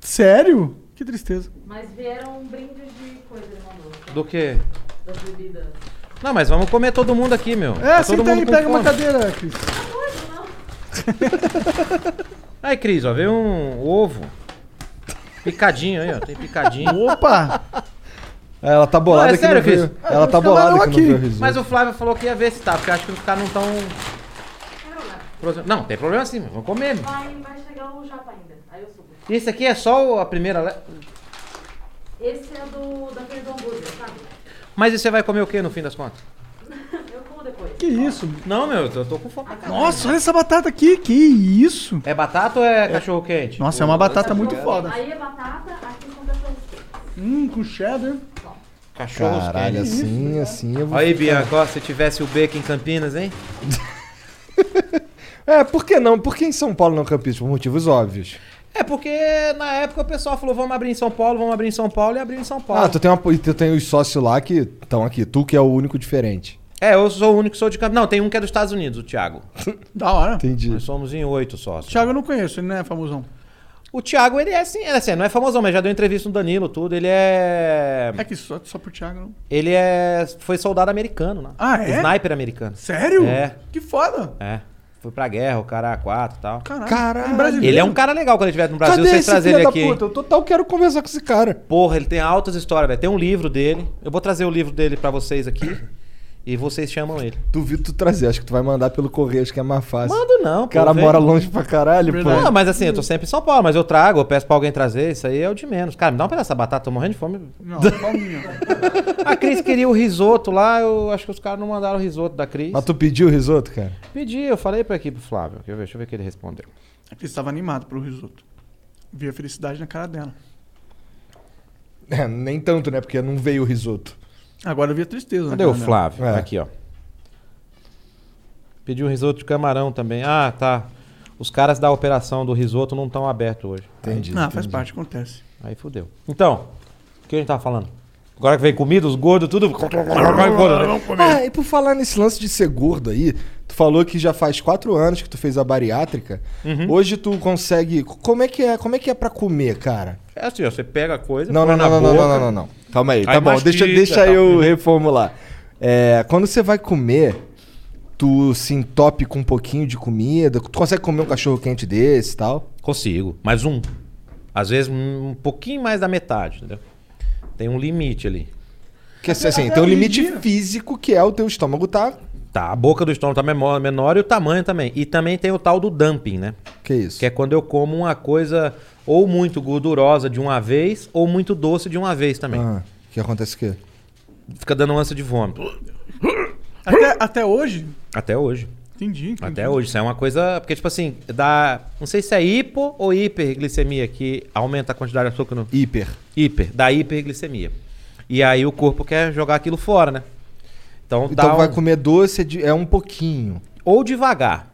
S2: Sério? Que tristeza.
S10: Mas vieram brindes de coisa, ele mandou,
S4: Do quê?
S10: das bebidas.
S4: Não, mas vamos comer todo mundo aqui, meu.
S2: É,
S4: Tá todo
S2: senta aí,
S4: mundo com
S2: pega uma
S4: fome.
S2: cadeira, Cris.
S4: Aí, Cris, ó, veio um ovo. Picadinho aí, ó. Tem picadinho.
S2: Opa!
S3: Ah, Ela tá bolada
S4: Não, é
S3: que não
S4: sério,
S3: veio-
S4: Cris?
S3: Ela tá
S2: Ela
S3: bolada
S2: não
S3: que não
S2: aqui.
S3: veio risoto.
S4: Mas o Flávio falou que ia ver se tá, porque acho que os caras não estão. Não, tem problema sim, mas vamos comer. meu.
S10: Vai, vai chegar o japa ainda, aí eu subo.
S4: Esse aqui é só o- a primeira. le-
S10: Esse é do, daquele do hambúrguer, sabe?
S4: Mas e você vai comer o que no fim das contas?
S10: Eu como depois.
S2: Que isso?
S4: Não, meu, eu tô, tô com fome. pra caralho.
S2: Nossa, olha essa batata aqui. Que isso?
S4: É batata ou é, cachorro quente?
S2: Nossa, é uma batata muito foda.
S10: Aí é batata, aqui são pessoas quentes.
S2: Hum, com cheddar.
S4: Cachorro
S3: Caralho,
S4: quente.
S3: assim, assim eu vou...
S4: Olha aí, Bianca, ó, se tivesse o Beco em Campinas, hein?
S3: É, por que não? Por que em São Paulo não Campinas? Por motivos óbvios.
S4: É porque na época o pessoal falou: vamos abrir em São Paulo, vamos abrir em São Paulo e abrir em São Paulo.
S3: Ah, tu tem, uma, tu tem os sócios lá que estão aqui. Tu que é o único diferente.
S4: É, eu sou o único que sou de Campinas. Não, tem um que é dos Estados Unidos, o Thiago.
S2: Da hora.
S3: Entendi.
S4: Nós somos em oito sócios.
S2: Thiago eu não conheço, ele não é famosão.
S4: O Thiago, ele é assim, ele é assim, não é famosão, mas já deu entrevista no Danilo, tudo. Ele é.
S2: É que só, só pro Thiago não.
S4: Ele é. Foi soldado americano, né?
S2: Ah, é?
S4: Sniper americano.
S2: Sério?
S4: É.
S2: Que foda.
S4: É. Foi pra guerra, o cara a quatro e tal.
S2: Caralho.
S3: Caralho.
S2: Um brasileiro.
S4: Ele é um cara legal quando ele estiver no Brasil, vocês trazem ele aqui. hein?
S3: Eu total quero conversar com esse cara.
S4: Porra, ele tem altas histórias, velho. Tem um livro dele. Eu vou trazer o livro dele pra vocês aqui. e vocês chamam ele.
S3: Duvido tu trazer. Acho que tu vai mandar pelo correio, acho que é mais fácil.
S4: Mando não,
S3: O cara mora longe pra caralho,
S2: Verdade.
S4: Não,
S3: pô.
S4: mas assim, eu tô sempre em São Paulo, mas eu trago, eu peço pra alguém trazer, isso aí é o de menos. Cara, me dá um pedaço dessa batata, tô morrendo de fome.
S2: Não, só o meu.
S4: A Cris queria o risoto lá, eu acho que os caras não mandaram o risoto da Cris.
S3: Mas tu pediu o risoto, cara?
S4: Pedi, eu falei pra aqui pro Flávio. Quer ver? Deixa eu ver o que ele respondeu.
S2: Ele estava animado pelo risoto. Vi a felicidade na cara dela.
S3: É, nem tanto, né? Porque não veio o risoto.
S2: Agora eu vi a tristeza na
S4: Cadê o
S2: cara dela.
S4: Flávio?
S3: É.
S4: Aqui, ó. Pedi um risoto de camarão também. Ah, tá. Os caras da operação do risoto não estão abertos hoje.
S3: Entendi.
S2: Ah, faz parte, acontece.
S4: Aí fudeu. Então, o que a gente tava falando? Agora que vem comida, os gordos, tudo.
S3: Ah, e por falar nesse lance de ser gordo aí, tu falou que já faz quatro anos que tu fez a bariátrica. Hoje tu consegue. Como é que é? Como é que é pra comer, cara?
S4: É assim, ó, você pega a coisa.
S3: Não,
S4: põe
S3: não,
S4: na
S3: não, não, não,
S4: boca.
S3: não, não, não. Calma aí. Tá
S4: Aí
S3: bom, deixa,
S4: mastiga,
S3: deixa
S4: tal.
S3: eu reformular. É, quando você vai comer, tu se entope com um pouquinho de comida? Tu consegue comer um cachorro quente desse e tal?
S4: Consigo, mas um. Às vezes um pouquinho mais da metade, entendeu? Tem um limite ali.
S3: Porque assim, assim, tem um limite físico que é o teu estômago tá.
S4: Tá, a boca do estômago tá menor, menor e o tamanho também. E também tem o tal do dumping, né?
S3: Que isso?
S4: Que é quando eu como uma coisa ou muito gordurosa de uma vez ou muito doce de uma vez também.
S3: Ah, que acontece o quê?
S4: Fica dando ânsia de vômito.
S2: Até, até hoje,
S4: Até hoje.
S2: entendi. entendi.
S4: Até hoje. Isso é uma coisa. Porque, tipo assim, dá. Não sei se é hipo ou hiperglicemia, que aumenta a quantidade de açúcar no.
S3: Hiper.
S4: Hiper. Dá hiperglicemia. E aí o corpo quer jogar aquilo fora, né? Então, dá
S3: Então vai
S4: um-
S3: comer doce é de- é um pouquinho.
S4: Ou devagar.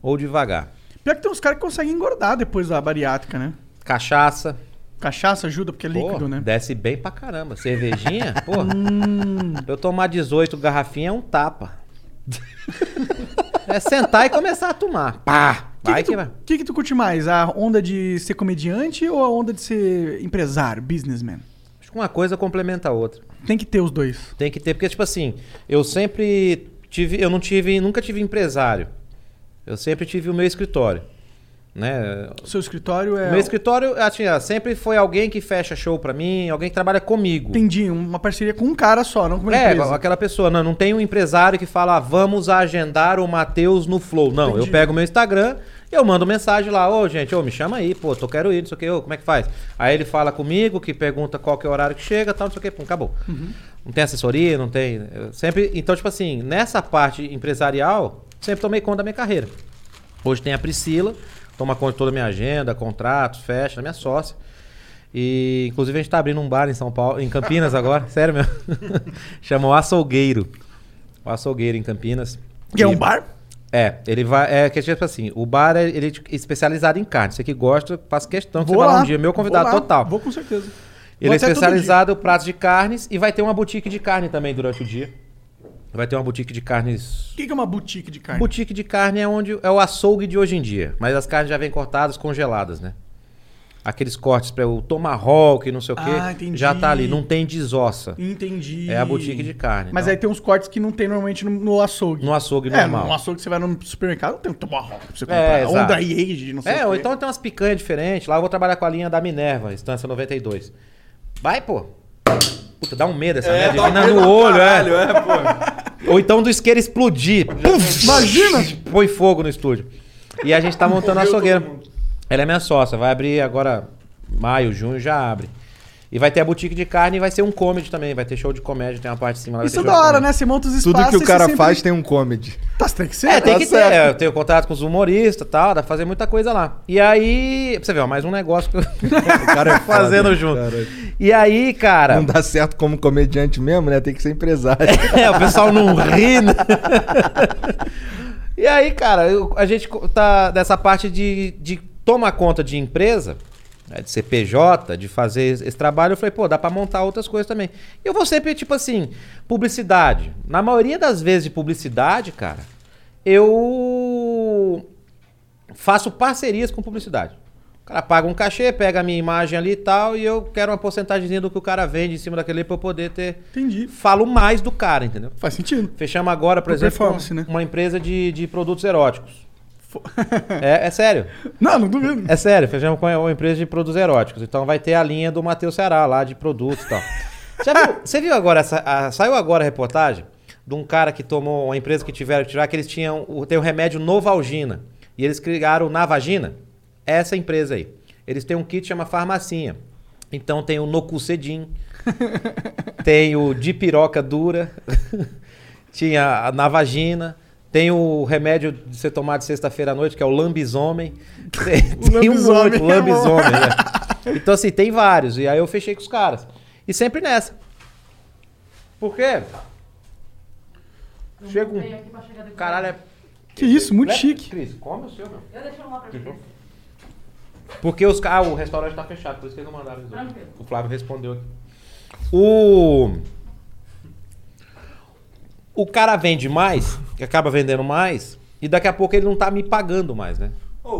S4: Ou devagar.
S2: Pior que tem uns caras que conseguem engordar depois da bariátrica, né?
S4: Cachaça.
S2: Cachaça ajuda porque é líquido,
S4: Pô,
S2: né?
S4: Desce bem pra caramba. Cervejinha, pô.
S2: Hum.
S4: Pra eu tomar 18 garrafinha é um tapa. é sentar e começar a tomar. Pá!
S2: O
S4: Vai
S2: que,
S4: que,
S2: tu-
S4: vai.
S2: que que tu curte mais? A onda de ser comediante ou a onda de ser empresário, businessman?
S4: Acho que uma coisa complementa a outra.
S2: Tem que ter os dois.
S4: Tem que ter, porque, tipo assim, eu sempre tive. Eu não tive. Nunca tive empresário. Eu sempre tive o meu escritório. Né?
S2: O seu escritório é.
S4: O meu escritório, assim, ó, sempre foi alguém que fecha show pra mim, alguém que trabalha comigo.
S2: Entendi, uma parceria com um cara só, não com uma
S4: É,
S2: empresa.
S4: aquela pessoa, não, não tem um empresário que fala, ah, vamos agendar o Matheus no Flow. Não, eu pego meu Instagram Eu mando mensagem lá, ô gente, ô, me chama aí, pô, tô quero ir, não sei o que, ô, como é que faz? Aí ele fala comigo, que pergunta qual que é o horário que chega, tal, não sei o que, pum, acabou.
S2: Uhum.
S4: Não tem assessoria, não tem. eu Sempre. Então, tipo assim, nessa parte empresarial, sempre tomei conta da minha carreira. Hoje tem a Priscila, toma conta de toda a minha agenda, contratos, fecha, minha sócia. E inclusive a gente tá abrindo um bar em São Paulo, em Campinas agora, sério mesmo. Chama o Açougueiro. O Açougueiro em Campinas.
S2: Que é um
S4: E-
S2: bar?
S4: É, ele vai. É que tipo assim, o bar é, ele é especializado em carne. Você que gosta, faz questão que
S2: Vou
S4: você vá
S2: lá.
S4: um dia. Meu convidado
S2: Vou lá,
S4: total.
S2: Vou com certeza.
S4: Ele é
S2: até todo
S4: especializado em pratos de carnes e vai ter uma boutique de carne também durante o dia. Vai ter uma boutique de carnes.
S2: O que que é uma boutique de carne?
S4: Boutique de carne é onde é o açougue de hoje em dia, mas as carnes já vêm cortadas, congeladas, né? Aqueles cortes para o tomahawk, não sei o quê,
S2: Ah, entendi.
S4: já tá ali, não tem desossa.
S2: Entendi.
S4: É a boutique de carne.
S2: Mas
S4: então,
S2: aí tem uns cortes que não tem normalmente no, no açougue.
S4: no açougue
S2: é,
S4: normal.
S2: no açougue você vai no supermercado, tem um tomahawk pra você comprar.
S4: É, exato.
S2: Onda Age, não sei
S4: É,
S2: o
S4: ou
S2: quê.
S4: então tem umas picanhas diferentes. Lá eu vou trabalhar com a linha da Minerva, então, Estância 92. Vai, pô. Puta, dá um medo essa merda de mina no olho, é. Ou então do isqueiro explodir. Puf, imagina! Põe fogo no estúdio. E a gente tá montando a açougueira. Ela é minha sócia, vai abrir agora maio, junho, já abre. E vai ter a boutique de carne e vai ser um comedy também. Vai ter show de comédia, tem uma parte de cima lá. vai
S2: Isso é
S4: ter
S2: da
S4: show de
S2: hora,
S4: comédia.
S2: né? Você monta os espaços.
S3: Tudo que o
S2: e
S3: cara
S2: você sempre-
S3: faz tem um comedy.
S2: Tá, tem que ser.
S4: É, tem
S3: Tá
S4: que
S3: certo.
S4: ter. Eu tenho contato com os humoristas e tal, dá pra fazer muita coisa lá. E aí. Pra você ver, ó, mais um negócio que eu
S3: cara é foda,
S4: fazendo junto.
S3: cara.
S4: E aí, cara.
S3: Não dá certo como comediante mesmo, né? Tem que ser empresário.
S4: É, o pessoal não ri, né? E aí, cara, eu- a gente co- tá dessa parte de, de tomar conta de empresa, né, de CPJ, de fazer esse esse trabalho, eu falei, pô, dá pra montar outras coisas também. E eu vou sempre, tipo assim, publicidade. Na maioria das vezes de publicidade, cara, eu faço parcerias com publicidade. O cara paga um cachê, pega a minha imagem ali e tal, e eu quero uma porcentagemzinha do que o cara vende em cima daquele pra eu poder ter.
S2: Entendi.
S4: Falo mais do cara, entendeu?
S2: Faz sentido.
S4: Fechamos agora, por
S2: Por
S4: exemplo,
S2: performance,
S4: com
S2: né?
S4: uma empresa de, de produtos eróticos. É, é sério,
S2: Não, não duvido.
S4: é sério. Fechamos com uma empresa de produtos eróticos. Então vai ter a linha do Matheus Ceará lá de produtos e tal. Já viu- você viu agora, essa, a- saiu agora a reportagem de um cara que tomou, uma empresa que tiveram que tirar, que eles tinham, o- tem o remédio Novalgina. E eles criaram o Navagina, essa empresa aí. Eles têm um kit que chama Farmacinha. Então tem o Nocucedin, tem o de piroca dura, tinha a navagina, tem o remédio de você tomar de sexta-feira à noite, que é o lambisomem. Tem, tem um
S2: lambisomem
S4: monte, o
S2: é bom.
S4: lambisomem. né? Então, assim, tem vários. E aí eu fechei com os caras. E sempre nessa. Por quê? Chega
S10: Veio
S4: um.
S10: aqui pra chegar depois.
S4: Caralho, é.
S2: Que isso, muito
S4: Leva-
S2: chique.
S4: Né? Cris, come o seu, meu.
S10: Eu deixo um lá pra vocês.
S4: Porque os ca- ah, o restaurante tá fechado, por isso que eles não mandaram os dois.
S10: Tranquilo.
S4: O Flávio respondeu aqui. O. O cara vende mais, que acaba vendendo mais, e daqui a pouco ele não tá me pagando mais, né?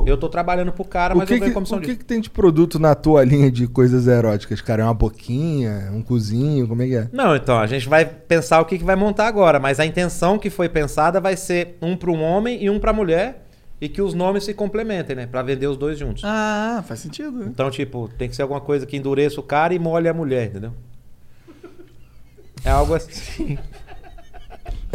S4: Eu tô trabalhando pro cara,
S3: O
S4: mas
S3: que,
S4: eu ganho
S3: que,
S4: comissão
S3: o que,
S4: disso.
S3: que tem de produto na tua linha de coisas eróticas, cara? É uma boquinha? Um cozinho? Como é que é?
S4: Não, então, a gente vai pensar o que, que vai montar agora, mas a intenção que foi pensada vai ser um para um homem e um pra mulher, e que os nomes se complementem, né? Pra vender os dois juntos.
S2: Ah, faz sentido. né?
S4: Então, tipo, tem que ser alguma coisa que endureça o cara e molhe a mulher, entendeu? É algo assim.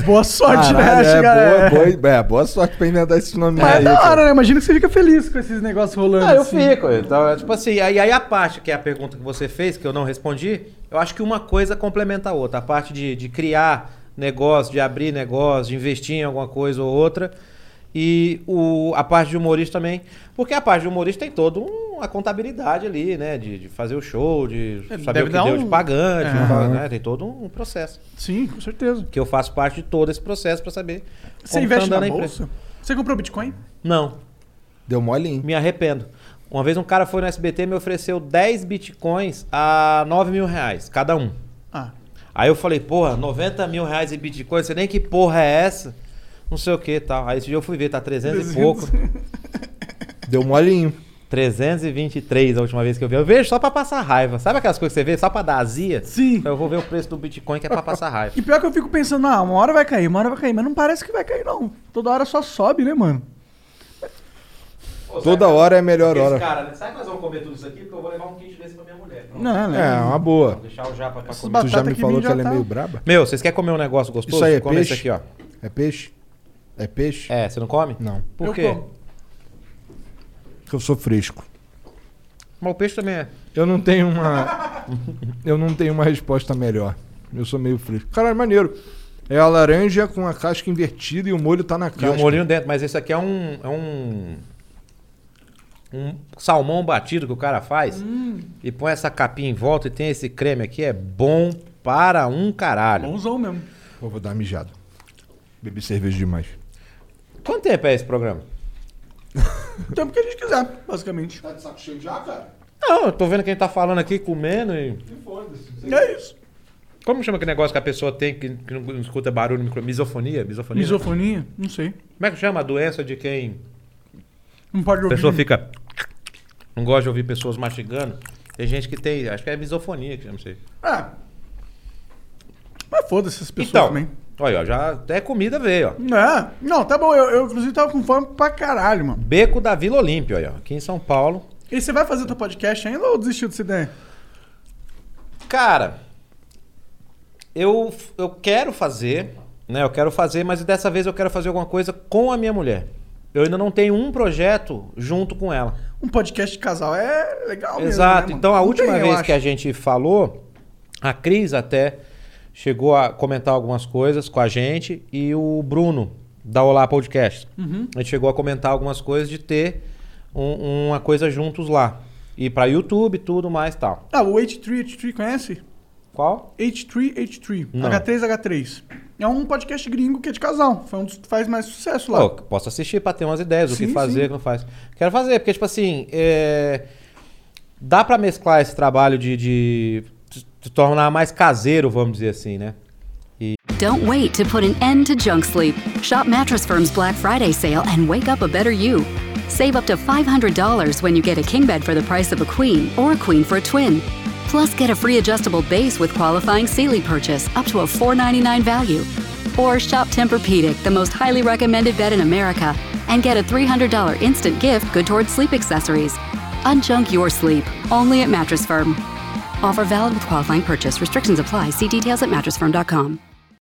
S2: Boa sorte,
S3: Caralho,
S2: né? galera?
S3: é, boa, boa, é, boa sorte pra inventar esses nomes
S2: Mas é
S3: aí.
S2: da
S3: cara.
S2: hora, né? Imagina que você fica feliz com esses negócios rolando.
S4: Ah, eu
S2: assim.
S4: fico. Então, é tipo assim, aí, aí a parte que é a pergunta que você fez, que eu não respondi, eu acho que uma coisa complementa a outra. A parte de, de criar negócio, de abrir negócio, de investir em alguma coisa ou outra. E o, a parte de humorista também. Porque a parte de humorista tem toda uma contabilidade ali, né? De, de fazer o show, de
S2: É,
S4: saber
S2: deve
S4: o que
S2: dar
S4: deu
S2: um-
S4: de pagante,
S2: Aham.
S4: né? Tem todo um processo.
S2: Sim, com certeza.
S4: que eu faço parte de todo esse processo pra saber.
S2: Você
S4: como tá
S2: investe na
S4: andando a empresa.
S2: bolsa? Você comprou Bitcoin?
S4: Não,
S3: Deu molinho.
S4: me arrependo. Uma vez um cara foi no SBT e me ofereceu 10 bitcoins a 9 mil reais, cada um.
S2: Ah,
S4: Aí eu falei, porra, 90 mil reais em bitcoin, você nem que porra é essa? Não sei o que e tal. Aí esse dia eu fui ver, tá 300 e pouco.
S3: Deu molinho.
S4: 323 a última vez que eu vi. Eu vejo só pra passar raiva. Sabe aquelas coisas que você vê só pra dar azia?
S2: Sim.
S4: Eu vou ver o preço do bitcoin que é pra passar raiva.
S2: E pior que eu fico pensando, ah, uma hora vai cair, uma hora vai cair, mas não parece que vai cair, não. Toda hora só sobe, né, mano?
S3: Toda hora é a melhor
S4: Aqueles
S3: hora.
S4: cara, né? Sabe que nós vamos comer tudo isso aqui? Porque eu vou levar um kit desse pra minha mulher.
S2: Não,
S3: É,
S2: né?
S3: uma boa.
S4: Deixar o japa pra comer.
S3: Tu já
S2: batata
S3: me
S2: que
S3: falou
S2: vem
S3: que
S2: já
S3: ela
S2: tá-
S3: é meio braba?
S4: Meu, vocês querem comer um negócio gostoso?
S3: Isso aí é
S4: come
S3: peixe?
S4: esse aqui, ó.
S3: É peixe? É peixe?
S4: É, você não come?
S3: Não.
S4: Por
S2: Eu
S4: quê?
S2: como.
S3: que eu sou fresco.
S4: Mas o peixe também é.
S3: Eu não tenho uma. eu não tenho uma resposta melhor. Eu sou meio fresco. Caralho, maneiro. É a laranja com a casca invertida e o molho tá na
S4: E
S3: casca.
S4: o um molhinho dentro, mas esse aqui é um. É um. Um salmão batido que o cara faz
S3: Hum.
S4: e põe essa capinha em volta e tem esse creme aqui, é bom para um caralho.
S2: Bonzão mesmo.
S3: Pô, vou dar uma mijada. Bebi cerveja demais.
S4: Quanto tempo é esse programa?
S2: O tempo que Então, a gente quiser, basicamente.
S3: Tá de saco cheio já, cara?
S4: Não, eu tô vendo quem tá falando aqui, comendo e.
S2: É isso.
S4: Como chama aquele negócio que a pessoa tem que, que não, não escuta barulho no micro... Misofonia? Misofonia? né?
S2: Misofonia? Não sei.
S4: Como é que chama a doença de quem
S2: Não pode
S4: A
S2: ouvir.
S4: pessoa fica. Não gosta de ouvir pessoas mastigando. Tem gente que tem. Acho que é misofonia que chama isso aí.
S2: Ah. Mas foda-se essas pessoas
S4: Então,
S2: também.
S4: olha, ó, já até comida veio, ó.
S2: É. Não, tá bom. Eu, eu, inclusive, tava com fome pra caralho, mano.
S4: Beco da Vila Olímpia, olha, ó, aqui em São Paulo.
S2: E você vai fazer teu podcast ainda ou desistiu dessa ideia?
S4: Cara, eu, eu quero fazer, né? Eu quero fazer, mas dessa vez eu quero fazer alguma coisa com a minha mulher. Eu ainda não tenho um projeto junto com ela.
S2: Um podcast de casal é legal mesmo,
S4: Exato.
S2: né, mano?
S4: então a
S2: Não
S4: última
S2: tem, eu
S4: vez que a
S2: acho.
S4: gente falou, a Cris até chegou a comentar algumas coisas com a gente e o Bruno da Olá Podcast.
S2: Uhum.
S4: A gente chegou a comentar algumas coisas de ter um- uma coisa juntos lá. E pra YouTube, tudo mais e tal.
S2: Ah, o H3, H3, conhece?
S4: Qual?
S2: H3, H3.
S4: Não.
S2: H3H3. É um podcast gringo que é de casal. Foi um dos que faz mais sucesso lá.
S4: Pô, que posso assistir pra ter umas ideias, o
S2: Sim,
S4: que fazer, o que não faz. Quero fazer, porque, tipo assim, é, dá pra mesclar esse trabalho de, de se- se tornar mais caseiro, vamos dizer assim, né?
S11: Don't wait to put an end to junk sleep. Shop Mattress Firm's Black Friday sale and wake up a better you. Save up to $500 when you get a king bed for the price of a queen or a queen for a twin. Plus, get a free adjustable base with qualifying Sealy purchase up to a $499 value. Or shop Tempur-Pedic, the most highly recommended bed in America, and get a $300 instant gift good towards sleep accessories. Unjunk your sleep, only at Mattress Firm. Offer valid with qualifying purchase. Restrictions apply. See details at mattressfirm.com.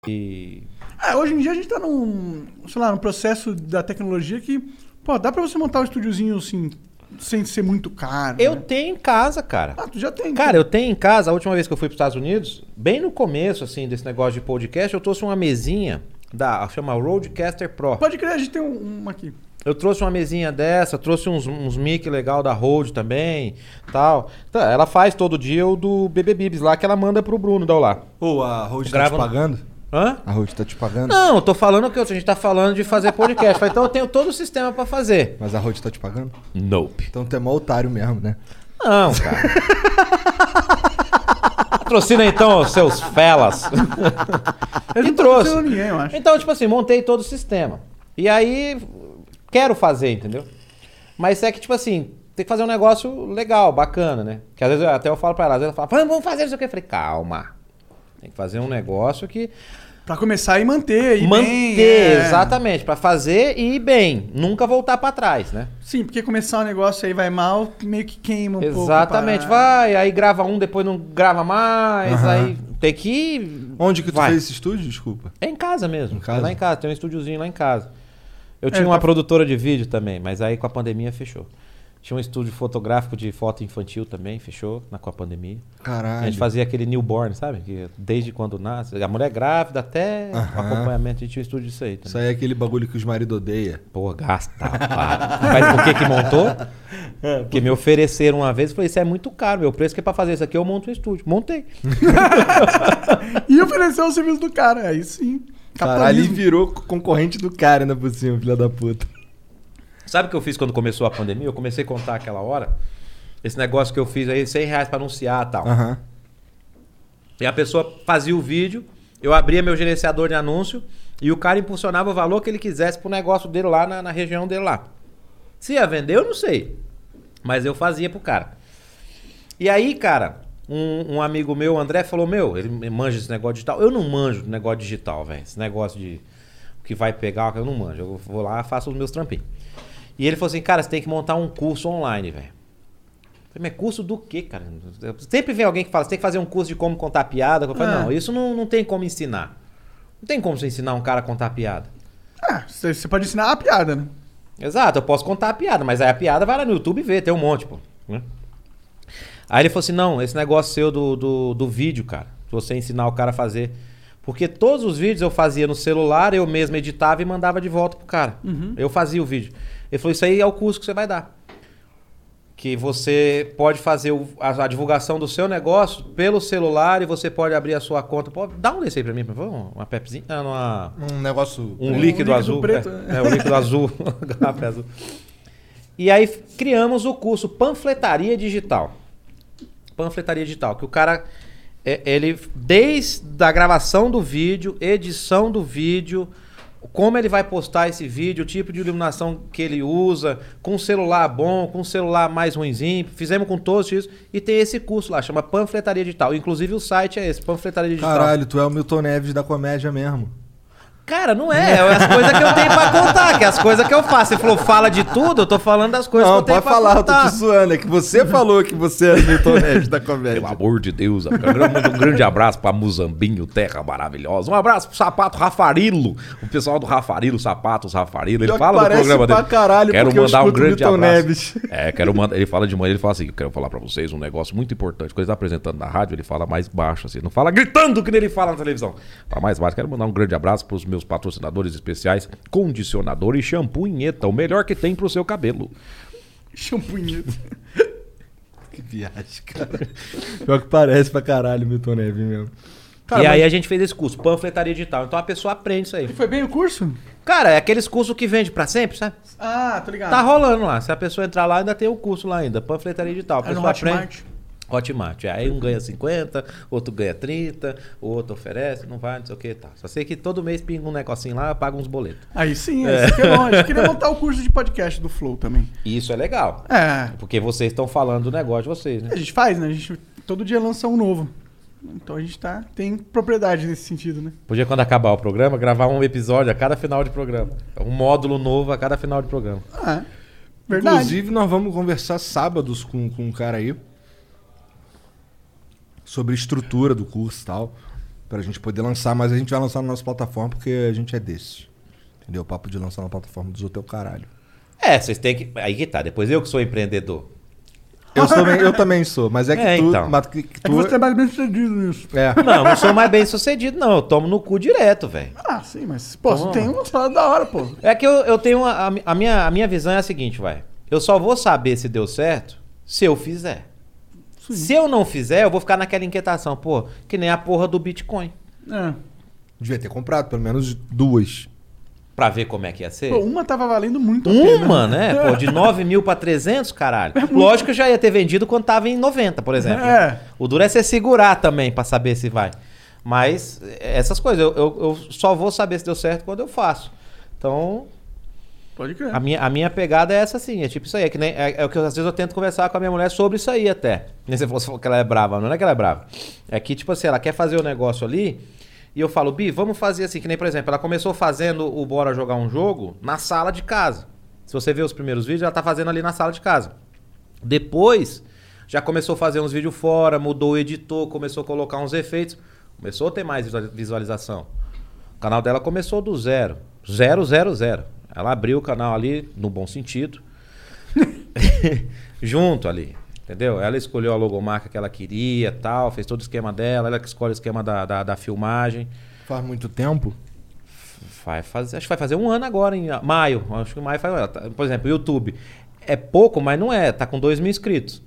S4: E
S2: É, hoje em dia a gente tá num, sei lá, num processo da tecnologia que, pô, dá pra você montar um estúdiozinho assim, sem ser muito caro.
S4: eu
S2: né?
S4: tenho em casa, cara.
S2: Ah, tu já tem.
S4: Cara, eu tenho em casa, a última vez que eu fui para os Estados Unidos, bem no começo, assim, desse negócio de podcast, eu trouxe uma mesinha da, chama Roadcaster Pro.
S2: Pode crer, a gente tem um- uma aqui.
S4: Eu trouxe uma mesinha dessa, trouxe uns, uns mic legal da Rode também, tal. Então, ela faz todo dia o do BB Bibs lá, que ela manda pro Bruno da Olá.
S3: Pô, a Road tá
S4: Grava no-
S3: te pagando?
S4: Hã?
S3: A Road tá te pagando?
S4: Não, eu tô falando que a gente tá falando de fazer podcast. Falei, então eu tenho todo o sistema para fazer.
S3: Mas a Road tá te pagando?
S4: Nope.
S3: Então tu é mó otário mesmo, né?
S4: Não, cara. Patrocina então, seus felas. E
S2: Eles não tão
S4: trouxe.
S2: patrocinando ninguém, eu acho.
S4: Então, tipo assim, montei todo o sistema. E aí, quero fazer, entendeu? Mas é que, tipo assim, tem que fazer um negócio legal, bacana, né? Que às vezes eu- até eu falo pra ela, às vezes ela fala, vamos, vamos fazer isso aqui. Eu falei, calma. Tem que fazer um negócio que
S2: Pra começar e manter. E
S4: manter,
S2: bem, é.
S4: exatamente, pra fazer e ir bem, nunca voltar pra trás, né?
S2: Sim, porque começar um negócio aí vai mal, meio que queima um pouco. a
S4: exatamente,
S2: parada.
S4: vai, aí grava um, depois não grava mais,
S3: Aham.
S4: aí tem que ir.
S3: Onde que tu
S4: Vai.
S3: fez esse estúdio? Desculpa.
S4: É em casa mesmo.
S3: Em casa?
S4: É lá em casa, tem um estúdiozinho lá em casa. Eu tinha uma produtora de vídeo também, mas aí com a pandemia fechou. Tinha um estúdio fotográfico de foto infantil também, fechou na, com a pandemia.
S3: Caralho.
S4: A gente fazia aquele newborn, sabe? Que desde quando nasce, a mulher é grávida até o
S3: Aham.
S4: acompanhamento. A gente tinha um estúdio disso aí também.
S3: Isso aí é aquele bagulho que os maridos odeiam.
S4: Pô, gasta, para. Mas por que que montou? É, Porque me ofereceram uma vez, eu falei, isso é muito caro, meu preço que é pra fazer isso aqui, eu monto um estúdio. Montei.
S2: E oferecer o serviço do cara, aí sim.
S3: Caralho, ele
S2: Capitalismo.
S3: virou concorrente do cara ainda por cima, filha da puta.
S4: Sabe o que eu fiz quando começou a pandemia? Eu comecei a contar aquela hora. Esse negócio que eu fiz aí, 100 reais pra anunciar e tal.
S3: Aham.
S4: E a pessoa fazia o vídeo, eu abria meu gerenciador de anúncio e o cara impulsionava o valor que ele quisesse pro negócio dele lá na, na região dele lá. Se ia vender, eu não sei. Mas eu fazia pro cara. E aí, cara, um, um amigo meu, o André, falou: Meu, ele manja esse negócio digital. Eu não manjo do negócio digital, velho. Esse negócio de o que vai pegar, eu não manjo. Eu vou lá, faço os meus trampinhos. E ele falou assim: Cara, você tem que montar um curso online, velho. Eu Falei, mas curso do quê, cara? Sempre vem alguém que fala, você tem que fazer um curso de como contar piada. Eu falei,
S2: É.
S4: não, isso não, não tem como ensinar. Não tem como você ensinar um cara a contar piada.
S2: É, Ah, você você pode ensinar a piada, né?
S4: Exato, eu posso contar a piada, mas aí a piada vai lá no YouTube e vê, tem um monte, pô. né? Aí ele falou assim: não, esse negócio seu do, do, do vídeo, cara, de você ensinar o cara a fazer. Porque todos os vídeos eu fazia no celular, eu mesmo editava e mandava de volta pro cara.
S12: Uhum.
S4: Eu fazia o vídeo. Ele falou: isso aí é o curso que você vai dar. Que você pode fazer o- a, a divulgação do seu negócio pelo celular e você pode abrir a sua conta. Pô, dá um desse aí pra mim, por favor, uma Pepsizinha. Não, uma-
S13: Um negócio-
S4: Um
S13: Um
S4: líquido
S13: líquido
S4: azul.
S13: preto,
S4: é.
S13: né?
S4: É, um líquido azul. uma garrafa azul. E aí f- criamos o curso Panfletaria Digital. Panfletaria Digital, que o cara é, ele desde a gravação do vídeo, edição do vídeo, como ele vai postar esse vídeo, o tipo de iluminação que ele usa, com um celular bom, com um celular mais ruimzinho, fizemos com todos isso e tem esse curso lá, chama Panfletaria Digital. Inclusive o site é esse, Panfletaria Digital.
S3: Caralho, tu é o Milton Neves da comédia mesmo.
S4: Cara, não é, é as coisas que eu tenho pra contar, que é as coisas que eu faço. Você falou, fala de tudo, eu tô falando das coisas
S3: Não,
S4: que eu tenho
S3: pode
S4: pra
S3: falar, eu tô
S4: contar.
S3: te
S13: zoando, é que você falou que você é Milton Neves da comédia.
S14: Pelo amor de Deus, amiga. Manda um grande abraço pra Muzambinho, terra maravilhosa. Um abraço pro Sapato Rafarilo, o pessoal do Rafarilo, Sapatos Rafarilo. Ele
S3: Pior que
S14: fala do
S3: parece
S14: programa
S3: pra
S14: dele.
S3: caralho,
S14: quero
S3: porque eu
S14: mandar um
S3: escuto
S14: grande
S3: Milton
S14: abraço.
S3: Neves.
S14: É, quero mandar. Ele fala de manhã, ele fala assim: quero falar pra vocês um negócio muito importante. Quando ele tá apresentando na rádio, ele fala mais baixo, assim. Não fala gritando que nem ele fala na televisão. Fala mais baixo. Quero mandar um grande abraço pros meus patrocinadores especiais: condicionador e shampoo Inheta, o melhor que tem pro seu cabelo.
S2: Champunheta.
S3: Que viagem, cara. Pior que parece pra caralho, Milton Neves mesmo.
S4: e aí a gente fez esse curso, panfletaria digital. Então a pessoa aprende isso aí. E
S2: foi bem o curso?
S4: Cara, é aqueles cursos que vende pra sempre, sabe?
S2: Ah, tô ligado.
S4: Tá rolando lá. Se a pessoa entrar lá, ainda tem o curso lá ainda. Panfletaria digital. A
S2: É no
S4: pessoa
S2: Hotmart?
S4: aprende. Hotmart. é. Aí um ganha 50, outro ganha 30, o outro oferece, não vai, não sei o que tá. Só sei que todo mês pinga um negocinho lá, paga uns boletos.
S2: Aí sim, é. isso que é bom. A gente queria montar o curso de podcast do Flow também.
S4: Isso é legal.
S2: É.
S4: Porque vocês estão falando do negócio de vocês, né?
S2: A gente faz, né? A gente todo dia lança um novo. Então a gente tá, tem propriedade nesse sentido, né?
S4: Podia, quando acabar o programa, gravar um episódio a cada final de programa. Um módulo novo a cada final de programa.
S2: Ah, verdade.
S3: Inclusive, nós vamos conversar sábados com, com um cara aí sobre estrutura do curso e tal, pra gente poder lançar, mas a gente vai lançar na nossa plataforma porque a gente é desse. Entendeu? O papo de lançar na plataforma dos outros é o caralho.
S4: É, vocês têm que. Aí que tá, depois eu que sou empreendedor.
S3: Eu, sou, eu também sou, mas é que
S4: É,
S3: tu...
S4: então.
S3: mas que- que
S2: É que
S3: tu-
S2: você é mais bem sucedido nisso.
S3: É.
S4: Não, não sou mais bem sucedido, não. Eu tomo no cu direto, velho.
S2: Ah, sim, mas, pô,
S4: Toma.
S2: tem umas paradas da hora, pô.
S4: É que eu, eu tenho. uma- A, mi- a minha, a minha visão é a seguinte, vai. Eu só vou saber se deu certo se eu fizer. Se eu não fizer, eu vou ficar naquela inquietação, pô, que nem a porra do Bitcoin.
S2: É.
S3: Devia ter comprado pelo menos duas.
S4: Pra ver como é que ia ser.
S2: Pô, uma tava valendo muito a
S4: Uma,
S2: pena.
S4: né? Pô, de 9 mil pra 300, caralho. Lógico que eu já ia ter vendido quando tava em 90, por exemplo.
S2: É.
S4: O duro é você segurar também pra saber se vai. Mas eh, essas coisas, eu, eu- eu só vou saber se deu certo quando eu faço. Então,
S2: Pode crer.
S4: a minha, a minha pegada é essa assim, é tipo isso aí. É, que nem, é, é o que eu- às vezes eu tento conversar com a minha mulher sobre isso aí até. Nem você falou, você falou que ela é brava, não é que ela é brava. É que, tipo assim, ela quer fazer o negócio ali e eu falo, Bi, vamos fazer assim, que nem, por exemplo, ela começou fazendo o Bora Jogar um Jogo na sala de casa. Se você ver os primeiros vídeos, ela tá fazendo ali na sala de casa. Depois, já começou a fazer uns vídeos fora, mudou o editor, começou a colocar uns efeitos, começou a ter mais visual- visualização. O canal dela começou do zero. Zero, zero, zero. Ela abriu o canal ali, no bom sentido. Junto ali. Entendeu? Ela escolheu a logomarca que ela queria tal, fez todo o esquema dela, ela que escolhe o esquema da, da, da filmagem.
S3: Faz muito tempo.
S4: Vai fazer, acho que vai fazer um ano agora, em maio. Acho que em maio faz. olha, tá- Por exemplo, o YouTube. É pouco, mas não é. Tá com 2 mil inscritos.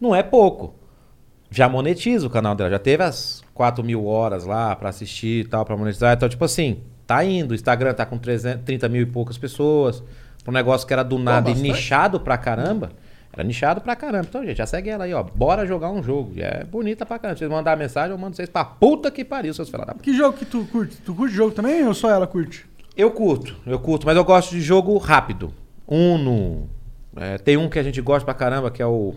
S4: Não é pouco. Já monetiza o canal dela. Já teve as 4 mil horas lá pra assistir e tal, pra monetizar. Então, tipo assim, tá indo. O Instagram tá com 300, 30 mil e poucas pessoas. Um negócio que era do nada e
S13: bastante.
S4: nichado pra caramba. Era nichado pra caramba. Então, gente, já segue ela aí, ó. Bora jogar um jogo. E É bonita pra caramba. Se vocês mandarem mensagem, eu mando vocês pra puta que pariu, seus filhos da
S2: Que jogo que tu curte? Tu curte jogo também ou só ela curte?
S4: eu curto, eu curto, mas eu gosto de jogo rápido. Uno. É, tem um que a gente gosta pra caramba, que é o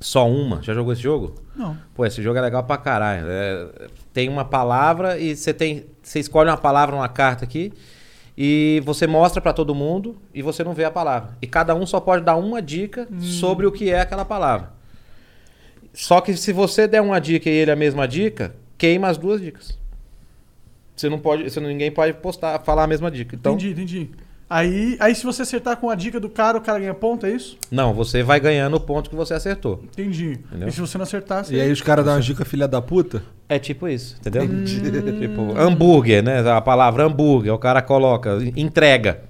S4: Só Uma. Já jogou esse jogo?
S2: Não.
S4: Pô, esse jogo é legal pra caralho. É, tem uma palavra e você tem. Você escolhe uma palavra, uma carta aqui, e você mostra pra todo mundo e você não vê a palavra. E cada um só pode dar uma dica sobre o que é aquela palavra. Só que se você der uma dica e ele a mesma dica, queima as duas dicas. Você não pode, você não- ninguém pode postar, falar a mesma dica. Então,
S2: Entendi, entendi. Aí, aí se você acertar com a dica do cara, o cara ganha ponto, é isso?
S4: Não, você vai ganhando o ponto que você acertou.
S2: Entendi.
S4: Entendeu?
S2: E se você não acertar, você...
S3: E aí os caras dão uma dica filha da puta?
S4: É tipo isso, entendeu?
S3: Entendi.
S4: Tipo, hambúrguer, né? A palavra hambúrguer, o cara coloca, entrega.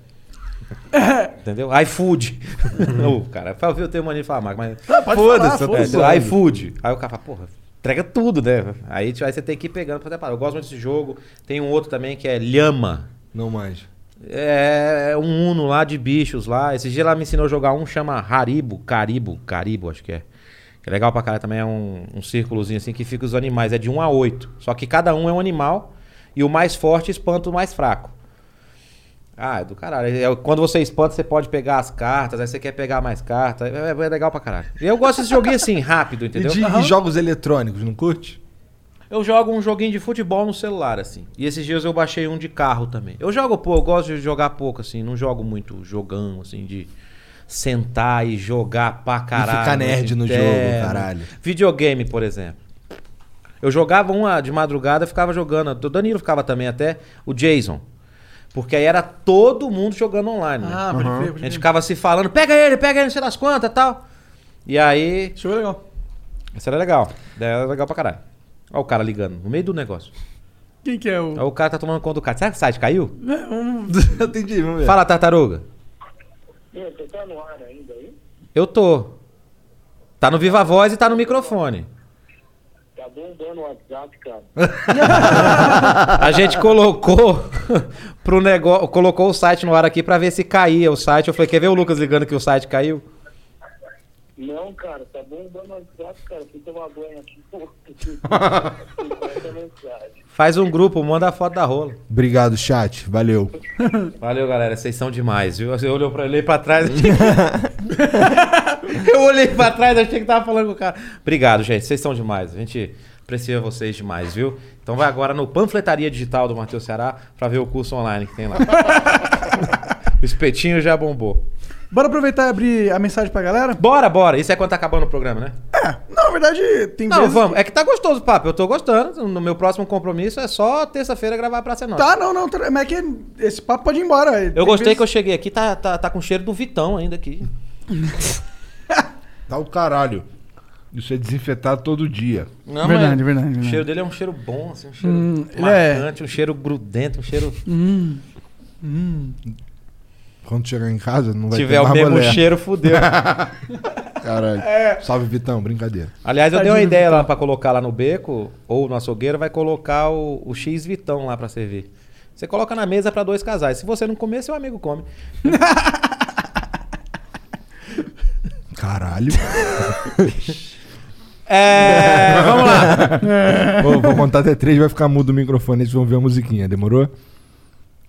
S4: Entendeu? iFood. o cara fala, viu, tem mania de falar, Marco, mas.
S3: Ah, pode falar,
S4: eu tô
S3: foda-se.
S4: entendendo. iFood. Aí o cara fala, porra, entrega tudo, né? Aí, tipo, aí você tem que ir pegando pra separar. Eu gosto muito desse jogo. Tem um outro também que é Lhama.
S3: Não mais.
S4: É é um Uno lá de bichos lá. Esse dia ela me ensinou a jogar um, chama Haribo, Caribo, Caribo, acho que é. Que é legal pra caralho também, é um, um círculozinho assim que fica os animais. É de 1 a 8. Só que cada um é um animal e o mais forte espanta o mais fraco. Ah, é do caralho. É, quando você espanta, você pode pegar as cartas, aí você quer pegar mais cartas. É, é legal pra caralho. E Eu gosto desse joguinho assim, rápido,
S3: E,
S4: entendeu?
S3: de- e
S4: Aham.
S3: jogos eletrônicos, não curte?
S4: Eu jogo um joguinho de futebol no celular, assim. E esses dias eu baixei um de carro também. Eu jogo pouco, eu gosto de jogar pouco, assim. Não jogo muito jogão, assim, de sentar e jogar pra caralho.
S3: ficar nerd no
S4: assim,
S3: jogo,
S4: é,
S3: caralho.
S4: Videogame, por exemplo. Eu jogava uma de madrugada, eu ficava jogando. O Danilo ficava também até, o Jason. Porque aí era todo mundo jogando online. né?
S2: Ah, pode crer,
S4: A
S2: pode
S4: gente
S2: crer.
S4: ficava se falando, pega ele, pega ele, não sei das quantas tal. E aí.
S2: Isso foi legal.
S4: Isso era legal. Daí Era legal pra caralho. Olha o cara ligando, no meio do negócio.
S2: Quem que é o...
S4: Aí o cara tá tomando conta do cara. Será que o site caiu?
S3: Entendi, vamos
S4: Fala, tartaruga.
S12: Você tá no ar ainda aí?
S4: Eu tô. Tá no Viva Voz e tá no microfone.
S12: Tá bombando o WhatsApp, cara.
S4: A gente colocou pro negócio. Colocou o site no ar aqui pra ver se caía o site. Eu falei, quer ver o Lucas ligando que o site caiu?
S12: Não, cara, tá bombando o WhatsApp, cara. Fui tomar banho aqui. 50 mensagens.
S4: Faz um grupo, manda a foto da rola.
S3: Obrigado, chat. Valeu.
S4: Valeu, galera. Vocês são demais, viu? Você olhou pra, olhei pra trás. achei que- eu olhei pra trás, achei que tava falando com o cara. Obrigado, gente. Vocês são demais. A gente aprecia vocês demais, viu? Então vai agora no Panfletaria Digital do Matheus Ceará pra ver o curso online que tem lá. o espetinho já bombou.
S2: Bora aproveitar e abrir a mensagem pra galera?
S4: Bora, bora. Isso é quando tá acabando o programa, né?
S2: Não, na verdade, tem
S4: Não,
S2: vezes
S4: vamos. É que tá gostoso o papo. Eu tô gostando. No meu próximo compromisso é só terça-feira gravar a Praça
S2: que-
S4: Nossa.
S2: Tá, não, não. tá- Mas é que esse papo pode ir embora.
S4: Eu gostei que eu cheguei aqui, tá, tá, tá com cheiro do Vitão ainda aqui.
S15: Tá o caralho. Isso é desinfetado todo dia.
S4: Não, mas O cheiro dele é um cheiro bom, assim, um cheiro
S15: Hum, ele
S4: marcante, um cheiro grudento, um cheiro.
S2: Hum. Hum.
S15: Quando chegar em casa, não vai ter
S4: Se tiver o mesmo
S15: marmolé.
S4: cheiro, fudeu.
S15: caralho.
S4: É.
S15: Salve, Vitão. Brincadeira.
S4: Aliás, eu dei uma
S15: Tadinho do
S4: ideia lá pra colocar lá no beco, ou no açougueiro, vai colocar o, o X Vitão lá pra servir. Você coloca na mesa pra dois casais. Se você não comer, seu amigo come.
S15: Caralho.
S4: É, vamos lá.
S15: Vou, vou contar até três, vai ficar mudo o microfone, eles vão ver a musiquinha, demorou? Um,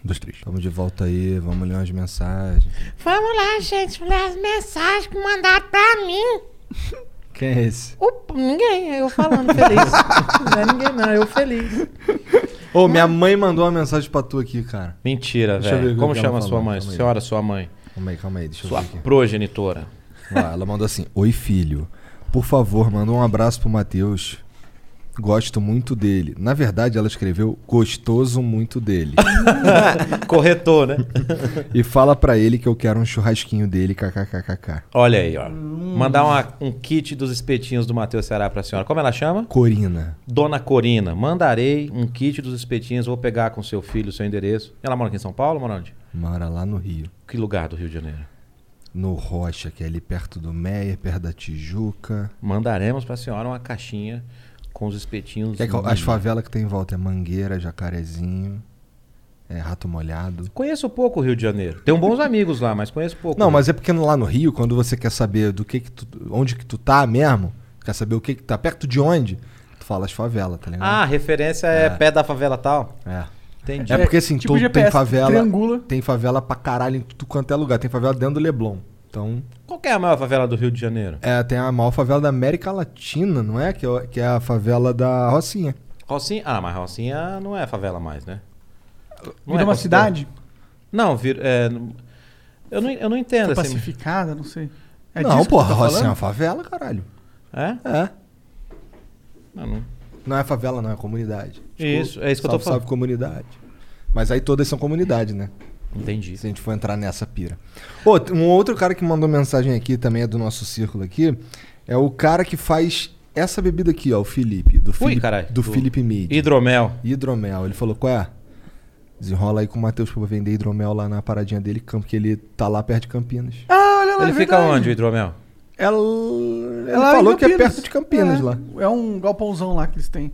S15: dois, três.
S3: Vamos de volta aí, vamos ler umas mensagens.
S16: Vamos lá, gente, ler as mensagens que mandaram pra mim.
S3: Quem é esse?
S16: Opa, ninguém, eu falando feliz. não é ninguém, não, eu feliz.
S3: Ô, minha mãe mandou uma mensagem pra tu aqui, cara.
S4: Mentira,
S3: Deixa eu ver o
S4: velho.
S3: que
S4: Como
S3: ela
S4: chama
S3: falou,
S4: sua mãe?
S3: calma aí.
S4: Senhora, sua mãe.
S3: Calma aí, calma aí, deixa eu
S4: Sua
S3: ver aqui.
S4: progenitora.
S3: Ó, ela mandou assim: Oi, filho. Por favor, manda um abraço pro Matheus. Gosto muito dele. Na verdade, ela escreveu gostoso muito dele.
S4: Corretor, né?
S3: e fala pra ele que eu quero um churrasquinho dele, kkkk.
S4: Olha aí, ó.
S15: Hum.
S4: Mandar uma- um kit dos espetinhos do Matheus Ceará pra senhora. Como ela chama?
S3: Corina.
S4: Dona Corina, mandarei um kit dos espetinhos, vou pegar com seu filho, seu endereço. Ela mora aqui em São Paulo, mora onde?
S3: Mora lá no Rio.
S4: Que lugar do Rio de Janeiro?
S3: No Rocha, que é ali perto do Meia, perto da Tijuca.
S4: Mandaremos pra senhora uma caixinha com os espetinhos.
S3: Que é que
S4: do
S3: as
S4: Rio.
S3: favelas que tem em volta é Mangueira, Jacarezinho, é Rato Molhado.
S4: Conheço pouco o Rio de Janeiro. Tenho bons amigos lá, mas conheço pouco.
S3: Não, mas é porque lá no Rio, quando você quer saber do que, que tu, onde que tu tá mesmo, quer saber o que que tá perto de onde, tu fala as favelas, tá ligado?
S4: Ah, Tipo a referência é, pé da favela tal?
S3: É.
S4: Entendi.
S3: É porque assim, todo, tem favela,
S4: Triangula.
S3: tem favela pra caralho em tudo quanto é lugar, tem favela dentro do Leblon. Então,
S4: Qual que é a maior favela do Rio de Janeiro?
S3: é, tem a maior favela da América Latina, não é? Que é, o- que é a favela da Rocinha.
S4: Rocinha. Ah, mas Rocinha não é favela mais, né? Não
S2: Virou uma
S4: considerado-
S2: cidade?
S4: Não, vir, é, n- eu, não, eu não entendo.
S2: Foi
S3: Tipo
S4: assim.
S2: pacificada, não sei.
S3: não,
S2: disso que
S3: porra,
S2: tu tá
S3: Rocinha é
S2: falando?
S3: uma favela, caralho.
S4: É?
S3: É.
S4: Não, não.
S3: Não é favela, não, é comunidade.
S4: Isso, é isso que eu tô falando.
S3: salve, Salve comunidade. Mas aí todas são comunidade, né?
S4: Entendi.
S3: Se a gente for entrar nessa pira. Ô, t- um outro cara que mandou mensagem aqui, também é do nosso círculo aqui, é o cara que faz essa bebida aqui, ó, o Felipe. Do Felipe,
S4: caralho.
S3: do
S4: Do-
S3: Felipe Mid.
S4: Hidromel.
S3: Hidromel. Ele falou, qual é? Desenrola aí com o Matheus pra vender hidromel lá na paradinha dele, campo, que ele tá lá perto de Campinas.
S2: Ah, olha lá,
S4: Ele
S2: é
S4: fica
S2: verdade. É
S4: onde, o hidromel?
S3: Ela, ele
S2: lá em
S3: falou que é
S2: Campinas.
S3: perto de Campinas
S2: É,
S3: lá.
S2: É um galpãozão lá que eles têm.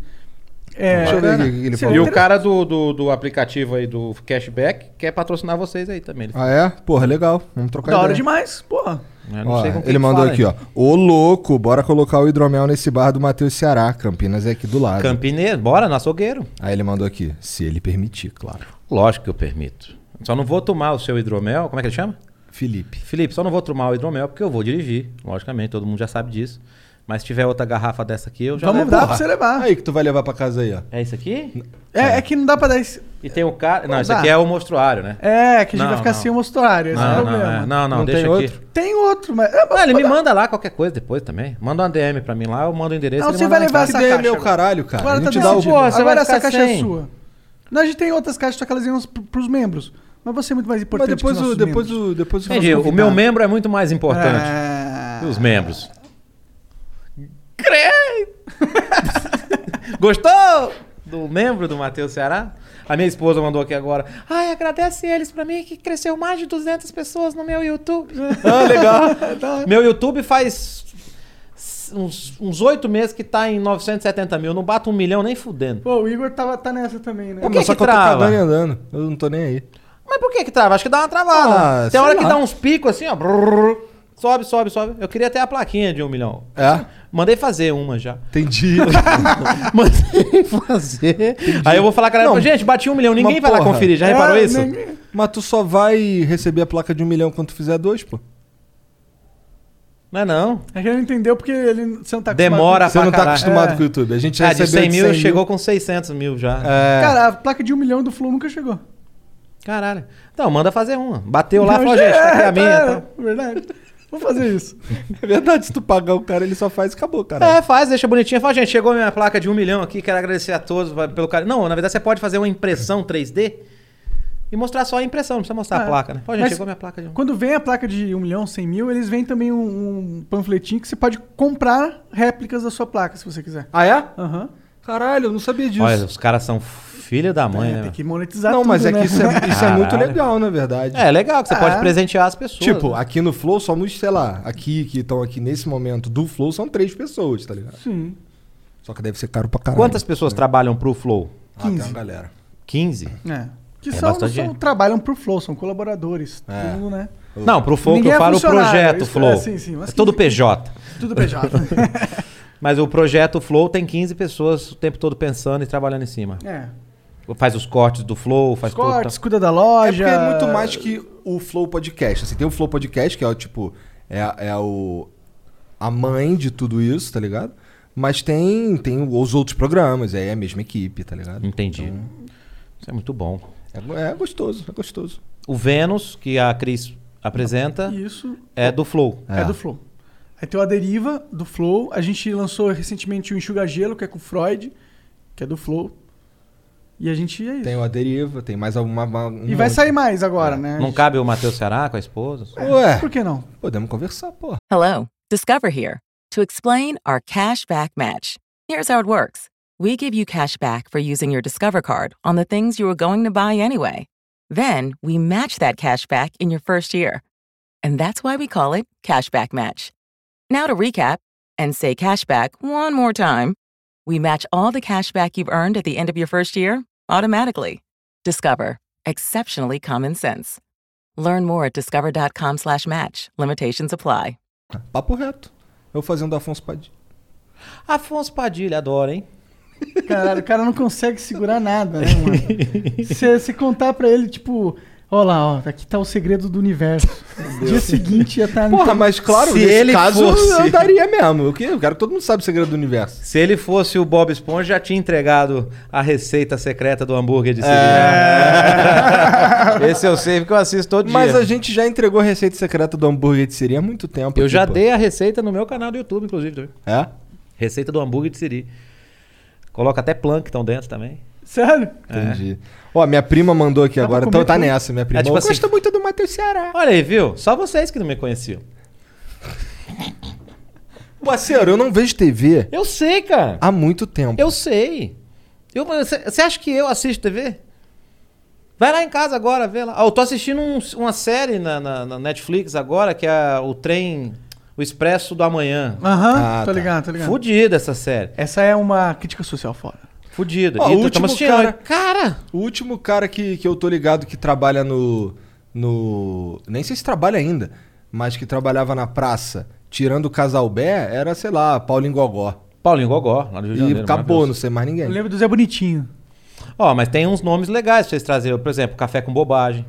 S2: É,
S3: Deixa eu ver
S2: bacana.
S3: aqui o que ele
S2: Seria
S4: E o
S2: inter-
S4: cara do, do, do aplicativo aí do cashback quer patrocinar vocês aí também. Ele
S3: Ah, é? Porra, legal. Vamos trocar
S2: Da
S3: ideia.
S2: hora demais, porra.
S4: Eu
S3: Ó,
S4: com quem
S3: ele
S4: que
S3: mandou
S4: fala, né?
S3: aqui, ó.
S4: hein?
S3: Ô louco, bora colocar o hidromel nesse bar do Matheus Ceará. Campinas é aqui do lado.
S4: Campineiro, bora, no açougueiro.
S3: Aí ele mandou aqui, se ele permitir, claro.
S4: Lógico que eu permito. Só não vou tomar o seu hidromel. Como é que ele chama?
S3: Felipe.
S4: Felipe, só não vou tomar o hidromel porque eu vou dirigir. Logicamente, todo mundo já sabe disso. Mas se tiver outra garrafa dessa aqui, eu já
S2: Vamos
S4: levo.
S2: dar
S4: Porra.
S2: pra você levar.
S4: Ah.
S3: Aí que tu vai levar pra casa aí, ó.
S4: É isso aqui?
S2: É, é que não dá pra dar esse.
S4: E tem o cara. Não,
S2: Não
S4: isso
S2: dá.
S4: aqui é o mostruário, né?
S2: É, que a gente
S4: Não,
S2: vai ficar
S4: não.
S2: sem o mostruário, esse é o
S4: Não, não,
S2: problema.
S4: é. não, não,
S2: Não
S4: deixa
S2: tem
S4: aqui.
S2: outro? Tem outro, mas. É, mas
S4: Ah, ele me
S2: dá-
S4: manda lá qualquer coisa depois também. Manda uma DM pra mim lá, eu mando o endereço.
S2: Não,
S4: ele
S2: você
S4: manda
S2: vai
S4: lá em
S2: levar
S4: casa.
S2: essa caixa.
S3: meu, caralho, cara.
S2: Agora
S3: A
S2: tá
S3: gente dá o- Ah,
S2: decidido.
S4: Porra, você
S2: Agora
S4: vai
S2: essa
S4: ficar
S2: caixa é
S4: sem.
S2: sua. Não, a gente tem outras caixas, só que elas iam pros- pros membros. Mas você é muito mais importante
S3: Mas depois
S2: que os
S3: o,
S2: nossos
S3: depois
S2: membros.
S3: o, depois o.
S4: Entendi, o meu membro é muito mais importante.
S2: Ah.
S4: E os membros? Gostou do membro do Matheus Ceará? A minha esposa mandou aqui agora. Ai, agradece eles pra mim que cresceu mais de 200 pessoas no meu YouTube. Ah, legal. meu YouTube faz uns uns oito meses que tá em 970 mil. Não bato um milhão nem fudendo.
S2: Pô, o Igor tava, tá nessa também, né?
S4: Por que
S3: só
S4: que
S3: eu tô
S4: trava?
S3: cagando e andando. Eu não tô nem aí.
S4: Mas por que que trava? Acho que dá uma travada.
S3: Ah,
S4: Tem hora
S3: sei
S4: que
S3: lá.
S4: dá uns picos assim, ó. Brrr. sobe, sobe, sobe. Eu queria ter a plaquinha de um milhão.
S3: É?
S4: Mandei fazer uma já.
S3: Entendi.
S4: Mandei fazer. Aí eu vou falar com a galera,
S3: Não,
S4: gente, bati um milhão, ninguém
S3: Mas,
S4: vai lá
S3: porra,
S4: conferir, já
S3: é,
S4: reparou isso?
S3: ninguém- Mas tu só vai receber a placa de um milhão quando tu fizer dois, pô.
S4: Não é não.
S2: É que ele não entendeu porque ele você não tá acostumado
S4: Demora
S2: com isso.
S4: pra
S3: Você não tá
S4: caralho.
S3: acostumado com o YouTube. A gente já
S4: Ah, de
S3: recebeu
S4: 100
S3: de
S4: mil
S3: 100 mil.
S4: chegou com 600 mil já.
S3: É.
S2: Cara, a placa de um milhão do Flow nunca chegou.
S4: Caralho. Então, manda fazer uma. Bateu lá e
S2: Não,
S4: falou,
S2: já
S4: gente, tá aqui
S2: era,
S4: a minha.
S2: era,
S4: tá?
S2: Verdade. Vou fazer isso.
S3: É verdade, se tu pagar o cara, ele só faz e acabou, cara.
S4: É, faz, deixa bonitinha. Fala, gente, chegou minha placa de um milhão aqui, quero agradecer a todos va- pelo carinho. Não, na verdade você pode fazer uma impressão 3D e mostrar só a impressão, não precisa mostrar a
S2: É.
S4: placa, né? Fala, gente,
S2: Mas
S4: chegou minha placa de um
S2: Quando vem a placa de 1 milhão, 100 mil, eles vêm também um, um panfletinho que você pode comprar réplicas da sua placa, se você quiser.
S3: Ah, é?
S2: Aham.
S3: Caralho, eu não sabia disso.
S4: Olha, os caras são filho da mãe, né?
S2: É, Tem
S4: meu?
S2: que monetizar
S3: não,
S2: tudo,
S3: mas é
S2: né?
S3: que isso é, isso é muito
S4: Caralho.
S3: legal, na verdade.
S4: É legal que você pode presentear as pessoas.
S3: Tipo,
S4: né?
S3: aqui no Flow somos, sei lá, aqui que estão aqui nesse momento do Flow são três pessoas, tá ligado?
S2: Sim.
S3: Só que deve ser caro pra ah, caralho.
S4: quantas pessoas trabalham pro Flow?
S3: Ah, tem uma
S2: 15.
S3: galera.
S4: 15?
S2: É. Que
S4: É
S2: são,
S4: bastante
S2: são,
S4: gente.
S2: trabalham pro Flow, são colaboradores.
S3: É.
S2: Tudo, né?
S4: Não, pro Flow que
S2: Ninguém
S4: eu
S2: é
S4: falo o
S2: funcionário,
S4: projeto
S2: isso,
S4: Flow.
S2: é, sim, sim, mas
S4: é todo PJ.
S2: Tudo PJ.
S4: Mas o projeto Flow tem 15 pessoas o tempo todo pensando e trabalhando em cima.
S2: é.
S4: Faz os cortes do Flow, faz tudo.
S2: Cortes,
S4: tá?
S2: cuida da
S3: É
S2: loja.
S3: porque é muito mais que o Flow Podcast. Assim, tem o Flow Podcast, que é o tipo. É, a- é o, a mãe de tudo isso, tá ligado? Mas tem, tem os outros programas, é a mesma equipe, tá ligado?
S4: Entendi.
S2: Então,
S4: Isso é muito bom.
S3: É, go- é gostoso, é gostoso.
S4: O Vênus, que a Cris apresenta,
S2: Isso.
S4: é do Flow.
S2: É. do Flow. Aí tem o A Deriva, do Flow. A gente lançou recentemente o Enxuga Gelo, que é com o Freud, que é do Flow. E a gente é isso.
S3: Tem o A Deriva, tem mais alguma. uma- um
S2: E vai
S3: monte.
S2: sair mais agora, né?
S4: É. Não cabe o Matheus Ceará com a esposa?
S3: Ué,
S2: Por que não?
S3: podemos conversar, pô.
S5: Hello, Discover here to explain our cash back match. Here's how it works we give you cash back for using your Discover card on the things you were going to buy anyway. Then we match that cash back in your first year. And that's why we call it Cashback Match. Now to recap and say cashback one more time. We match all the cashback you've earned at the end of your first year automatically. Discover. Exceptionally common sense. Learn more at discover.com slash match. Limitations apply.
S3: Papo reto. Eu fazendo Afonso Padilha.
S4: Afonso Padilha, adoro, hein?
S2: Caralho, o cara não consegue segurar nada, né, mano? Se se contar pra ele, tipo, ó lá, ó, aqui tá o segredo do universo. Dia seguinte ia tá estar
S3: Porra, mas claro,
S4: Se
S3: nesse
S4: ele
S3: caso
S4: fosse-
S3: eu daria mesmo. Eu que- eu quero que todo mundo saiba o segredo do universo.
S4: Se ele fosse o Bob Esponja, já tinha entregado a receita secreta do hambúrguer de cereal. Esse eu sei porque eu assisto todo
S3: Mas
S4: dia.
S3: a gente já entregou a receita secreta do hambúrguer de siri há muito tempo.
S4: Eu
S3: aqui,
S4: já
S3: pô.
S4: dei a receita no meu canal do YouTube, inclusive. tá também.
S3: É?
S4: Receita do hambúrguer de siri. Coloca até plankton dentro também.
S2: Sério?
S3: Entendi. Ó, minha prima mandou aqui agora. Então
S4: comer
S3: tá
S4: tudo.
S3: nessa, minha prima.
S4: É tipo
S3: Eu
S4: assim-
S3: gosto muito do Matheus Ceará.
S4: Olha aí, viu? Só vocês que não me conheciam.
S3: Parceiro, eu não vejo TV
S4: Eu sei, cara.
S3: há muito tempo.
S4: assim, Eu sei. Eu- Você você acha que eu assisto TV? Vai lá em casa agora, vê lá. Ah, eu tô assistindo um- uma série na, na- na Netflix agora, que é o trem, o Expresso do
S3: Ah,
S4: Amanhã.
S3: tá
S2: Aham,
S4: Ah,
S2: tô
S4: tá.
S2: ligado, tô ligado.
S4: Fudida essa série.
S2: Essa é uma crítica social fora.
S4: Fudida. E t-
S3: Ó, o
S4: tamo
S3: último
S4: assistindo,
S3: cara,
S4: né? cara,
S3: o último cara que, que eu tô ligado que trabalha no, no. Nem sei se trabalha ainda, mas que trabalhava na praça, tirando o Casalbé, era, sei lá, Paulinho Gogó.
S4: Paulinho Gogó, lá no Rio de Janeiro,
S3: E acabou, não sei mais
S4: É.
S3: ninguém.
S2: Eu lembro do Zé Bonitinho.
S4: Ó, mas tem uns nomes legais pra vocês trazerem. Por exemplo, Café com Bobagem.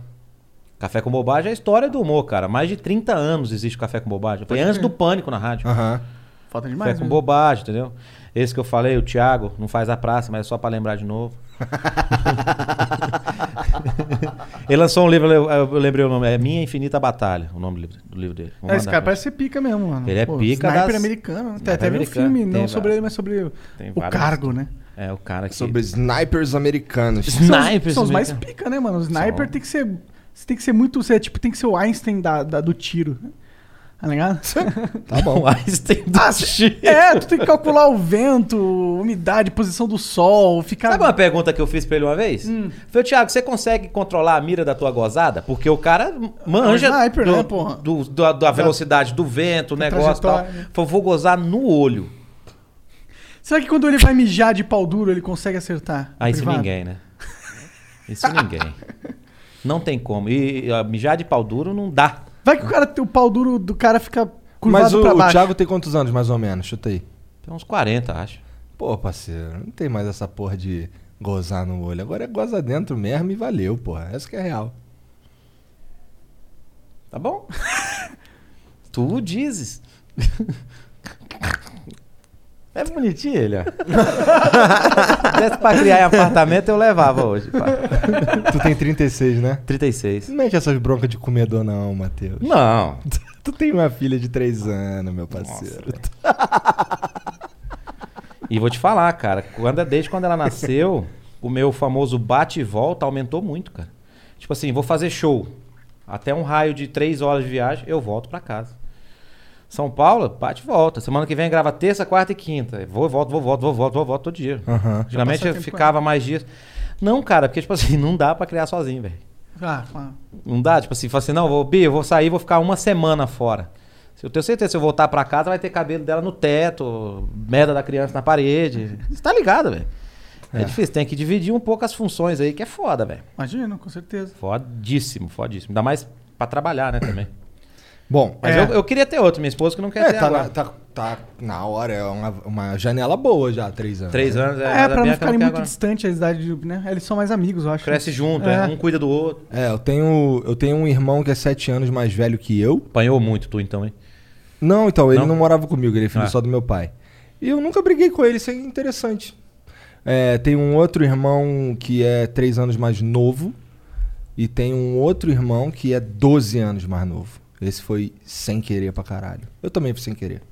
S4: Café com Bobagem é a história do humor, cara. Mais de 30 anos existe Café com Bobagem. Foi
S2: Pode
S4: antes
S2: crer. Ah,
S4: do Pânico na rádio.
S2: Falta
S4: Café
S2: demais.
S4: com
S2: né?
S4: Bobagem, entendeu? Esse que eu falei, o Thiago, não faz a praça, mas é só pra lembrar de novo. Ele lançou um livro, eu eu lembrei o nome, é Minha Infinita Batalha, o nome do livro- do livro dele. Vou
S2: É, esse
S4: mandar
S2: cara
S4: pra
S2: parece ser pica mesmo, mano.
S4: Ele é pica
S2: Sniper
S4: das-
S2: americano. né? Tem
S4: Sniper
S2: até vi um
S4: americano.
S2: filme, não
S4: Tem
S2: sobre
S4: vários.
S2: ele, mas sobre o-
S4: Tem
S2: o
S4: vários.
S2: cargo, né?
S4: É, o cara que...
S3: Sobre snipers americanos.
S2: São os-
S4: Snipers
S2: são os mais
S4: americanos.
S2: pica, né, mano? O sniper
S4: é. São.
S2: tem que ser. Você tem que ser muito. Você é, tipo, tem que ser o Einstein da, da- do tiro. né? Tá ligado?
S3: Tá bom.
S4: O Einstein do
S2: Ah,
S4: Chile.
S2: é, tu tem que calcular o vento, umidade, posição do sol, ficar.
S4: Sabe uma pergunta que eu fiz pra ele uma vez?
S2: Hum.
S4: Falei, Thiago, você consegue controlar a mira da tua gozada? Porque o cara manja
S2: É um sniper,
S4: do-
S2: né, porra?
S4: do- da, da velocidade do vento, o
S2: Da
S4: negócio e tal.
S2: trajetória, né?
S4: Falei, vou gozar no olho.
S2: Será que quando ele vai mijar de pau duro, ele consegue acertar?
S4: Ah,
S2: o
S4: isso
S2: privado?
S4: ninguém, né? Isso ninguém. Não tem como. E, e, ó, mijar de pau duro não dá.
S2: Vai que o cara o pau duro do cara fica curvado
S3: Mas o,
S2: pra
S3: o
S2: baixo.
S3: Thiago tem quantos anos, mais ou menos? Chuta aí.
S4: Tem uns 40, acho.
S3: Pô, parceiro, não tem mais essa porra de gozar no olho. Agora é goza dentro mesmo e valeu, porra. Essa que é real.
S4: Tá bom? tu dizes. É bonitinho ele, ó. Se desse pra criar em apartamento, eu levava hoje. pá.
S3: tu tem 36, né?
S4: 36.
S3: Não mete essas broncas de comedor, não, Matheus.
S4: Não.
S3: Tu tem uma filha de 3 anos, meu parceiro.
S4: E vou te falar, cara, quando, é, desde quando ela nasceu, o meu famoso bate e volta aumentou muito, cara. Tipo assim, vou fazer show. Até um raio de três horas de viagem, eu volto pra casa. São Paulo, bate e volta. Semana que vem grava terça, quarta e quinta. Vou, volto, vou, volto, vou, volto, vou, volto todo dia.
S3: Aham.
S4: Geralmente
S2: Já
S4: eu
S2: passa tempo né?
S4: ficava mais dias. Não, cara, porque, tipo assim, não dá pra criar sozinho, velho.
S2: Ah, ah.
S4: Não dá, tipo assim, fala assim, não, vou, Bi, eu vou sair, vou ficar uma semana fora. Se Eu tenho certeza, se eu voltar pra casa, vai ter cabelo dela no teto, merda da criança na parede. Você tá ligado, velho. É.
S2: É.
S4: difícil, tem que dividir um pouco as funções aí, que é foda, velho.
S2: Imagina, com certeza.
S4: Fodíssimo, fodíssimo. Ainda mais pra trabalhar, né, também.
S3: Bom,
S4: Mas eu, eu queria ter outro, minha esposa É que não quer
S3: é,
S4: ter
S3: tá,
S4: agora.
S3: na, tá, tá na hora, é uma, uma janela boa já, 3 anos.
S4: Três anos, é,
S2: É,
S4: ela
S2: pra
S4: bem
S2: não
S4: que
S2: ficarem
S4: quer
S2: muito
S4: agora.
S2: distante a idade, de- né? Eles são mais amigos, eu acho.
S4: Cresce junto, é, um cuida do outro.
S3: É, eu tenho, eu tenho um irmão que é 7 anos mais velho que eu.
S4: Apanhou muito tu, então, hein?
S3: Não, então, ele
S4: Não?
S3: não, morava comigo, ele é filho
S4: Ah.
S3: só do meu pai. E eu nunca briguei com ele, isso é interessante. É, tem um outro irmão que é 3 anos mais novo. E tem um outro irmão que é 12 anos mais novo. Esse foi sem querer pra caralho. Eu também fui sem querer.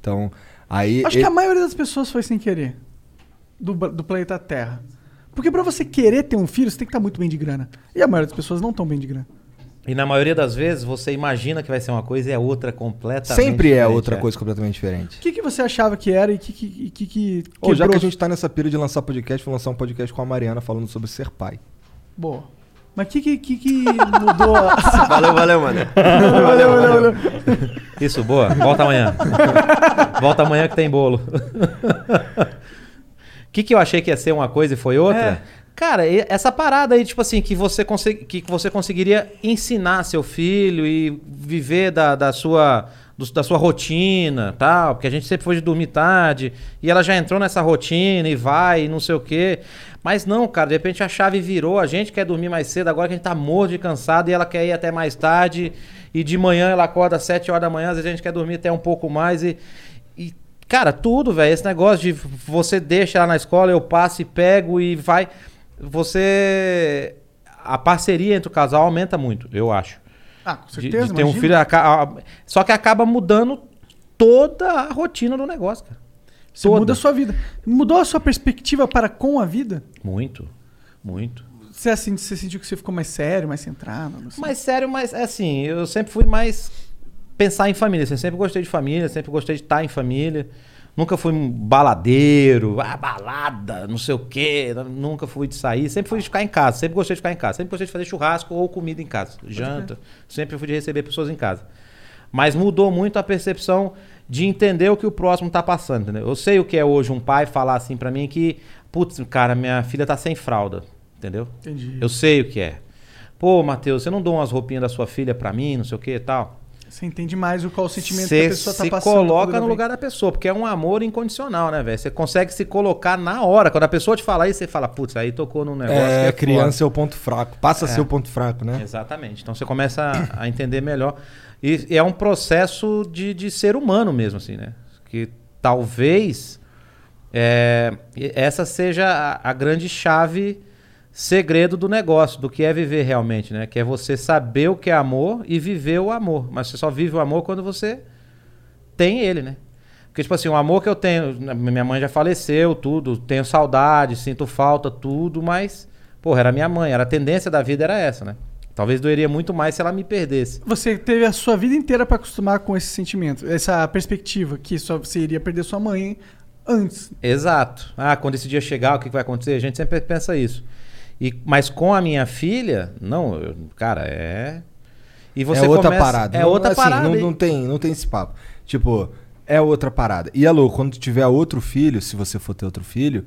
S3: Então, aí.
S2: Acho
S3: ele-
S2: que a maioria das pessoas foi sem querer. Do, ba- do planeta Terra. Porque pra você querer ter um filho, você tem que estar muito bem de grana. E a maioria das pessoas não estão bem de grana.
S4: E na maioria das vezes, você imagina que vai ser uma coisa e é outra completamente
S3: Sempre é
S4: diferente,
S3: outra
S4: é.
S3: coisa completamente diferente.
S2: O que, que você achava que era e o que, que, que, que
S3: Ou já que
S2: quebrou?
S3: a gente tá nessa pira de lançar podcast, vou lançar um podcast com a Mariana falando sobre ser pai.
S2: Boa. Mas o que, que, que, que mudou a...
S8: Valeu, valeu, mano.
S2: valeu, valeu, valeu.
S4: Isso, boa. Volta amanhã. Volta amanhã que tem bolo. O que, que eu achei que ia ser uma coisa e foi outra? Cara, e- essa parada aí, tipo assim, que você, consegui- que você conseguiria ensinar seu filho e viver da, da sua. do- Da sua rotina, tal, porque a gente sempre foi de dormir tarde e ela já entrou nessa rotina e vai, e não sei o quê. Mas não, cara, de repente a chave virou, a gente quer dormir mais cedo agora que a gente tá morto de cansado e ela quer ir até mais tarde e de manhã ela acorda às 7 horas da manhã, às vezes a gente quer dormir até um pouco mais e, e, cara, tudo, velho, esse negócio de você deixa lá na escola, eu passo e pego e vai, você a parceria entre o casal aumenta muito, eu acho.
S2: Ah, com
S4: De-
S2: certeza,
S4: de, ter um
S2: imagina.
S4: filho, aca- a- só que acaba mudando toda a rotina do negócio, cara.
S2: Você muda a sua vida. Mudou a sua perspectiva para com a vida?
S14: Muito, muito.
S2: Você, assim, você sentiu que você ficou mais sério, mais centrado? não sei.
S4: Mas sério, mas é assim, eu sempre fui mais pensar em família. assim, sempre gostei de família, sempre gostei de estar em família. Nunca fui um baladeiro, ah, balada, não sei o quê. Nunca fui de sair. Sempre fui de ficar em casa. Sempre gostei de ficar em casa. Sempre gostei de fazer churrasco ou comida em casa. Janta. Sempre fui de receber pessoas em casa. Mas mudou muito a percepção de entender o que o próximo tá passando, entendeu? Eu sei o que é hoje um pai falar assim pra mim que, putz, cara, minha filha tá sem fralda, entendeu?
S2: Entendi.
S4: Eu sei o que é. Pô, Matheus, você não dou umas roupinhas da sua filha pra mim, não sei o que e tal?
S2: Você entende mais o qual o sentimento que a
S4: Você
S2: pessoa
S4: se
S2: tá passando.
S4: coloca no lugar da pessoa, porque é um amor incondicional, né, velho? Você consegue se colocar na hora. Quando a pessoa te fala isso, você fala, putz, aí tocou num negócio.
S3: É,
S4: que
S3: criança é
S4: foda.
S3: o ponto fraco. Passa a ser o ponto fraco, né?
S4: Exatamente. Então você começa a, a entender melhor. E, e é um processo de, de ser humano mesmo, assim, né? Que talvez é, e- essa seja a, a grande chave, segredo do negócio, do que é viver realmente, né? Que é você saber o que é amor e viver o amor. Mas você só vive o amor quando você tem ele, né? Porque, tipo assim, o amor que eu tenho. na- Minha mãe já faleceu, tudo. Tenho saudade, sinto falta, tudo, mas. Porra, era minha mãe. Era a tendência da vida, era essa, né? Talvez doeria muito mais se ela me perdesse.
S2: Você teve a sua vida inteira para acostumar com esse sentimento, essa perspectiva que só você iria perder sua mãe antes.
S4: Exato. Ah, quando esse dia chegar, o que que vai acontecer? A gente sempre pensa isso. E, mas com a minha filha, não, eu- cara, é. E você
S3: é outra
S4: começa-
S3: parada.
S4: É
S3: Não-
S4: outra
S3: assim,
S4: parada.
S3: Não,
S4: e-
S3: não tem, não tem esse papo. Tipo, é outra parada. E alô, quando tu tiver outro filho, se você for ter outro filho,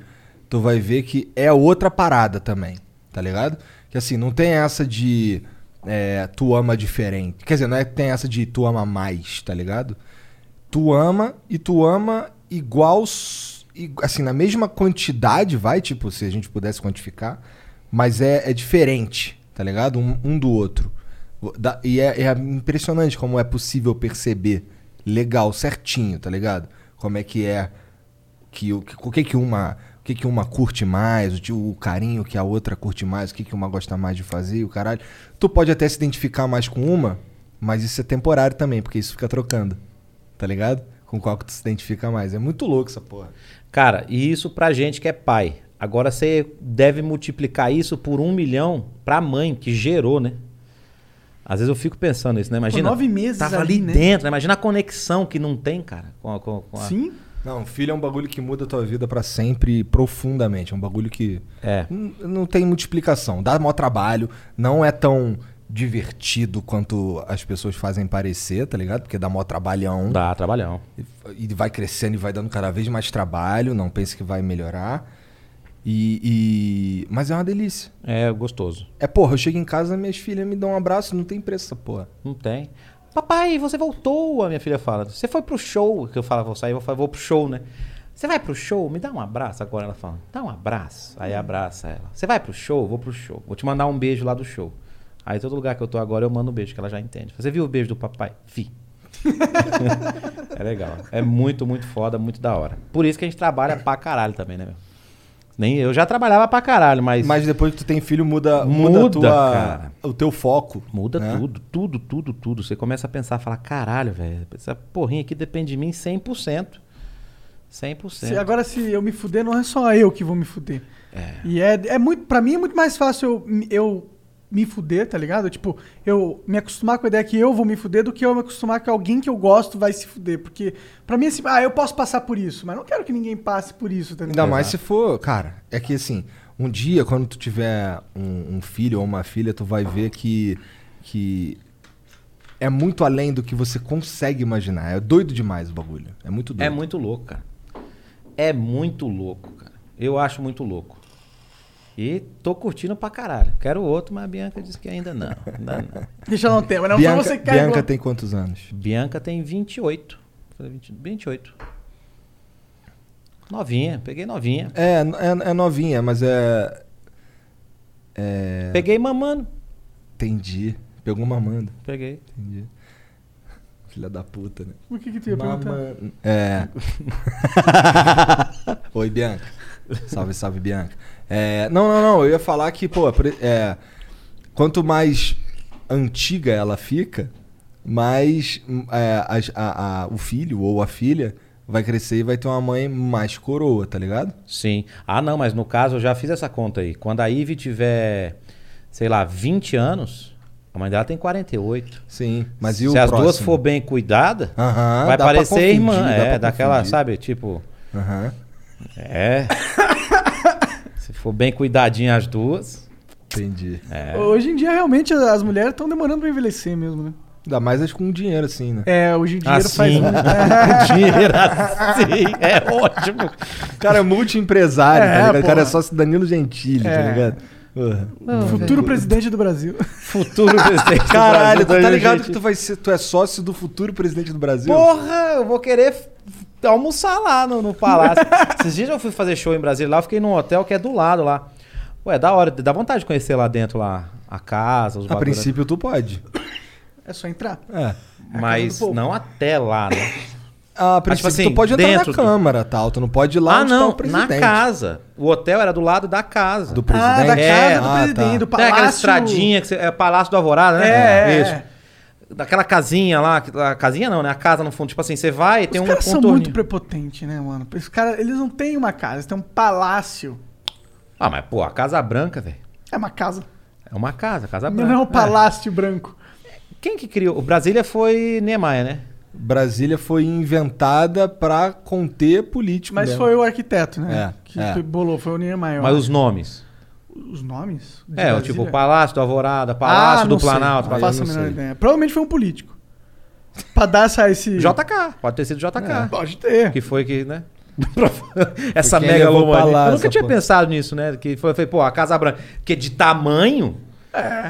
S3: tu vai ver que é outra parada também. Tá ligado? Que assim, não tem essa de é, tu ama diferente. Quer dizer, não é que tem essa de tu ama mais, tá ligado? Tu ama e tu ama igual. s- i- Assim, na mesma quantidade, vai, tipo, se a gente pudesse quantificar, mas é, é diferente, tá ligado? Um- um do outro. Da- E é, é impressionante como é possível perceber legal, certinho, tá ligado? Como é que é que o que, o que, que uma o que, que uma curte mais, o, ti- o carinho que a outra curte mais, o que, que uma gosta mais de fazer, o caralho. Tu pode até se identificar mais com uma, mas isso é temporário também, porque isso fica trocando. Tá ligado? Com qual que tu se identifica mais. É muito louco essa porra.
S4: Cara, e isso pra gente que é pai. Agora você deve multiplicar isso por um milhão pra mãe que gerou, né? Às vezes eu fico pensando isso, né? Imagina.
S2: nove meses
S4: Tava
S2: ali,
S4: ali
S2: né?
S4: dentro, né? Imagina a conexão que não tem, cara. Com a- com a- com a-
S2: Sim?
S3: Não, filho é um bagulho que muda a tua vida pra sempre profundamente. É um bagulho que N- não tem multiplicação. Dá maior trabalho, não é tão divertido quanto as pessoas fazem parecer, tá ligado? Porque dá maior trabalhão.
S4: Dá trabalhão.
S3: E vai crescendo e vai dando cada vez mais trabalho, não pense que vai melhorar. E, e- Mas é uma delícia.
S4: É gostoso.
S3: É, porra, eu chego em casa, minhas filhas me dão um abraço, não tem preço essa porra.
S4: Não tem. Papai, você voltou, a minha filha fala. Você foi pro show. Que eu falo, vou sair, vou, vou pro show, né? Você vai pro show? Me dá um abraço agora, ela fala. Dá um abraço. Aí abraça ela. Você vai pro show? Vou pro show. Vou te mandar um beijo lá do show. Aí todo lugar que eu tô agora eu mando um beijo, que ela já entende. Você viu o beijo do papai? Vi. é legal. É muito, muito foda, muito da hora. Por isso que a gente trabalha pra caralho também, né, meu? Nem eu já trabalhava pra caralho, mas.
S3: Mas depois que tu tem filho, muda, muda,
S4: Muda,
S3: a tua-
S4: cara.
S3: o teu foco.
S4: Muda
S3: né?
S4: tudo, tudo, tudo, tudo. Você começa a pensar, falar, caralho, velho, essa porrinha aqui depende de mim 100%. 100%.
S2: Se- agora, se eu me fuder, não é só eu que vou me fuder. E é, é muito. para mim é muito mais fácil eu, eu me fuder, tá ligado? Tipo, eu me acostumar com a ideia que eu vou me fuder do que eu me acostumar que alguém que eu gosto vai se fuder. Porque, pra mim, é assim, ah, eu posso passar por isso, mas não quero que ninguém passe por isso, tá ligado?
S3: Ainda mais se for, cara, é que assim, um dia quando tu tiver um, um filho ou uma filha, tu vai ver que, que é muito além do que você consegue imaginar. É doido demais o bagulho. É muito doido.
S4: É muito louco, cara. É muito louco, cara. Eu acho muito louco. E tô curtindo pra caralho. Quero outro, mas a Bianca disse que ainda não. Ainda não.
S2: Deixa lá um tema,
S4: Então,
S2: não
S3: Bianca,
S2: foi você que carregou.
S3: Bianca tem quantos anos?
S4: Bianca tem 28. Falei 20 28. Novinha, peguei novinha.
S3: É, é, é novinha, mas é, é.
S4: Peguei mamando.
S3: Entendi. Pegou mamando.
S4: Peguei.
S3: Entendi. Filha da puta, né?
S2: O que que tu ia
S3: Mamãe.
S2: perguntar?
S3: É. Oi, Bianca. Salve, salve, Bianca. É, não, não, não. Eu ia falar que, pô, pre- é, quanto mais antiga ela fica, mais hum, é, as- a- a- o filho ou a filha vai crescer e vai ter uma mãe mais coroa, tá ligado?
S4: Sim. Ah, não, mas no caso eu já fiz essa conta aí. Quando a Ive tiver, sei lá, 20 anos, a mãe dela tem 48.
S3: Sim, mas
S4: Se
S3: e o
S4: as
S3: próximo?
S4: duas for bem cuidada,
S3: Aham,
S4: vai
S3: dá pra
S4: parecer
S3: confundir,
S4: irmã,
S3: dá
S4: é,
S3: pra
S4: daquela,
S3: confundir.
S4: sabe, tipo,
S3: Aham.
S4: é. Se for bem cuidadinha as duas.
S3: Entendi.
S4: É.
S2: Hoje em dia, realmente, as mulheres estão demorando pra envelhecer mesmo, né?
S3: Ainda mais as com dinheiro, assim, né?
S2: É, hoje em
S4: Ah,
S2: dia
S3: Assim.
S2: faz muito.
S3: Com dinheiro
S4: assim, é ótimo.
S3: O cara é multi-empresário,
S2: É,
S3: tá ligado? O cara é
S2: porra.
S3: sócio Danilo Gentili,
S2: É.
S3: tá ligado? Porra.
S2: um Futuro presidente do Brasil.
S4: Futuro
S3: Caralho, tu tá ligado que tu, vai ser, tu é sócio do futuro presidente do Brasil?
S4: Porra, eu vou querer f- almoçar lá no, no palácio. Esses dias eu fui fazer show em Brasília lá, eu fiquei num hotel que é do lado lá. Ué, da hora, dá vontade de conhecer lá dentro lá a casa, os
S3: A
S4: bagulho.
S3: princípio tu pode.
S2: É só entrar.
S3: É.
S4: Mas não até lá, né?
S3: Ah, A
S4: Mas, tipo
S3: princípio
S4: assim,
S3: tu pode entrar
S4: dentro
S3: na
S4: do-
S3: Câmara, tal. Tu não pode ir lá
S4: ah,
S3: onde tá
S4: não,
S3: o
S4: na
S3: presidente.
S4: casa. O hotel era do lado da casa. Do
S3: presidente? Ah, É, tá. da casa do presidente, do
S4: Tem aquela
S2: palácio-
S4: estradinha, que você, é Palácio do Alvorada, né?
S2: É, é,
S4: Isso.
S2: é.
S4: Daquela casinha lá, que- a casinha não, né? A casa no fundo. Tipo assim, você vai e tem
S2: Os
S4: um
S2: caras são
S4: contorninho.
S2: muito prepotentes, né, mano? Os caras, eles não têm uma casa, eles têm um palácio.
S4: Ah, mas pô, a Casa Branca, velho.
S2: É uma casa.
S4: É uma casa, a Casa Branca.
S2: Não é um palácio branco.
S4: Quem que criou? O Brasília foi Niemeyer, né?
S3: Brasília foi inventada pra conter político.
S2: Mas
S3: mesmo.
S2: foi o arquiteto,
S3: É,
S2: né? que
S3: é.
S2: que bolou, foi o Niemeyer.
S4: Mas os nomes.
S2: Os nomes? de
S4: É, o
S2: Brasília?
S4: tipo Palácio do Alvorada, Palácio
S2: Ah,
S4: do
S2: não sei.
S4: Planalto.
S2: Não
S4: Palácio-
S2: faço a menor ideia. Provavelmente foi um político. Pra dar essa, esse...
S4: JK, pode ter sido JK.
S2: É, pode ter.
S4: Que foi que, né? essa
S3: Porque ele levou pra
S4: megalomania.
S3: lá
S4: Eu
S3: essa
S4: nunca tinha
S3: porra.
S4: pensado nisso, né? Que foi, foi, pô, a Casa Branca. Porque de tamanho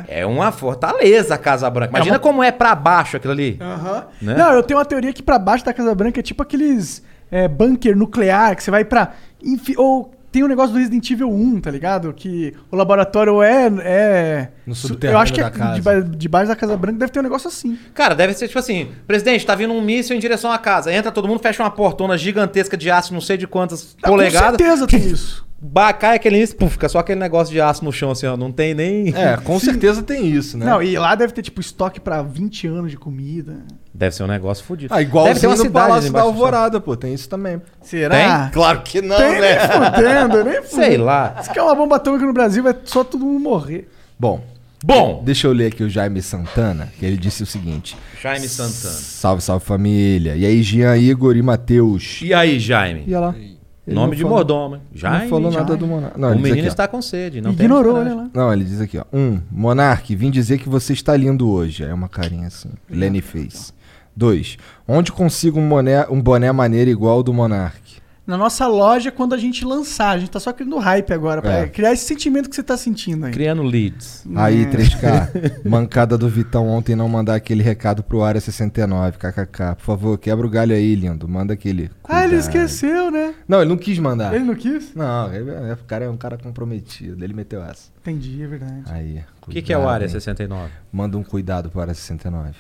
S4: é, uma fortaleza a Casa Branca. Imagina
S2: uma- É.
S4: como é pra baixo aquilo ali.
S2: Aham.
S4: Né?
S2: Não, eu tenho uma teoria que pra baixo da Casa Branca é tipo aqueles é, bunker nuclear que você vai pra. Infi... Ou tem um negócio do Resident Evil 1, tá ligado? Que o laboratório é. é...
S3: No
S2: su-
S3: subterrâneo
S2: Eu acho que
S3: da
S2: é
S3: casa.
S2: deba- debaixo da Casa Branca deve ter um negócio assim.
S4: Cara, deve ser tipo assim: presidente, tá vindo um míssil em direção à casa. Entra todo mundo, fecha uma portona gigantesca de aço, não sei de quantas
S2: Ah,
S4: polegadas.
S2: Com certeza tem isso.
S4: Ba- Cai aquele míssil, pum, fica só aquele negócio de aço no chão, assim, ó. Não tem nem.
S3: É, com certeza tem isso, né?
S2: Não, e lá deve ter tipo estoque pra 20 anos de comida.
S4: Deve ser um negócio fodido.
S3: Ah, igual
S4: Deve ter uma
S3: no
S4: cidade
S3: Palácio
S4: ali
S3: da
S4: embaixo do sol.
S3: Alvorada, Ah. pô. Tem isso também.
S2: Será?
S3: Tem? Claro que não, né?
S2: Tem, Nem fudendo, nem fudendo.
S4: Sei lá.
S2: Se quer uma bomba atômica no Brasil, vai só todo mundo morrer.
S3: Bom.
S4: Bom.
S3: Deixa eu ler aqui o Jaime Santana, que ele disse o seguinte.
S4: Jaime Santana.
S3: Salve, salve família. E aí, Jean, Igor e Matheus.
S4: E aí, Jaime?
S3: E lá. Ele
S4: Nome
S3: não
S4: de
S3: falou-
S4: mordomo, hein? Jaime.
S3: Não falou nada
S4: Jaime.
S3: do Monarca.
S4: O menino está com sede, não tem
S2: Ignorou, né?
S4: sacanagem.
S2: olha lá.
S3: Não, ele diz aqui, ó. Um, Monark, vim dizer que você está lindo hoje. Aí É uma carinha assim. Lenny fez. Dois, onde consigo um boné, um boné maneiro igual ao do Monark?
S2: Na nossa loja, quando a gente lançar, a gente tá só criando hype agora, pra
S3: É.
S2: criar esse sentimento que você tá sentindo aí.
S4: Criando leads.
S3: Aí,
S2: É.
S3: 3K, mancada do Vitão ontem não mandar aquele recado pro Área 69, kkk. Por favor, quebra o galho aí, lindo. Manda aquele.
S2: Ah, ele
S3: Cuidado.
S2: esqueceu, né?
S3: Não, ele não quis mandar.
S2: Ele não quis?
S3: Não, ele- é, o cara é um cara comprometido. Ele meteu essa.
S2: Entendi, é verdade.
S3: Aí.
S4: O que, que é o Área
S3: hein?
S4: 69?
S3: Manda um cuidado pro Área 69.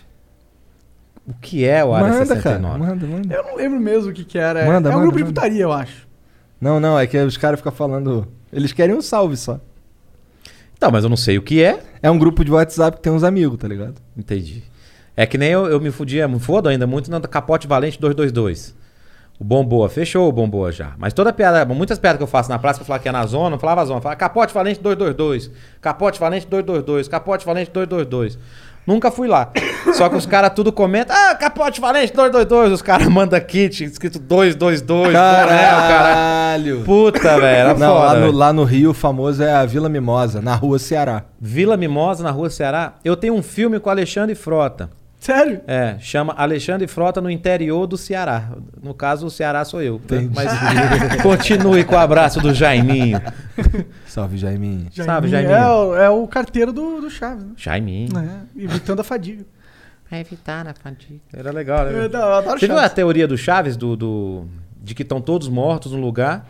S4: O que é o Área
S3: Manda,
S4: 69?
S3: cara. Manda, manda.
S2: Eu não lembro mesmo o que que era.
S3: Manda,
S2: é um
S3: manda,
S2: grupo de
S3: manda.
S2: putaria, eu acho.
S3: Não, não, é que os caras ficam falando. Eles querem um salve só.
S4: Tá, mas eu não sei o que é.
S3: É um grupo de WhatsApp que tem uns amigos, tá ligado?
S4: Entendi. É que nem eu, eu me fudia, me fodo ainda muito na Capote Valente 222. O Bomboa, fechou o Bomboa já. Mas toda piada, muitas piadas que eu faço na praça, que eu falava que é na zona, eu falava zona, eu falava Capote Valente 222, Capote Valente 222, Capote Valente 222. Nunca fui lá. Só que os caras tudo comentam, ah, Capote Valente 222, os caras mandam kit escrito 222, boné, É, o cara. Puta, velho, era
S3: Não, lá
S4: foda,
S3: no,
S4: velho.
S3: lá no Rio, o famoso é a Vila Mimosa, na rua Ceará.
S4: Vila Mimosa, na rua Ceará, eu tenho um filme com Alexandre Frota.
S2: Sério?
S4: É, chama Alexandre Frota no interior do Ceará. No caso, o Ceará sou eu. né? Mas continue com o abraço do Jaiminho.
S3: Salve, Jaiminho.
S4: Sabe,
S2: Jaiminho
S4: Jaiminho?
S2: É o, é o carteiro do, do Chaves, né?
S4: Jaiminho.
S2: É, evitando a fadiga.
S16: Pra evitar né, na fadiga.
S4: Era legal, né?
S2: Eu adoro
S4: Você viu a
S2: Chaves.
S4: teoria do Chaves do, do- de que estão todos mortos num lugar,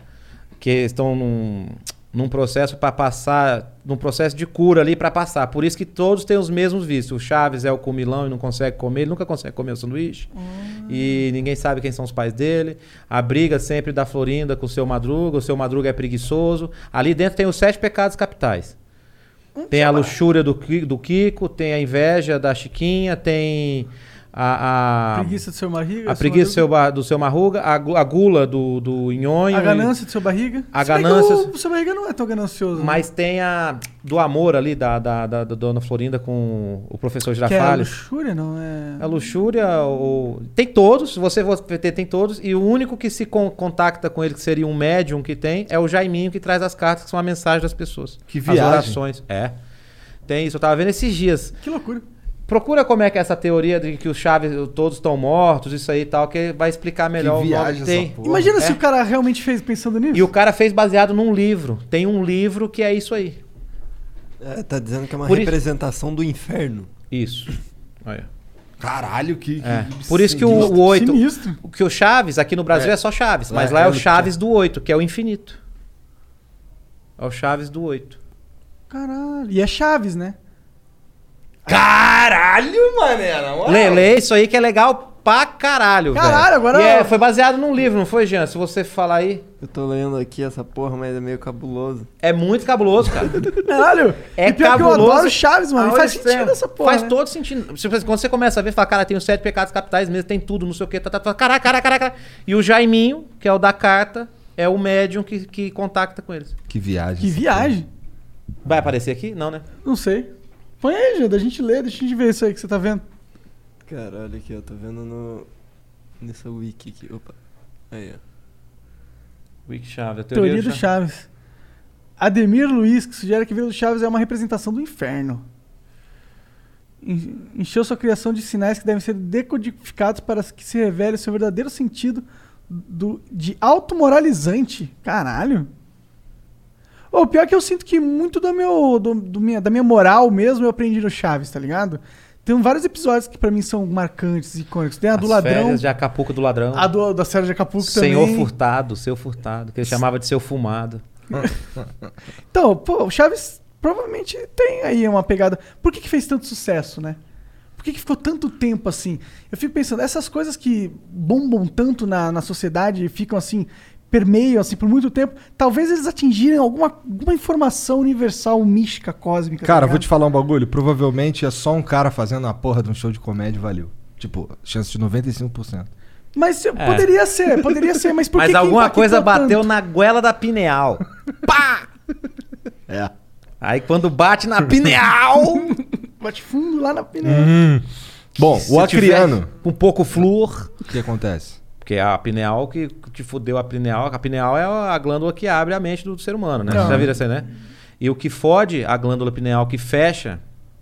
S4: que estão num, num processo para passar, num processo de cura ali para passar. Por isso que todos têm os mesmos vícios. O Chaves é o comilão e não consegue comer, ele nunca consegue comer o sanduíche. E ninguém sabe quem são os pais dele. A briga sempre da Florinda com o seu Madruga, o seu Madruga é preguiçoso. Ali dentro tem os sete pecados capitais. Tem a luxúria do, Ki- do Kiko, tem a inveja da Chiquinha, tem a, a-
S2: Preguiça do seu barriga,
S4: Ah, a
S2: seu
S4: preguiça do seu, ba- do seu marruga, a, gu- a gula do, do nhonho.
S2: A
S4: e-
S2: ganância do seu barriga?
S4: A
S2: Se bem que
S4: ganância-
S2: O, o seu barriga não é tão ganancioso. né?
S4: Mas tem a do amor ali, da, da, da, da dona Florinda com o professor
S2: Que é a
S4: Girafales.
S2: luxúria, não é?
S4: A luxúria, o... tem todos, se você for ter, tem todos, e o único que se con- contacta com ele, que seria um médium que tem, é o Jaiminho que traz as cartas, que são a mensagem das pessoas.
S3: Que
S4: As
S3: viagem.
S4: orações. É. Tem isso, eu tava vendo esses dias.
S2: Que loucura.
S4: Procura como é que é essa teoria de que os chaves todos estão mortos, isso aí e tal, que vai explicar melhor o nome.
S3: viagem
S4: que
S3: essa
S4: Tem.
S3: porra.
S2: Imagina
S4: É.
S2: se o cara realmente fez pensando nisso.
S4: E o cara fez baseado num livro. Tem um livro que é isso aí.
S8: É, tá dizendo que é uma
S4: Por isso-
S8: representação do inferno.
S4: Isso. Olha.
S3: Caralho, que.
S4: É. Por isso que o, o 8. o- Que o Chaves, aqui no Brasil
S3: É.
S4: é, só Chaves, mas
S3: É,
S4: lá é
S3: eu
S4: o
S3: não
S4: Chaves do 8, que é o infinito. É o Chaves do 8.
S2: Caralho. E é Chaves, né?
S8: Caralho, mané, na moral.
S4: Lê, lê isso aí que é legal pra caralho, velho.
S8: Caralho, agora
S4: E é,
S8: eu-
S4: foi baseado num livro, não foi, Jean? Se você falar aí.
S8: Eu tô lendo aqui essa porra, mas é meio cabuloso.
S4: É muito cabuloso, cara.
S2: Caralho.
S4: É
S2: E pior que eu
S4: cabuloso.
S2: adoro Chaves, mano, e faz
S4: Aonde tem-
S2: sentido essa
S4: Ah,
S2: porra,
S4: é. Faz
S2: né?
S4: todo sentido. Se você- Quando você começa a ver, fala, cara, tem os sete pecados capitais mesmo, tem tudo, não sei o quê. Tá, tá, tá, caraca, caraca, caraca. E o Jaiminho, que é o da carta, é o médium que, que contacta com eles.
S3: Que viagem.
S2: Que viagem.
S4: Vai aparecer aqui? Não, né?
S2: Não sei. Põe aí, Janda, a gente lê, deixa a gente ver isso aí que você tá vendo.
S8: Caralho, aqui, ó. Tô vendo no. Nessa wiki aqui. Opa. Aí, ó.
S4: Wiki Chaves, a
S2: Teoria, do Chaves. Ademir Luiz, que sugere que a vida do Chaves é uma representação do inferno. En- Encheu sua criação de sinais que devem ser decodificados para que se revele seu verdadeiro sentido do, de automoralizante. Caralho. O pior é que eu sinto que muito do meu, do- do minha, da minha moral mesmo eu aprendi no Chaves, tá ligado? Tem vários episódios que pra mim são marcantes e icônicos. Tem a do
S4: As
S2: ladrão,
S4: férias de Acapulco do ladrão.
S2: a do, da série de Acapulco
S4: Senhor
S2: também.
S4: Furtado, seu Furtado, que ele chamava de seu fumado.
S2: Então, pô, o Chaves provavelmente tem aí uma pegada. Por que, que fez tanto sucesso, né? Por que, que ficou tanto tempo assim? Eu fico pensando, essas coisas que bombam tanto na, na sociedade e ficam assim, permeiam assim por muito tempo, talvez eles atingirem alguma, alguma informação universal, mística, cósmica.
S3: Cara,
S2: tá
S3: vou
S2: ligado?
S3: te falar um bagulho. Provavelmente é só um cara fazendo uma porra de um show de comédia e valeu. Tipo, chance de 95%.
S2: Mas eu-
S3: É.
S2: poderia ser, poderia ser, mas por
S4: Mas
S2: que que
S4: alguma
S2: impactou
S4: coisa bateu
S2: tanto?
S4: na goela da pineal.
S3: É.
S4: Aí quando bate na pineal.
S2: Bate fundo lá na pneu.
S3: Hum. Bom,
S4: Se
S3: o
S4: tiver
S3: acriano.
S4: Um pouco flúor.
S3: O que acontece?
S4: Porque é a pineal que te fudeu a pineal. A pineal é a glândula que abre a mente do ser humano, né?
S3: Não.
S4: Você já viram isso aí, né? E o que fode a glândula pineal, que fecha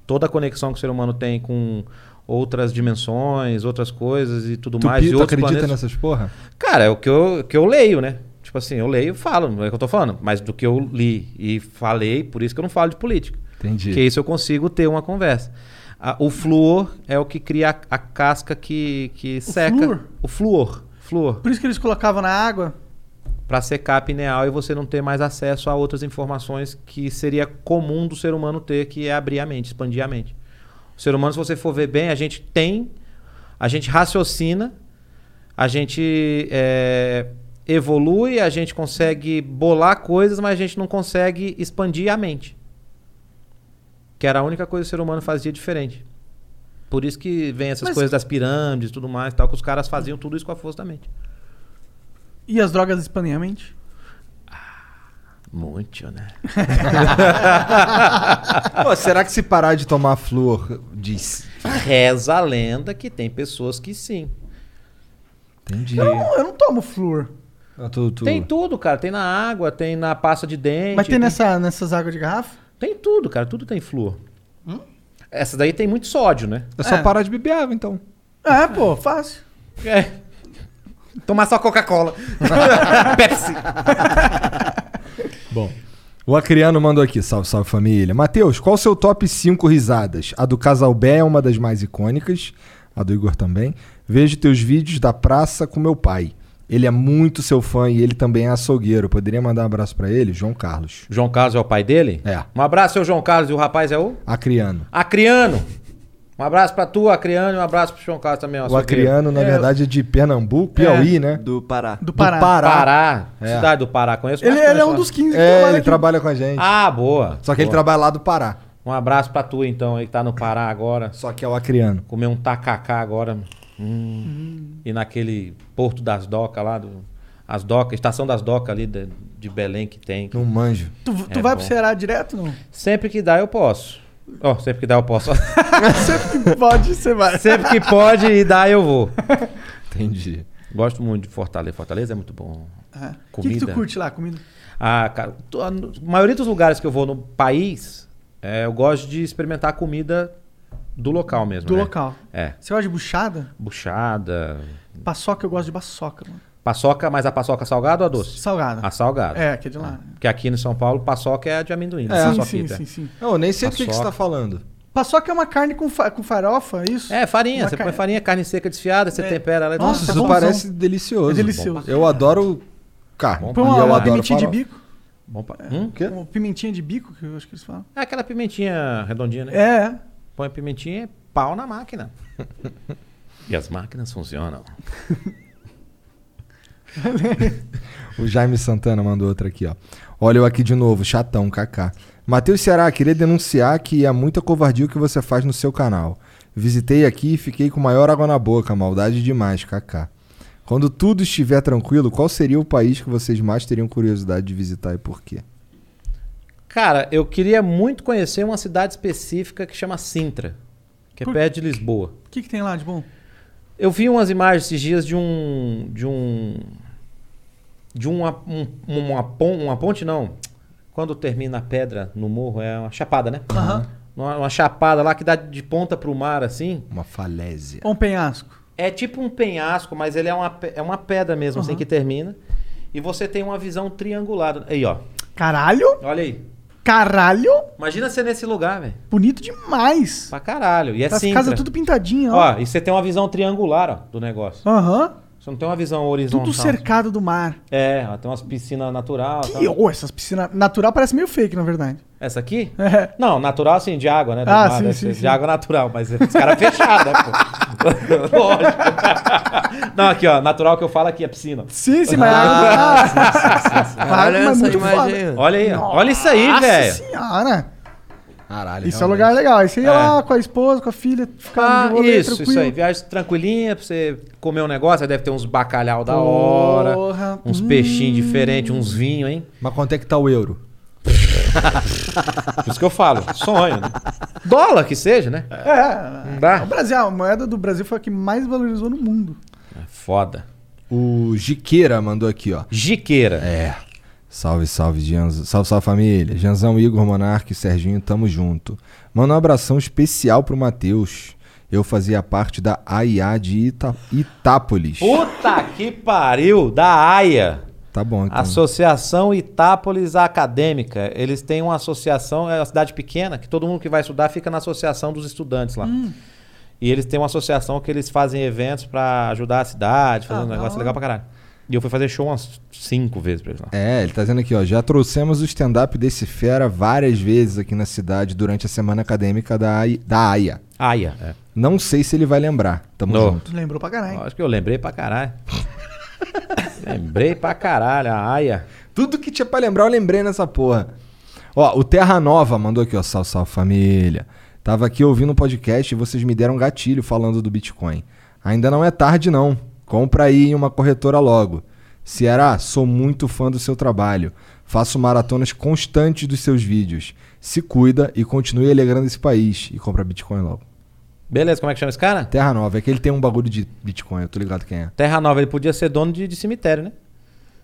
S4: toda a conexão que o ser humano tem com outras dimensões, outras coisas e tudo
S3: Tu,
S4: mais.
S3: pi-
S4: e
S3: tu
S4: outros
S3: acredita
S4: planetas.
S3: nessas porra?
S4: Cara, é o que eu, que eu leio, né? Tipo assim, eu leio e falo, não é o que eu tô falando, mas do que eu li e falei, por isso que eu não falo de política.
S3: Entendi.
S4: Porque isso eu consigo ter uma conversa. Ah, o flúor é o que cria a, a casca que, que seca.
S2: flúor?
S4: O flúor. Flúor.
S2: Por isso que eles colocavam na água.
S4: Pra secar a pineal e você não ter mais acesso a outras informações que seria comum do ser humano ter, que é abrir a mente, expandir a mente. O ser humano, se você for ver bem, a gente tem, a gente raciocina, a gente é, evolui, a gente consegue bolar coisas, mas a gente não consegue expandir a mente. Que era a única coisa que o ser humano fazia diferente. Por isso que vem essas
S2: Mas-
S4: coisas das pirâmides e tudo mais, tal, que os caras faziam tudo isso com a força da mente.
S2: E as drogas expandem a mente?
S4: Muito, né?
S3: Pô, Ah, será que se parar de tomar flor diz?
S4: Reza a lenda que tem pessoas que sim.
S3: Entendi.
S2: Eu não, eu não tomo flúor.
S3: Ah, tu- tu-
S4: Tem tudo, cara. Tem na água, tem na pasta de dente.
S2: Mas tem nessa, nessas águas de garrafa?
S4: Tem tudo, cara. Tudo tem flúor. Essa daí tem muito sódio, né?
S3: É só parar de beber água, então.
S2: É, pô, fácil.
S4: É. Tomar só Coca-Cola. Pepsi.
S3: Bom. O Acriano mandou aqui, salve, salve família. Matheus, qual o seu top 5 risadas? A do Casalbé é uma das mais icônicas, a do Igor também. Vejo teus vídeos da praça com meu pai. Ele é muito seu fã e ele também é açougueiro. Poderia mandar um abraço pra ele? João Carlos.
S4: João Carlos é o pai dele?
S3: É.
S4: Um abraço, seu João Carlos. E o rapaz é o?
S3: Acriano.
S4: Acriano. Um abraço pra tu, Acriano. E um abraço pro João Carlos também. ó,
S3: O
S4: seu querido.
S3: Acriano, na
S4: É,
S3: verdade, é de Pernambuco, Piauí, né?
S8: Do Pará.
S2: Do
S3: Pará.
S4: Pará.
S3: É.
S4: Cidade do Pará. Conheço
S2: Ele,
S4: mais que
S2: ele é
S4: conheço
S2: um
S4: lá.
S2: dos 15 que
S3: É,
S2: trabalha
S3: ele
S2: aqui.
S3: trabalha com a gente.
S4: Ah, boa.
S3: Só que ele
S4: Boa.
S3: trabalha lá do Pará.
S4: Um abraço pra tu, então, aí que tá no Pará agora.
S3: Só que é o acriano.
S4: Comer um tacacá agora. Hum. E naquele Porto das Docas lá, do, as docas, estação das docas ali de, de Belém que tem.
S3: Não manjo.
S2: Tu, tu vai pro Ceará direto, não?
S4: Sempre que dá, eu posso. Ó, sempre que dá, eu posso.
S2: Sempre que pode, você vai.
S4: sempre que pode e dá, eu vou.
S3: Entendi.
S4: Gosto muito de Fortaleza. Fortaleza é muito bom.
S2: Aham. O que,
S4: Comida.
S2: que tu curte lá? Comida?
S4: Ah, cara, to- a no- maioria dos lugares que eu vou no país, é, eu gosto de experimentar a comida do local mesmo.
S2: Do
S4: né?
S2: local.
S4: É.
S2: Você gosta de buchada?
S4: Buchada,
S2: Paçoca, eu gosto de paçoca, mano.
S4: paçoca, mas a paçoca salgada ou a doce?
S2: Salgada.
S4: A salgada.
S2: É, que é de lá.
S4: Porque Ah, aqui em São Paulo, paçoca é a de amendoim.
S2: É,
S4: né?
S2: sim,
S4: Paçoquita.
S2: sim, sim, sim.
S3: Não, eu nem sei do que, que você
S4: Paçoca.
S3: tá falando.
S2: Paçoca é uma carne com, fa- com farofa, é isso?
S4: É, farinha.
S2: Uma
S4: você
S2: ca-
S4: põe farinha, carne seca desfiada, você
S2: É.
S4: tempera. Ela...
S2: Nossa,
S3: Nossa, isso
S2: bonzão.
S3: parece delicioso.
S2: É delicioso.
S3: Eu adoro carne.
S4: Bom
S2: Põe
S3: e
S2: uma,
S3: eu
S2: uma
S3: adoro
S2: pimentinha de
S3: farofa.
S2: bico. É.
S4: Bom pra... Hum?
S3: Quê?
S2: Uma pimentinha de bico, que eu acho que eles falam.
S4: É aquela pimentinha redondinha, né?
S2: É, é.
S4: Põe a pimentinha e pau na máquina. e as máquinas funcionam.
S3: O Jaime Santana mandou outra aqui, ó. Olha eu aqui de novo, chatão, kaká. Matheus Ceará, queria denunciar que é muita covardia o que você faz no seu canal. Visitei aqui e fiquei com maior água na boca, maldade demais, kaká. Quando tudo estiver tranquilo, qual seria o país que vocês mais teriam curiosidade de visitar e por quê?
S4: Cara, eu queria muito conhecer uma cidade específica que chama Sintra, que é
S2: Por-
S4: perto de Lisboa.
S2: O que, que tem lá de bom?
S4: Eu vi umas imagens esses dias de um. de um. de uma, um- uma, pon- uma ponte, não. Quando termina a pedra no morro, é uma chapada, né?
S2: Aham.
S4: Uma, uma chapada lá que dá de ponta pro mar assim.
S3: Uma falésia.
S2: Ou um penhasco.
S4: É tipo um penhasco, mas ele é uma, pe- é uma pedra mesmo, assim
S2: Aham.
S4: que termina. E você tem uma visão triangulada. Aí, ó.
S2: Caralho?
S4: Olha aí.
S2: Caralho?
S4: Imagina ser nesse lugar, velho.
S2: Bonito demais.
S4: Pra caralho. E é
S2: As
S4: Sintra.
S2: casas tudo pintadinha, ó.
S4: Ó, e você tem uma visão triangular ó, do negócio.
S2: Aham.
S4: Você não tem uma visão horizontal.
S2: Tudo cercado do mar.
S4: É, ó, tem umas piscinas natural. tal.
S2: E, oh, essas piscinas. Natural parece meio fake, na verdade.
S4: Essa aqui?
S2: É.
S4: Não, natural assim, de água, né? Do
S2: Ah,
S4: mar,
S2: sim,
S4: deve
S2: sim,
S4: ser
S2: sim.
S4: De água natural, mas os caras fechados, né, pô? Lógico. Não, aqui, ó, natural que eu falo aqui é piscina.
S2: Sim, sim, mas. Ah, sim, sim, sim.
S8: Olha
S2: Mas
S8: essa
S2: muito
S8: imagem
S2: foda.
S8: aí, ó.
S4: Olha aí, ó. olha isso aí,
S2: Nossa
S4: velho.
S2: senhora.
S3: Caralho.
S2: Isso é um lugar legal. Aí você ia
S4: É.
S2: lá com a esposa, com a filha, ficava
S4: Ah,
S2: de rolê
S4: isso,
S2: tranquilo.
S4: isso aí. Viagem tranquilinha pra você comer um negócio. Aí deve ter uns bacalhau da hora,
S2: Porra. Hum.
S4: uns peixinhos diferentes, uns vinhos, hein?
S3: Mas quanto é que tá o euro?
S4: Por isso que eu falo, sonho. Né? Dólar que seja, né?
S2: É.
S4: Não dá?
S2: O Brasil, a moeda do Brasil foi a que mais valorizou no mundo.
S4: É foda.
S3: O Jiqueira mandou aqui, ó.
S4: Jiqueira.
S3: É. Salve, salve, Janzão. Salve, salve, família. Janzão, Igor, Monarque, Serginho, tamo junto. Manda um abração especial pro Matheus. Eu fazia parte da AIA de Ita Itápolis.
S4: Puta que pariu, da AIA.
S3: Tá bom, então.
S4: Associação Itápolis Acadêmica. Eles têm uma associação, é uma cidade pequena, que todo mundo que vai estudar fica na associação dos estudantes lá.
S2: Hum.
S4: E eles têm uma associação que eles fazem eventos pra ajudar a cidade, fazer
S2: Ah,
S4: um
S2: da
S4: negócio
S2: hora.
S4: legal pra caralho. E eu fui fazer show umas cinco vezes pra eles lá.
S3: É, ele tá dizendo aqui, ó. Já trouxemos o stand-up desse fera várias vezes aqui na cidade durante a semana acadêmica da, AI da AIA.
S4: AIA. É.
S3: Não sei se ele vai lembrar. Tamo
S4: Não.
S3: junto.
S2: Lembrou pra caralho.
S4: Acho que eu lembrei pra caralho. lembrei pra caralho, a AIA.
S3: Tudo que tinha pra lembrar, eu lembrei nessa porra. Ó, o Terra Nova mandou aqui, ó. Salve, salve, família. Tava aqui ouvindo o podcast e vocês me deram um gatilho falando do Bitcoin. Ainda não é tarde, não. Compra aí em uma corretora logo. Ceará, sou muito fã do seu trabalho. Faço maratonas constantes dos seus vídeos. Se cuida e continue alegrando esse país. E compra Bitcoin logo.
S4: Beleza, como é que chama esse cara?
S3: Terra Nova, é que ele tem um bagulho de Bitcoin, eu tô ligado quem é.
S4: Terra Nova, ele podia ser dono de, de cemitério, né?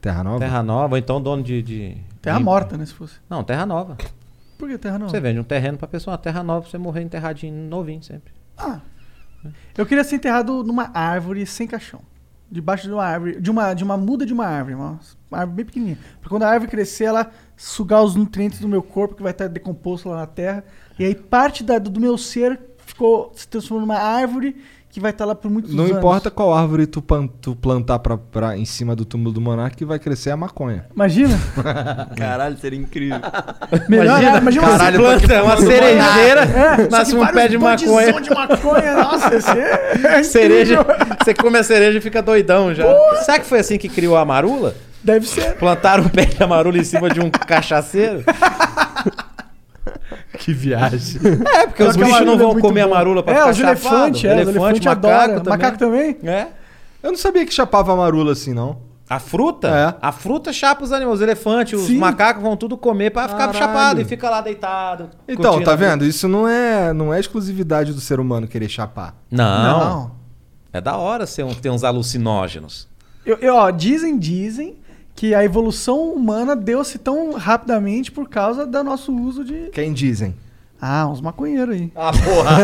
S3: Terra Nova?
S4: Terra Nova, ou então dono de. de-
S2: Terra
S4: de-
S2: morta, né? Se fosse.
S4: Não, Terra Nova.
S2: Por que terra não?
S4: Você vende um terreno pra pessoa, uma terra nova, pra você morrer enterradinho novinho sempre.
S2: Eu queria ser enterrado numa árvore sem caixão. Debaixo de uma árvore. De uma, de uma muda de uma árvore. Uma uma árvore bem pequenininha. Pra quando a árvore crescer, ela sugar os nutrientes do meu corpo, que vai estar decomposto lá na terra. E aí parte da- do meu ser ficou se transformou numa árvore que vai estar lá por muitos
S3: Não
S2: anos.
S3: importa qual árvore tu, pan- tu plantar pra, pra- em cima do túmulo do monarca, que vai crescer a maconha.
S2: Imagina.
S8: Caralho, seria incrível.
S2: Melhor,
S4: Imagina,
S2: né? imagina
S4: caralho,
S2: uma
S4: planta uma cerejeira,
S2: É, só
S4: nasce
S2: que
S4: um
S2: vários
S4: pé de
S2: bondezão
S4: maconha.
S2: de maconha. Nossa, esse é incrível.
S4: Cereja, você come a cereja e fica doidão já. Será que foi assim que criou a marula?
S2: Deve ser.
S4: um Plantaram o pé de amarula em cima de um cachaceiro?
S15: Que viagem.
S4: É, porque os
S2: Aquela
S4: bichos não
S2: marula é
S4: vão
S2: muito
S4: comer
S2: boa.
S4: a marula pra
S2: É,
S4: ficar
S2: os elefantes,
S4: chapado.
S2: é, os elefantes
S4: elefante,
S2: adoram.
S4: macaco também.
S2: Macaco também?
S4: É.
S3: Eu não sabia que chapava marula assim, não.
S4: A fruta? A fruta chapa os animais, os elefantes, os
S3: Sim.
S4: macacos vão tudo comer pra ficar
S3: Caralho.
S4: chapado e fica lá deitado.
S3: Então,
S4: curtindo
S3: tá
S4: a vida.
S3: vendo? Isso não é, não é exclusividade do ser humano querer chapar.
S4: Não. É da hora ser um, ter uns alucinógenos.
S2: Eu, eu, ó, dizem, dizem que a evolução humana deu-se tão rapidamente por causa do nosso uso de.
S3: Quem dizem?
S2: Ah, uns maconheiros aí.
S4: Ah,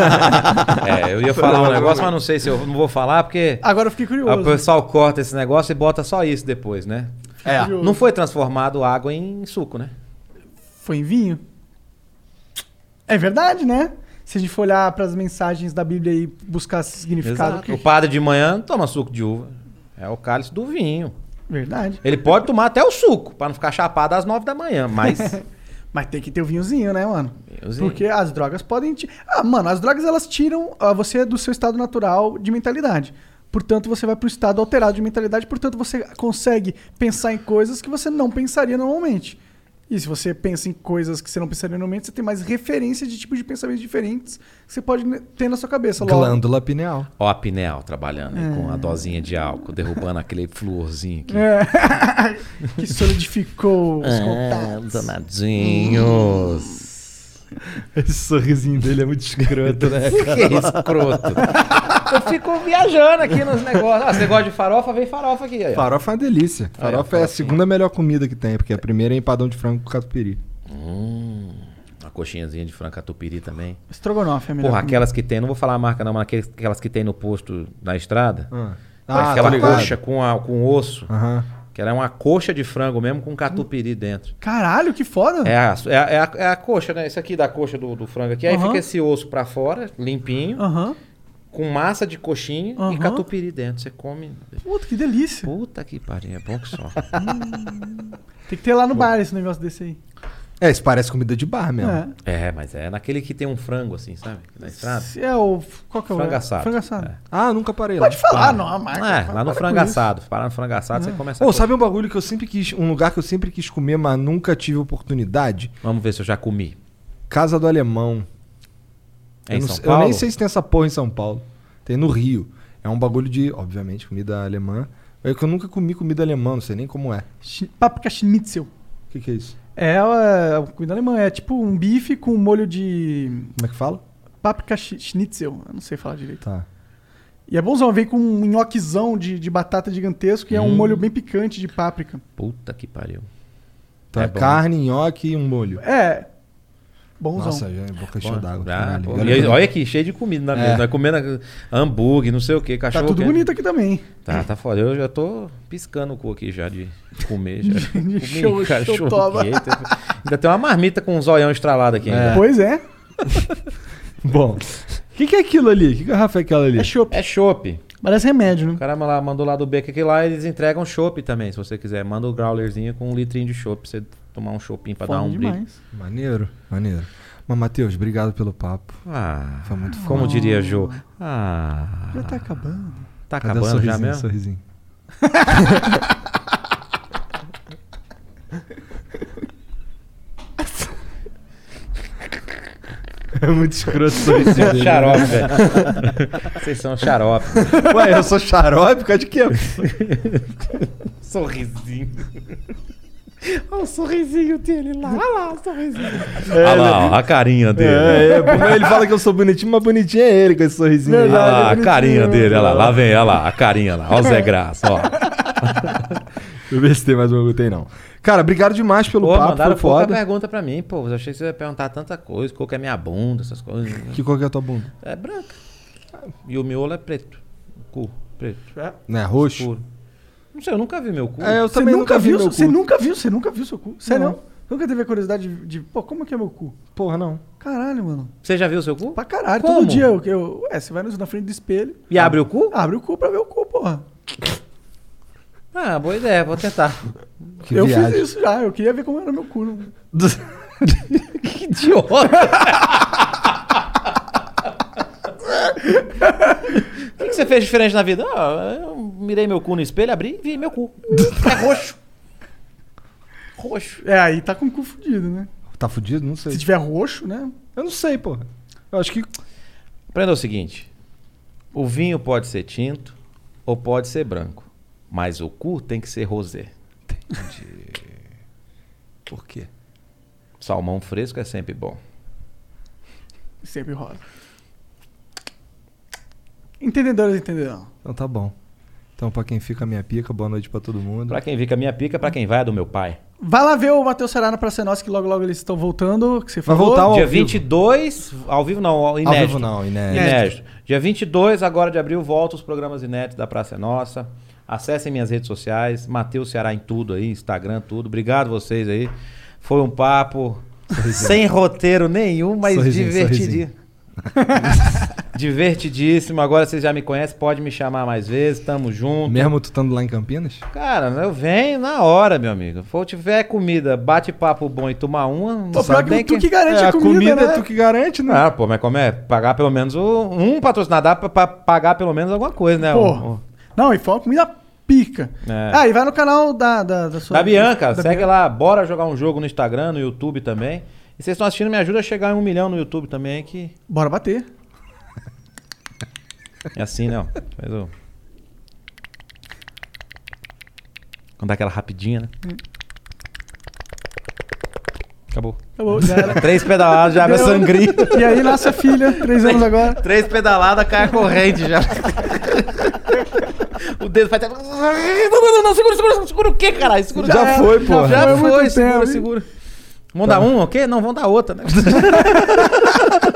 S4: porra! é, eu ia falar um negócio, mas não sei se eu não vou falar, porque.
S2: Agora eu fiquei curioso.
S4: O pessoal corta esse negócio e bota só isso depois, né?
S2: É. curioso.
S4: Não foi transformado água em suco, né?
S2: Foi em vinho? É verdade, né? Se a gente for olhar pras mensagens da Bíblia e buscar esse significado.
S4: O padre de manhã não toma suco de uva. É o cálice do vinho.
S2: Verdade.
S4: Ele pode tomar até o suco, pra não ficar chapado às nove da manhã, mas.
S2: Mas tem que ter o vinhozinho, né, mano?
S4: Vinhozinho.
S2: Porque as drogas podem te. Ah, mano, as drogas elas tiram ah, você do seu estado natural de mentalidade. Portanto, você vai pro estado alterado de mentalidade, portanto, você consegue pensar em coisas que você não pensaria normalmente. E se você pensa em coisas que você não pensaria normalmente, você tem mais referência de tipos de pensamentos diferentes que você pode né, ter na sua cabeça. Logo,
S3: Glândula pineal.
S4: Ó, a Pinel trabalhando aí
S2: É.
S4: com a dosinha de álcool, derrubando aquele fluorzinho aqui.
S2: É. que solidificou os
S4: Ah,
S2: contatos.
S4: danadinhos.
S3: Esse sorrisinho dele é muito escroto, né?
S4: Que escroto. Eu fico viajando aqui nos negócios. Ah, você gosta de farofa? Vem farofa aqui. aí, ó.
S3: Farofa é uma delícia. Farofa é a segunda melhor comida que tem, porque a primeira é empadão de frango com catupiry.
S4: Hum, uma coxinhazinha de frango catupiry também.
S2: Estrogonofe é a melhor
S4: Porra,
S2: comida.
S4: aquelas que tem, não vou falar a marca não, mas aquelas- aquelas que tem no posto na estrada.
S3: Ah.
S4: Parece
S3: Ah, tô
S4: aquela
S3: ligado.
S4: coxa com, a, com osso.
S3: Aham.
S4: Que ela é uma coxa de frango mesmo com catupiry dentro.
S2: Caralho, que foda.
S4: É a, é, a, é a- é a coxa, né? Isso aqui da coxa do, do frango aqui. Aí
S2: Aham.
S4: fica esse osso pra fora, limpinho,
S2: Aham.
S4: com massa de coxinha e
S2: Aham.
S4: catupiry dentro. Você come.
S2: Puta, que delícia.
S4: Puta que pariu, é bom que só.
S2: Tem que ter lá no bar esse negócio desse aí.
S3: É, isso parece comida de bar mesmo.
S2: É.
S4: É, mas é naquele que tem um frango assim, sabe? Na estrada.
S2: Se é o. Qual que é o.
S4: Frango assado.
S2: Frango assado.
S3: Ah, nunca parei
S2: Pode
S3: lá.
S2: falar,
S3: Para.
S2: não, a marca.
S4: É,
S2: Para-
S4: lá no
S2: para com
S4: frango
S2: isso.
S4: assado. Parar no frango assado, você começa a
S3: Ô,
S4: comer.
S3: sabe um bagulho que eu sempre quis, um lugar que eu sempre quis comer, mas nunca tive oportunidade?
S4: Vamos ver se eu já comi.
S3: Casa do Alemão.
S4: É
S3: eu,
S4: em
S3: não
S4: São
S3: sei-
S4: Paulo?
S3: eu nem sei se tem essa porra em São Paulo. Tem no Rio. É um bagulho de, obviamente, comida alemã. É que eu nunca comi comida alemã, não sei nem como é.
S2: Chi- Paprika Schnitzel.
S3: O que, que é isso?
S2: É a a comida alemã. É tipo um bife com molho de.
S3: Como é que fala?
S2: Paprika Sch- Schnitzel. Eu não sei falar direito.
S3: Tá.
S2: E é bonzão, vem com um nhoquezão de, de batata gigantesco e é um
S4: Hum.
S2: molho bem picante de páprica.
S4: Puta que pariu.
S3: Então é,
S4: bom.
S3: carne, nhoque e um molho.
S2: É. Bonzão.
S3: Nossa, já é boca cheia
S4: Bom,
S3: d'água.
S4: ah,
S3: caralho.
S4: pô,
S3: Olha
S4: e aí,
S3: como-
S4: olha aqui, cheio de comida na mesa.
S3: É.
S4: Nós comendo hambúrguer, não sei o que, é-
S2: Tá
S4: cachorro.
S2: tudo
S4: quente.
S2: bonito aqui também.
S4: Tá, tá foda. Eu já tô piscando o cu aqui já de comer. Já. Comi
S2: show, show, toma.
S4: quente. Ainda tem uma marmita com um zoião estralado aqui ainda.
S2: Pois é.
S3: Bom. O que, que é aquilo ali? O que, que garrafa é aquela ali?
S2: É chopp.
S4: É chopp.
S2: Parece remédio,
S4: O
S2: né?
S4: cara lá, mandou lá do Beck aqui lá, eles entregam chopp também, se você quiser. Manda o growlerzinho com um litrinho de chopp pra você tomar um choppinho pra dar
S2: Fome
S4: um brilho.
S2: demais.
S3: Maneiro, maneiro. Mas, Matheus, obrigado pelo papo.
S4: Ah,
S3: Foi muito
S4: como
S3: foda.
S4: diria Jô. Ah,
S2: Já tá acabando.
S4: tá
S3: Cadê o
S4: acabando já
S3: sorrisinho,
S4: mesmo?
S3: Sorrisinho. É muito escroto o
S4: Vocês
S3: sorrisinho
S4: são
S3: dele.
S4: é um xarope, velho. Vocês são xarope.
S3: né? Ué, eu sou xarope? Por causa de quê?
S4: Sorrisinho.
S16: Olha o sorrisinho dele lá. Olha lá o sorrisinho.
S4: Olha lá, ó, a carinha dele.
S3: né? É, é, porque ele fala que eu sou bonitinho, mas bonitinho é ele com esse sorrisinho. aí.
S4: Olha lá, Ah, a carinha
S3: é
S4: dele, olha lá, lá vem, olha lá, a carinha lá, olha o Zé Graça, ó.
S3: Deixa eu ver se tem mais uma que eu tenho, não. Cara, obrigado demais pelo
S4: Pô,
S3: papo,
S4: mandaram
S3: foi
S4: pouca
S3: foda.
S4: pergunta pra mim, pô, eu achei que você ia perguntar tanta coisa, qual que é minha bunda, essas coisas.
S3: Que cor que é a tua bunda?
S4: É branca. E o miolo é preto, o cu, preto.
S3: Né, roxo?
S4: Escuro. Não sei, eu nunca vi meu cu.
S3: É, eu
S2: Você
S3: também
S2: nunca viu,
S3: meu
S2: você
S3: cu.
S2: nunca viu, você nunca viu seu cu. Sério?
S3: Não.
S2: não? Nunca teve a curiosidade de, de, pô, como é que é meu cu?
S3: Porra, não.
S2: Caralho, mano.
S4: Você já viu seu cu?
S2: Pra caralho,
S4: Como?
S2: todo dia eu, eu. É, você vai no- na frente do espelho.
S4: E abre o cu?
S2: Abre o cu pra ver o cu, porra.
S4: Ah, boa ideia, vou tentar.
S3: Que
S2: eu
S3: viagem.
S2: fiz isso já, eu queria ver como era meu cu. né? não-
S4: Que idiota! O que, que você fez diferente na vida? Ah, eu mirei meu cu no espelho, abri e vi meu cu. É roxo. Roxo.
S2: É, aí tá com o cu fudido, né?
S3: Tá fudido? Não sei.
S2: Se tiver roxo, né?
S3: Eu não sei, porra. Eu acho que.
S4: Aprenda o seguinte: o vinho pode ser tinto ou pode ser branco, mas o cu tem que ser rosé. Entendi.
S3: Por quê?
S4: Salmão fresco é sempre bom.
S2: Sempre rola. Entendedores entenderão.
S3: Então tá bom. Então, pra quem fica a minha pica, boa noite pra todo mundo.
S4: Pra quem fica a minha pica, pra quem vai é do meu pai.
S2: Vai lá ver o Matheus Será na Praça é Nossa, que logo logo eles estão voltando. Que você
S4: Vai
S2: falou.
S4: voltar ao Dia vivo. 22, ao vivo não, inédito.
S3: vivo não, inédito.
S4: É. Inédito. Dia 22, agora de abril, volta os programas inéditos da Praça é Nossa. Acessem minhas redes sociais, Matheus Ceará em tudo aí, Instagram, tudo. Obrigado vocês aí. Foi um papo sem roteiro nenhum, mas
S3: Sorrisinho,
S4: divertidíssimo. divertidíssimo. Agora vocês já me conhecem, pode me chamar mais vezes, tamo junto.
S3: Mesmo tu estando lá em Campinas?
S4: Cara, eu venho na hora, meu amigo. Se eu tiver comida, bate-papo bom e tomar uma,
S2: Pô, pior que tu que
S3: É,
S2: garante a comida, né?
S3: que garante, né?
S4: Ah, pô, mas como é? Pagar pelo menos o- um patrocinador pra, pra pagar pelo menos alguma coisa, né?
S2: Porra.
S4: O- o-
S2: Não, e foi uma comida pica.
S4: é.
S2: Ah, e vai no canal da, da, da sua.
S4: da Bianca,
S2: da
S4: segue
S2: Bianca.
S4: lá, bora jogar um jogo no Instagram, no YouTube também. E vocês estão assistindo, me ajuda a chegar em um milhão no YouTube também, que
S2: Bora bater.
S4: é assim, não. Mas eu... Quando dá aquela rapidinha, né? Acabou.
S2: Acabou, já era.
S4: Três pedaladas, já abre a
S2: Deu.
S4: sangria.
S2: E aí, nossa filha, três
S4: É.
S2: anos agora.
S4: Três pedaladas, cai a corrente já. o dedo faz. Não, não, não, segura, segura, segura o quê, caralho? Segura
S3: Já
S4: era.
S3: foi,
S4: Já
S3: pô.
S4: foi,
S3: Já foi muito
S4: segura,
S3: tempo, Tá. hein?
S4: segura. Vão dar uma, ok? Não, vão dar outra, né?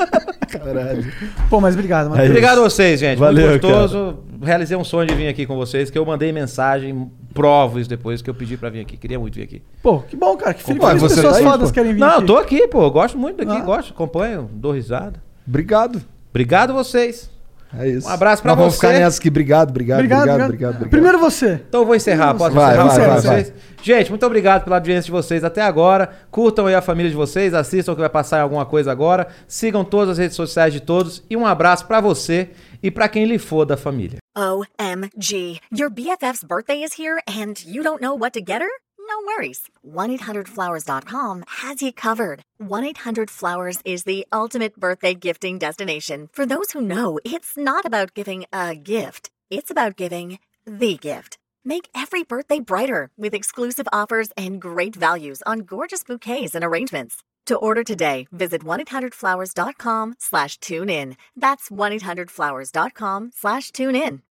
S3: Ah. Caralho.
S2: Pô, mas obrigado, Matheus.
S4: Obrigado a vocês, gente.
S3: É Valeu,
S4: Muito gostoso. Realizei um sonho de vir aqui com vocês, que eu mandei mensagem, provo isso depois, que eu pedi pra vir aqui. Queria muito vir aqui.
S2: Pô, que bom, cara. Que feliz
S3: Ué,
S2: as
S3: você
S2: pessoas
S3: tá aí,
S2: fodas
S3: pô?
S2: querem vir.
S4: Não,
S2: aqui.
S4: eu tô aqui, pô. Eu Gosto muito daqui,
S2: Ah.
S4: gosto, acompanho, dou risada.
S3: Obrigado.
S4: Obrigado a vocês.
S3: É isso.
S4: Um abraço pra
S3: Nós vamos
S4: você.
S3: ficar nessa aqui. Obrigado, obrigado,
S2: Obrigado,
S3: obrigado, obrigado.
S2: obrigado.
S3: obrigado.
S2: Primeiro você.
S4: Então eu vou encerrar, posso
S3: Vai,
S4: encerrar
S3: vai,
S4: pra
S3: vai,
S4: vocês? Gente, muito obrigado pela audiência de vocês até agora. Curtam aí a família de vocês, assistam o que vai passar em alguma coisa agora. Sigam todas as redes sociais de todos e um abraço pra você e pra quem lhe for da família.
S1: OMG. Your BFF's birthday is here and you don't know what to get her? No worries. 1-800-Flowers.com has you covered. 1-800-Flowers is the ultimate birthday gifting destination. For those who know, it's not about giving a gift. It's about giving the gift. Make every birthday brighter with exclusive offers and great values on gorgeous bouquets and arrangements. To order today, visit 1-800-Flowers.com slash tune in. That's 1-800-Flowers.com slash tune in.